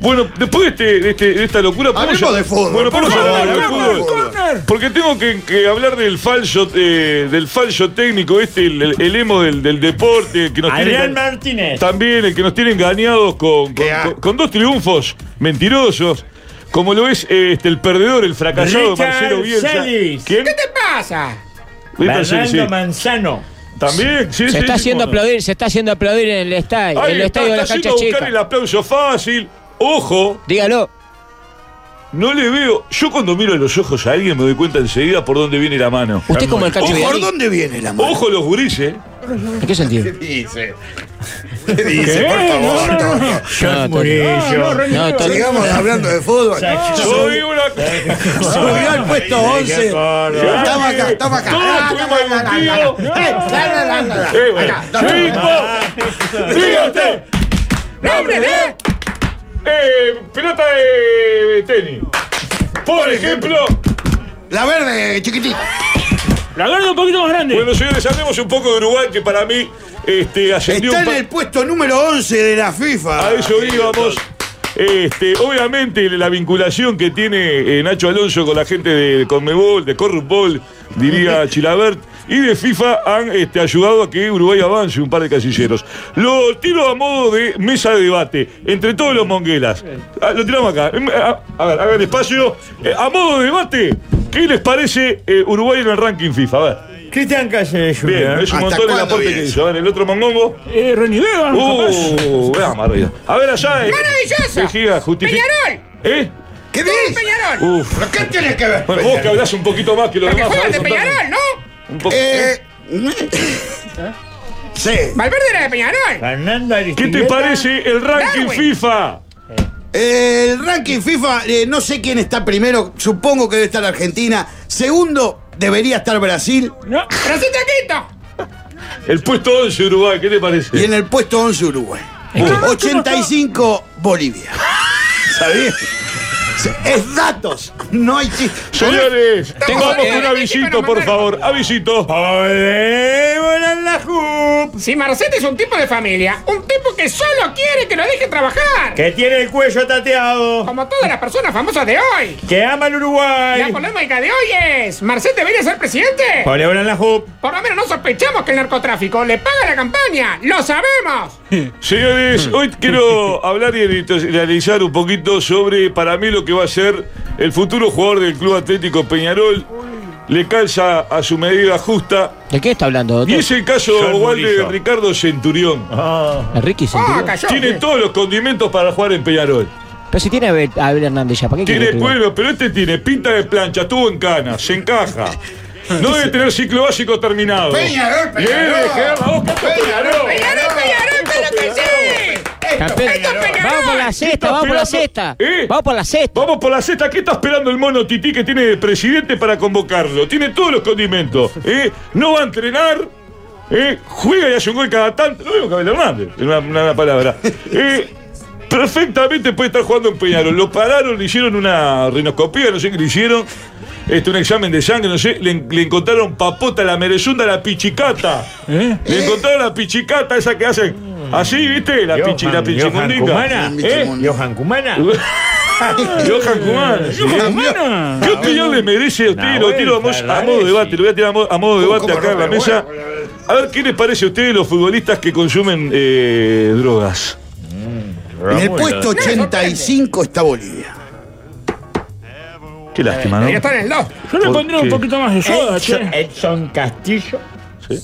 Bueno, después de, este- de este- de esta locura. ¿podemos
Hablemos
ya-
de fútbol,
Bueno,
por
vamos a
favor,
hablar de
hablemos de
fútbol. Porque tengo que, que hablar del falso, eh, del falso técnico, este, el, el- el emo del, del deporte, que nos
Adrián
tiene.
<laughs> Martínez.
También el que nos tiene engañados con, con, con- con dos triunfos mentirosos, como lo es eh, este, el perdedor, el fracasado
Richard
Marcelo Bielsa.
Celis.
¿Quién?
¿Qué te pasa?
Richard Celis,
Bernardo
sí.
Manzano.
También, sí,
se
sí,
está
sí,
haciendo
como-
aplaudir, se está haciendo aplaudir en el estadio,
Ahí
en el
está,
estadio de la
está
cancha
yendo a
chica.
buscar el aplauso fácil. Ojo.
Dígalo.
No le veo. Yo cuando miro en los ojos a alguien me doy cuenta enseguida por dónde viene la mano.
Usted como el Cacho
Ojo,
Vidal.
¿por dónde viene la mano? Ojo los gurises.
¿En qué sentido?
dice? ¿Qué dice, por
¿Qué?
favor?
¿Eh? No, no, no.
Toño?
Yo No, Murillo. Toño. No, no, Ronnie, no, Toño.
Sigamos hablando de fútbol.
Soy una.
Subió al puesto 11. Estamos acá, estamos acá.
Todos tuvimos algún tío. Eh, bueno. Cinco. Siga usted. Nombre de. Eh, pelota de tenis. Por ejemplo.
La verde, chiquitita.
La verde un poquito más grande. Bueno, señores, hablemos un poco de Uruguay, que para mí este, ascendió
Está
un
en
pa-
el puesto número 11 de la FIFA.
Ah,
A eso íbamos. Este, obviamente la vinculación que tiene eh, Nacho Alonso con la gente de Conmebol, de Corrupbol, diría
<laughs>
Chilabert, y de FIFA han este, ayudado a que Uruguay avance un par de casilleros. Lo tiro a modo de mesa de debate entre todos los monguelas. Ah, lo tiramos acá. Em, A, a ver, hagan espacio. Eh, a modo de debate, ¿qué les parece eh, Uruguay en el ranking FIFA? A ver.
Cristian
Bien,
Calle Jr.
es un
¿Hasta
montón el
cuándo
aporte
viene
que hizo. A ver, el otro mongongo.
Eh, Ronnie Beba,
Uh, veamos arriba. A ver, allá. eh,
Maravilloso.
Vejiga, justifica.
Peñarol.
¿Eh?
¿Qué dices? Peñarol.
Uf.
¿Pero qué tienes que ver?
Bueno, vos que hablás un poquito más que los
Porque
demás.
juegan de
a ver, contame.
Peñarol, ¿no?
Un poco.
Eh,
Sí.
Valverde era de Peñarol.
¿Qué te parece el ranking
Darwin.
FIFA?
Eh, El ranking FIFA, eh, no sé quién está primero, supongo que debe estar Argentina. Segundo, debería estar Brasil.
Brasil Taquito.
El puesto 11 Uruguay, ¿qué te parece?
Y en el puesto 11 Uruguay. Uh. 85 Bolivia. ¿Sabías? Es datos, no hay chiste.
Señores, vamos con Avisito, por favor. Avisito.
la hoop. Si Marcete es un tipo de familia, un tipo que solo quiere que lo dejen trabajar.
Que tiene el cuello tateado.
Como todas las personas famosas de hoy.
Que ama el Uruguay.
La polémica de hoy es, ¿Marcete debería ser presidente?
Pone ahora en la hoop.
Por lo menos no sospechamos que el narcotráfico le paga la campaña. ¡Lo sabemos!
Señores, hoy <laughs> quiero hablar y edito- y analizar un poquito sobre para mí lo que va a ser el futuro jugador del Club Atlético Peñarol. Le calza a su medida justa.
¿De qué está hablando,
Y
doctor?
es el caso
John
igual de
Murillo.
Ricardo Centurión.
Ricky Centurión.
Ah. Tiene todos los condimentos para jugar en Peñarol.
Pero si tiene a Abel, a Abel Hernández ya, ¿para qué
Tiene
quiere
cuero, pero este tiene pinta de plancha, estuvo en cana, se
<laughs>
encaja. No debe tener ciclo básico terminado.
Peñarol,
Le debe
Peñarol.
dejar la boca a Peñarol.
Peñarol, Peñarol, con lo que sí.
Campeón.
Esto es Peñarol.
Vamos por la cesta, vamos por la cesta.
Vamos
por la cesta.
¿Eh? Vamos por la cesta. ¿Qué está esperando el mono Tití que tiene de presidente para convocarlo? Tiene todos los condimentos. ¿eh? No va a entrenar. ¿eh? Juega y hace un gol cada tanto. Lo mismo que Abel Hernández, en una, una palabra. Eh, perfectamente puede estar jugando en Peñarol. Lo pararon, le hicieron una rinoscopía, no sé qué le hicieron. Este, un examen de sangre, no sé, le, en- le encontraron papota, la merezunda, la pichicata.
¿Eh?
Le encontraron la pichicata, esa que hacen así, ¿viste? La, pichi, la pichicundita.
Cumana.
¿Eh?
Johan Cumana.
<laughs> Johan Cumana. sí.
Johan Cumana.
¿Qué opinión le merece a usted?
Nah,
lo tiro a,
vuelta,
mo- a
la
modo
Resi.
debate, lo voy a tirar a mo- a modo,
¿Cómo-
debate
cómo
acá en la
rompe
mesa. A ver, ¿qué les parece a ustedes los futbolistas que consumen eh, drogas?
Mm, En el
¿eh?
puesto 85 está Bolivia.
Qué lástima, ¿no?
en el 2.
Yo le ¿Por pondría un qué? poquito más de soda, che.
Edson, Edson Castillo.
Sí.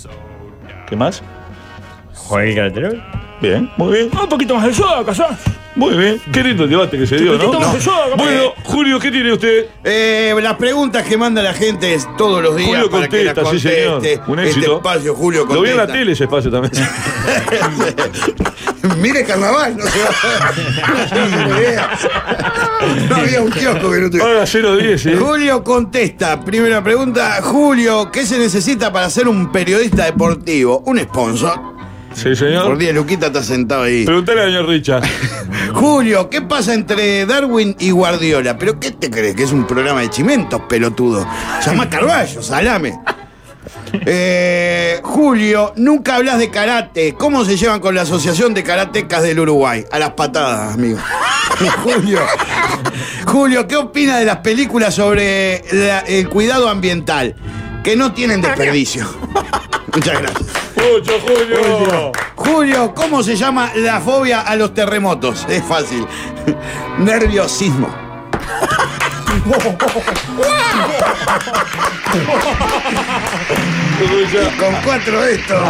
¿Qué más?
Joel Calderón.
Bien, muy bien.
Ah, Un poquito más de soda, casás.
Muy bien. Qué lindo el debate que se dio, ¿no?
Chiquitito,
No.
yo, capaz.
Bueno, Julio, ¿qué tiene usted?
Eh, las preguntas que manda la gente es todos los días.
Julio
para que las
contesta, sí, señor.
conteste.
Un
Este
éxito.
espacio, Julio
Lo vi en la
contesta.
tele ese espacio también.
<laughs> Mire carnaval, no se va
<laughs>
a idea. No había un kiosco que no tuviera.
Ahora 010, ¿eh?
Julio contesta. Primera pregunta, Julio, ¿qué se necesita para ser un periodista deportivo? Un sponsor.
Sí, señor.
Por día, Luquita está sentado ahí.
Preguntale a señor Richard.
<laughs> Julio, ¿qué pasa entre Darwin y Guardiola? ¿Pero qué te crees? Que es un programa de chimentos, pelotudo. Llama Carballo, salame. Eh, Julio, nunca hablas de karate. ¿Cómo se llevan con la Asociación de Karatecas del Uruguay? A las patadas, amigo. <laughs> Julio. Julio, ¿qué opina de las películas sobre la- el cuidado ambiental? Que no tienen
<laughs>
desperdicio. Muchas gracias.
Mucho, Julio.
Julio, ¿cómo se llama la fobia a los terremotos? Es fácil. <laughs> Nerviosismo. <laughs> Con cuatro de estos.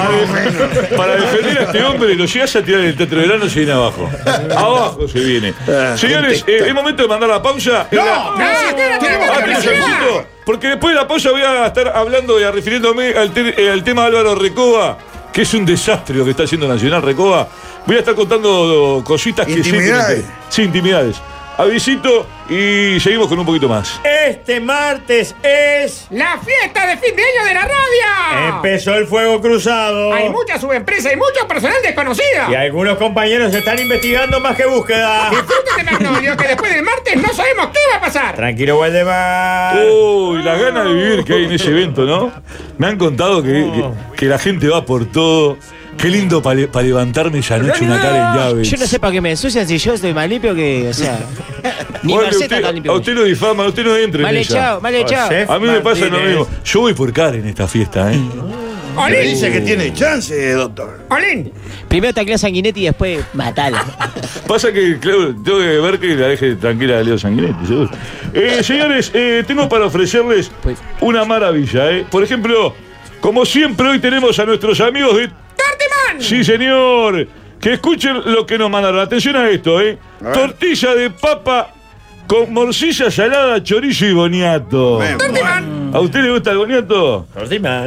Para defender a este hombre, lo llegas a tirar en el teatro de verano, se viene
<laughs>
abajo. Abajo se viene.
Ah,
Señores, eh, es momento de mandar la pausa.
No,
La-
no, espérate, tenemos
Ah,
que
¿tenés
hablar.
un minuto? Porque después de la pausa voy a estar hablando y refiriéndome al, te- eh, al tema de Álvaro Recoba, que es un desastre lo que está haciendo Nacional Recoba. Voy a estar contando cositas que sí tienen que-
Intimidades.
Sí, intimidades. Avisito y seguimos con un poquito más.
Este martes es.
¡La fiesta de fin de año de la radio!
Empezó el fuego cruzado.
Hay mucha subempresa y mucho personal desconocido.
Y algunos compañeros están investigando más que
<laughs>
búsqueda.
Disfruten de Magnolio, que después del martes no sabemos qué va a pasar.
Tranquilo, Waldemar.
Uy, las ganas de vivir que hay en ese evento, ¿no? Me han contado que, que- que la gente va por todo. Qué lindo para levantarme esa noche una cara en llaves.
Yo no sé para qué me ensucian si yo estoy más limpio que. O sea. ni
Bueno,
Marceta
usted-
está limpio.
a usted lo difaman, a usted no entra
Mal
en ella.
echado, mal echado. Chef
A mí me pasa lo
Martínez.
mismo. Yo voy por cara en esta fiesta, ¿eh?
Olín.
Dice que tiene
chance, doctor.
Olín.
Primero taclea Sanguinetti y después matala.
Pasa que, claro, tengo que ver que la deje tranquila a Leo Sanguinetti, seguro. Eh, señores, eh, tengo para ofrecerles una maravilla, ¿eh? Por ejemplo, como siempre, hoy tenemos a nuestros amigos de. ¡Tartimán! Sí, señor. Que escuchen lo que nos mandaron. Atención a esto, ¿eh? Tortilla de papa con morcilla salada, chorizo y boniato. ¿A usted le gusta el boniato?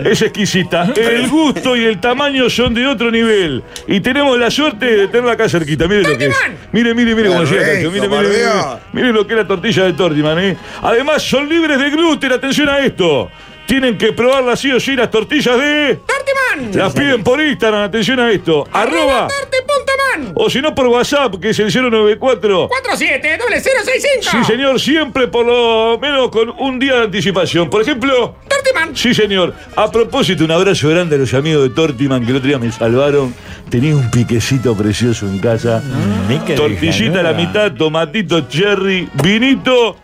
Es exquisita. El gusto y el tamaño son de otro nivel. Y tenemos la suerte de tenerla acá cerquita. Mire lo que es. Mire, mire, mire cómo
Qué
llega
rico,
Cacho. Mire, mire,
por
mire.
Dios.
Mire lo que es la tortilla de Tortiman, ¿eh? Además, son libres de gluten. Atención a esto. Tienen que probarlas sí o sí las tortillas de...
¡Tortiman!
Las piden por Instagram. Atención a esto. Arroba...
¡Torte.man!
O si no, por WhatsApp, que es el 094.
47 0065.
Sí, señor, siempre por lo menos con un día de anticipación. Por ejemplo.
¡Tortiman!
Sí, señor. A propósito, un abrazo grande a los amigos de Tortiman que el otro día me salvaron. Tenía un piquecito precioso en casa. Tortillita a la mitad, tomatito cherry, vinito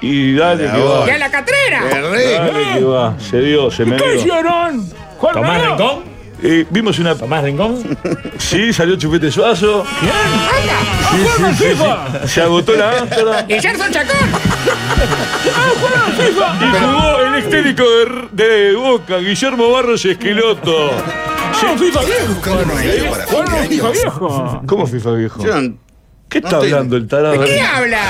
y dale que va.
¡Y a la catrera!
Dale que va. Se dio, se me dio.
hicieron? ¿Juan
¿Tomás
Romero?
Rincón? Eh, vimos una. ¿Tomás Rincón? Sí, salió Chupete Suazo. Sí, sí,
¡Juan
sí,
FIFA!
sí. Se agotó la
<laughs>
ástora.
¡Y Gerson Chacón!
Y jugó el ex técnico de, de Boca, Guillermo Barros Esqueloto. FIFA viejo! FIFA viejo! ¿Cómo FIFA viejo? ¿Qué está hablando el tarado?
¿De qué
habla?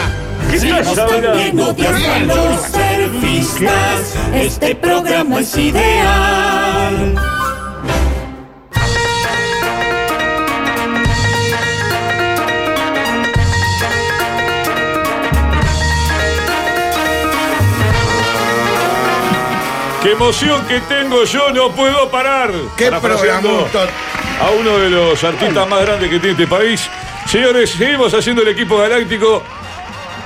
¿Qué estás hablando?
Lleno de afanos surfistas, este programa es ideal.
¡Qué emoción que tengo yo! ¡No puedo parar!
Qué
Parafraseando
programón,
A uno de los artistas más grandes que tiene este país. Señores, seguimos haciendo el equipo galáctico.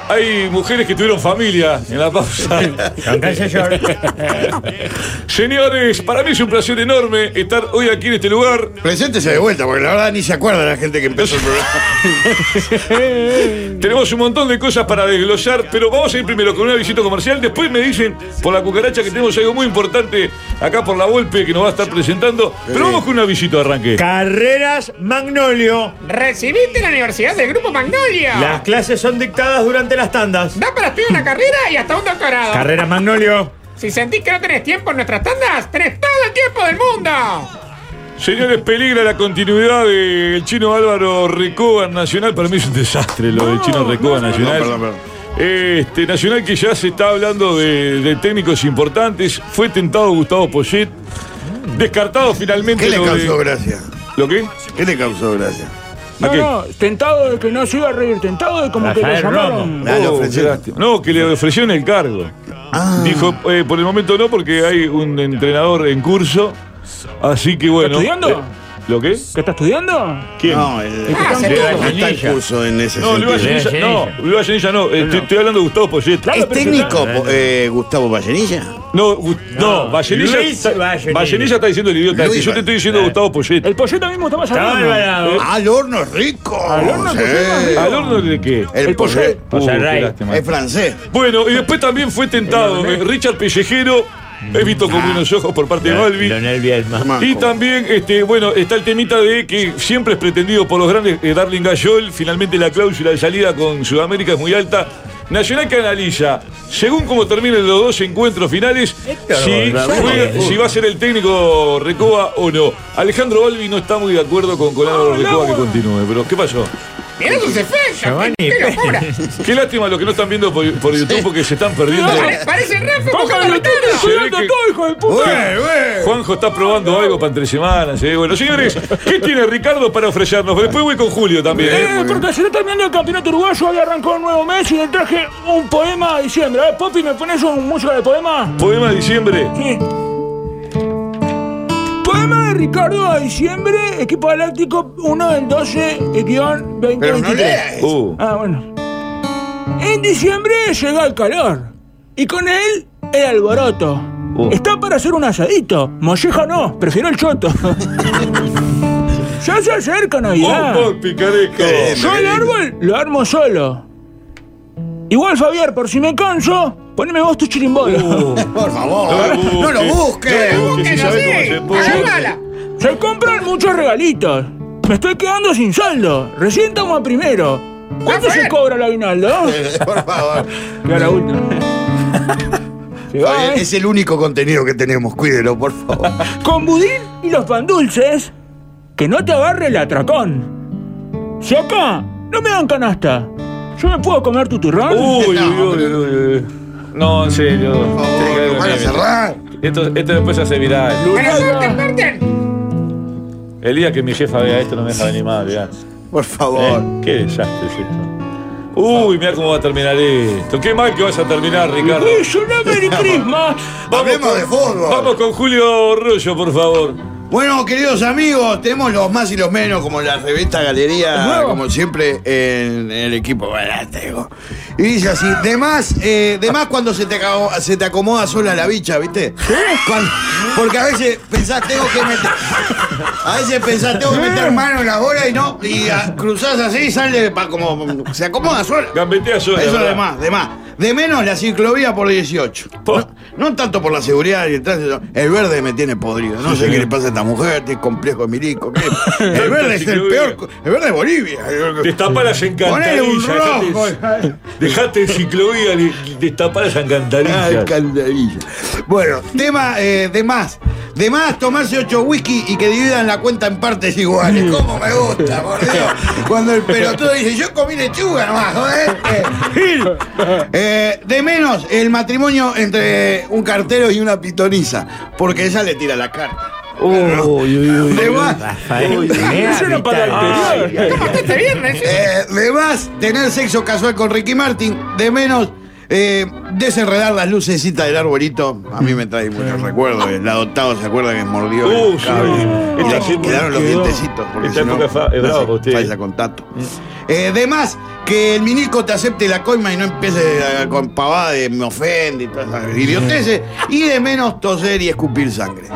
Hay mujeres que tuvieron familia en la pausa. Señores, para mí es un placer enorme estar hoy aquí en este lugar.
Preséntese de vuelta, porque la verdad ni se acuerda la gente que
<laughs>
empezó el
programa. <laughs> Tenemos un montón de cosas para desglosar, pero vamos a ir primero con una visita comercial. Después me dicen por la cucaracha que tenemos algo muy importante acá por la Volpe que nos va a estar presentando. Pero vamos con una visita de arranque.
Carreras Magnolio.
Recibiste en la Universidad del Grupo Magnolia.
Las clases son dictadas durante las tandas.
Da para estudiar una carrera y hasta un doctorado.
Carreras Magnolio.
Si sentís que no tenés tiempo en nuestras tandas, tenés todo el tiempo del mundo.
Señores, peligra la continuidad del chino Álvaro Recoba en Nacional. Para mí es un desastre lo del chino Recoba en Nacional.
perdón, perdón,
Este, Nacional que ya se está hablando de, de técnicos importantes. Fue tentado Gustavo Poyet. Descartado finalmente.
¿Qué le
lo
causó
de-
gracia?
¿Lo qué?
¿Qué le causó gracia?
¿A
No,
qué?
no, tentado de que no se iba a reír, tentado de como que lo llamaron. Uh,
Oh, qué lástima. No, que le ofrecieron el cargo.
Ah.
Dijo, eh, por el momento no, porque hay un entrenador en curso. Así que bueno.
estudiando?
eh, ¿Lo qué?
¿Qué está estudiando?
¿Quién?
No,
el- Ah, se va a
está el
Genilla.
curso en ese
No, Luis
sentido.
Vallenilla, no, Luis Vallenilla no, eh, Estoy, estoy hablando de Gustavo Poyet.
¿Es técnico po- eh, Gustavo Vallenilla?
No, Gu- no, Vallenilla,
Luis
está,
Vallenilla.
Vallenilla está diciendo el idiota.
Luis
este. yo te estoy diciendo Gustavo Poyet.
El pollito mismo está más
Está
allá.
Alvarado.
Al Ah, horno es rico.
¿Al horno,
Sí.
¿Al horno de qué?
El Poyet.
Uh,
O sea, el
qué
Ray.
lástima.
Es francés.
Bueno, y después también fue tentado eh, Richard Pellejero. He visto con buenos ojos por parte de Balbi.
Leonel Bielma.
Y también, este, bueno, está el temita de que siempre es pretendido por los grandes eh, Darling Gayol. Finalmente la cláusula de salida con Sudamérica es muy alta. Nacional que analiza, según cómo terminen los dos encuentros finales, si,
la
juega-
buena.
si va a ser el técnico Recoba o no. Alejandro Balbi no está muy de acuerdo con con Álvaro Recoba que continúe, pero ¿qué pasó?
Mirá sus efectos. qué- ¡Qué locura!
Qué lástima lo que no están viendo por, por YouTube porque se están perdiendo.
Pare- Parece Rafa
Coja
Coca
de YouTube,
Vergara.
se ve que-
Ué, ué.
Juanjo está probando algo para entre semanas. eh. Bueno, señores, ¿qué tiene Ricardo para ofrecernos? Después voy con Julio también. eh.
Eh, porque se está terminando el campeonato uruguayo, hoy arrancó un nuevo mes y le traje un poema a diciembre. A ver, Popi, ¿me pones un música de poema?
Poema de diciembre.
Sí. Poema de Ricardo a diciembre, equipo galáctico 1 del 12, eh, guión 2023.
Uh,
Ah, bueno. En diciembre llega el calor. Y con él, el alboroto.
Uh.
Está para hacer un asadito. Molleja no, prefiero el choto. <laughs> ya se acerca Navidad.
Oh, oh, picaresco.
Yo el árbol lo armo solo. Igual, Fabián, por si me canso, poneme vos tu chirimbolo.
Por favor, no lo busques.
Uh, No lo
Sí,
busques,
sabés
sí.
cómo se puede.
Agárrala. Se compran muchos regalitos. Me estoy quedando sin saldo. Recién estamos a primero. ¿Cuánto se cobra el aguinaldo? <laughs>
Por favor.
Ya la última.
Fabián, Es el único contenido que tenemos, cuídelo, por favor.
Con budín y los pan dulces, que no te agarre el atracón. Si acá no me dan canasta, ¿yo me puedo comer tu turrón?
Uy, uy, uy, uy, uy. No, en serio. Tiene que haber un
van a
límite.
cerrar.
Esto, esto después se hace viral.
Buena suerte, Martín.
El día que mi jefa vea esto no me deja venir más, mirá. Eh,
Por favor.
Qué desastre es esto. Uy, mira cómo va a terminar esto. Qué mal que vas a terminar, Ricardo.
Uy, una
<laughs>
Merry Christmas.
Hablemos
con-
de fútbol.
Vamos con Julio Rollo, por favor.
Bueno, queridos amigos, tenemos los más y los menos, como la revista Galería, como siempre, en el equipo galáctico. Y dice así, de más, eh, de más cuando se te, acabó- se te acomoda sola la bicha, ¿viste? Cuando- porque a veces pensás, tengo que meter... A veces pensás, tengo que meter mano en la bola y no, y ah, cruzás así y sale pa- como... Se acomoda sola.
Gambetea sola,
Eso
¿verdad?
de más, de más. De menos la ciclovía por 18. No, no tanto por la seguridad y el tránsito. El verde me tiene podrido. No sé qué le pasa a esta mujer, tiene complejo de
<laughs>
milico. ¿qué? El verde es el peor. co- El verde es Bolivia.
Destapá las
Ponele un
encantadillas.
rojo.
dejate- Dejate de ciclovía y destapá las encantadillas.
Alcantarilla. Bueno, tema eh, de más. De más, tomarse ocho whisky y que dividan la cuenta en partes iguales. ¿Cómo me gusta, por Dios? Cuando el pelotudo dice, yo comí lechuga nomás, joder. Eh, <laughs> eh, de menos, el matrimonio entre un cartero y una pitoniza. Porque ella le tira la carta. <laughs> de más.
Uy,
Eso era para el
Ay,
anterior. Eh, de más, tener sexo casual con Ricky Martin. De menos, eh, desenredar las lucecitas del arbolito. A mí me trae muchos recuerdos. El adoptado se acuerda que mordió. el
Uh, sí.
cable? Y
Esta
le
sí
quedaron los
quedó.
dientecitos. Porque
Esta
si no,
época fa- es
no
brava
se
para usted. Mm.
falla con tato. Eh, de más, que el minico te acepte la coima y no empiece eh, con pavada de me ofende y todas esas idioteces. Y de menos, toser y escupir sangre.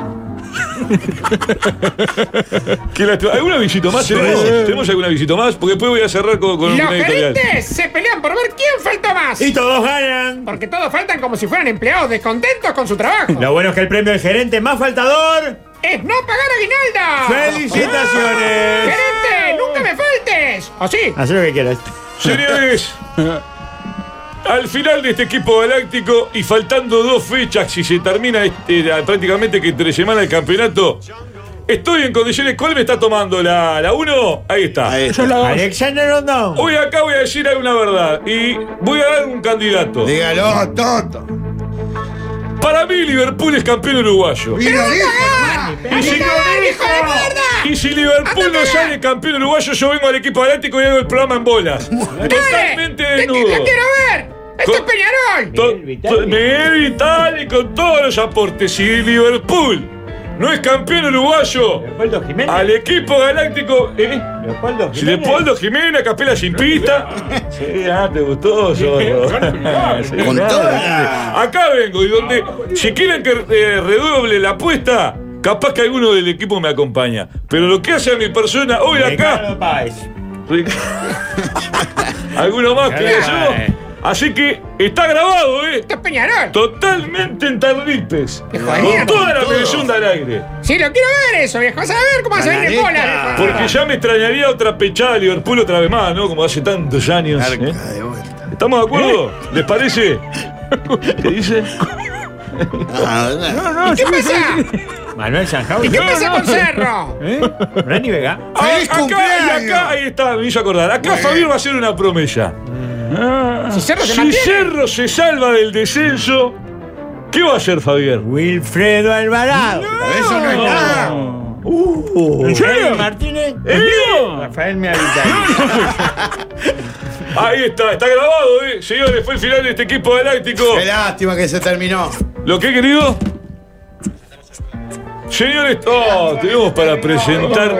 Qué lástima. ¿Alguna visita más? ¿Tenemos, tenemos alguna visita más? Porque después voy a cerrar con, con
Los
una editorial.
gerentes se pelean por ver quién falta más.
Y todos ganan.
Porque todos faltan como si fueran empleados descontentos con su trabajo.
Lo bueno es que el premio del gerente más faltador.
¡Es no pagar
Ah.
aguinaldo!
¡Felicitaciones!
¡Gerente, nunca me faltes!
Ah,
¿O sí?
Haz lo que quieras.
Señores, al final de este equipo galáctico y faltando dos fechas, si se termina este, la- prácticamente que entre semana el campeonato, estoy en condiciones. ¿Cuál me está tomando? ¿La 1? Ahí está.
Yo la dos. Alexander Rondón.
Hoy acá voy a decir una verdad y voy a dar un candidato.
Dígalo, Toto.
Para mí, Liverpool es campeón uruguayo.
¡Ay,
si-
cagar, hijo de mierda!
Y si Liverpool no sale campeón uruguayo, yo vengo al equipo galáctico y hago el programa en bolas. Totalmente
¡Dale! ¡Te-
desnudo.
¡La quiero ver! ¡Esto es
Con-
Este Peñarol!
To- to- Miguel Vitali con todos los aportes. Si Liverpool no es campeón uruguayo. Al equipo galáctico. ¿eh? Si Leopoldo Jiménez, Capela sin pista. Sí, ah, te gustó, Zorro. Sí,
Con
nada.
toda.
Acá vengo, y donde. Si quieren que eh, redoble la apuesta, capaz que alguno del equipo me acompaña. Pero lo que hace a mi persona hoy acá. Ric- <laughs> Alguno más que
Ricardo
yo.
Páez.
Así que está grabado, ¿eh?
Peñarol.
Totalmente en tarrites.
jodido.
Con toda la
Todo.
televisión al aire.
Sí, lo quiero ver eso, viejo. Vas a ver cómo se vende bola, viejo.
Porque ya me extrañaría otra pechada de Liverpool otra vez más, ¿no? Como hace tantos años. ¿eh? ¿Estamos de
¿Eh?
acuerdo? ¿Les parece? ¿Qué dice?
Ah,
Ờ,
¿Y qué pasa?
à?
Manuel Sanjau.
¿Y qué pasa con Cerro?
¿Eh? Rani Vega.
Ah, acá, y acá, ahí está, me hizo acordar. Acá Fabián va a hacer una promesa. Ah,
Si Cerro se
si
mantiene.
Cerro se salva del descenso, ¿qué va a hacer Fabián? Wilfredo Alvarado.
Eso no es nada. Uh.
¿En serio?
Martínez.
¿Es mío?
Rafael me habita.
Ahí está, está grabado, eh. Señores, fue el final de este equipo galáctico. Qué lástima que se terminó. ¿Lo que querido? Señores, oh, tenemos para presentar.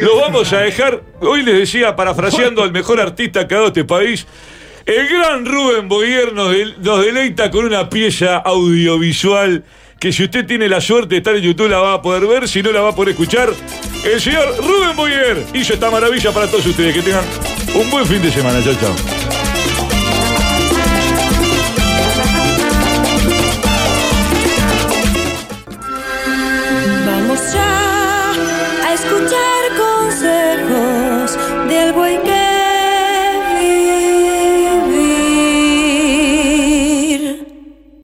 Lo vamos a dejar. Hoy les decía, parafraseando al mejor artista que ha dado este país. El gran Rubén Boyer nos, del- nos deleita con una pieza audiovisual que si usted tiene la suerte de estar en YouTube la va a poder ver, si no la va a poder escuchar. El señor Rubén Boyer hizo esta maravilla para todos ustedes. Que tengan un buen fin de semana. Chao, chao.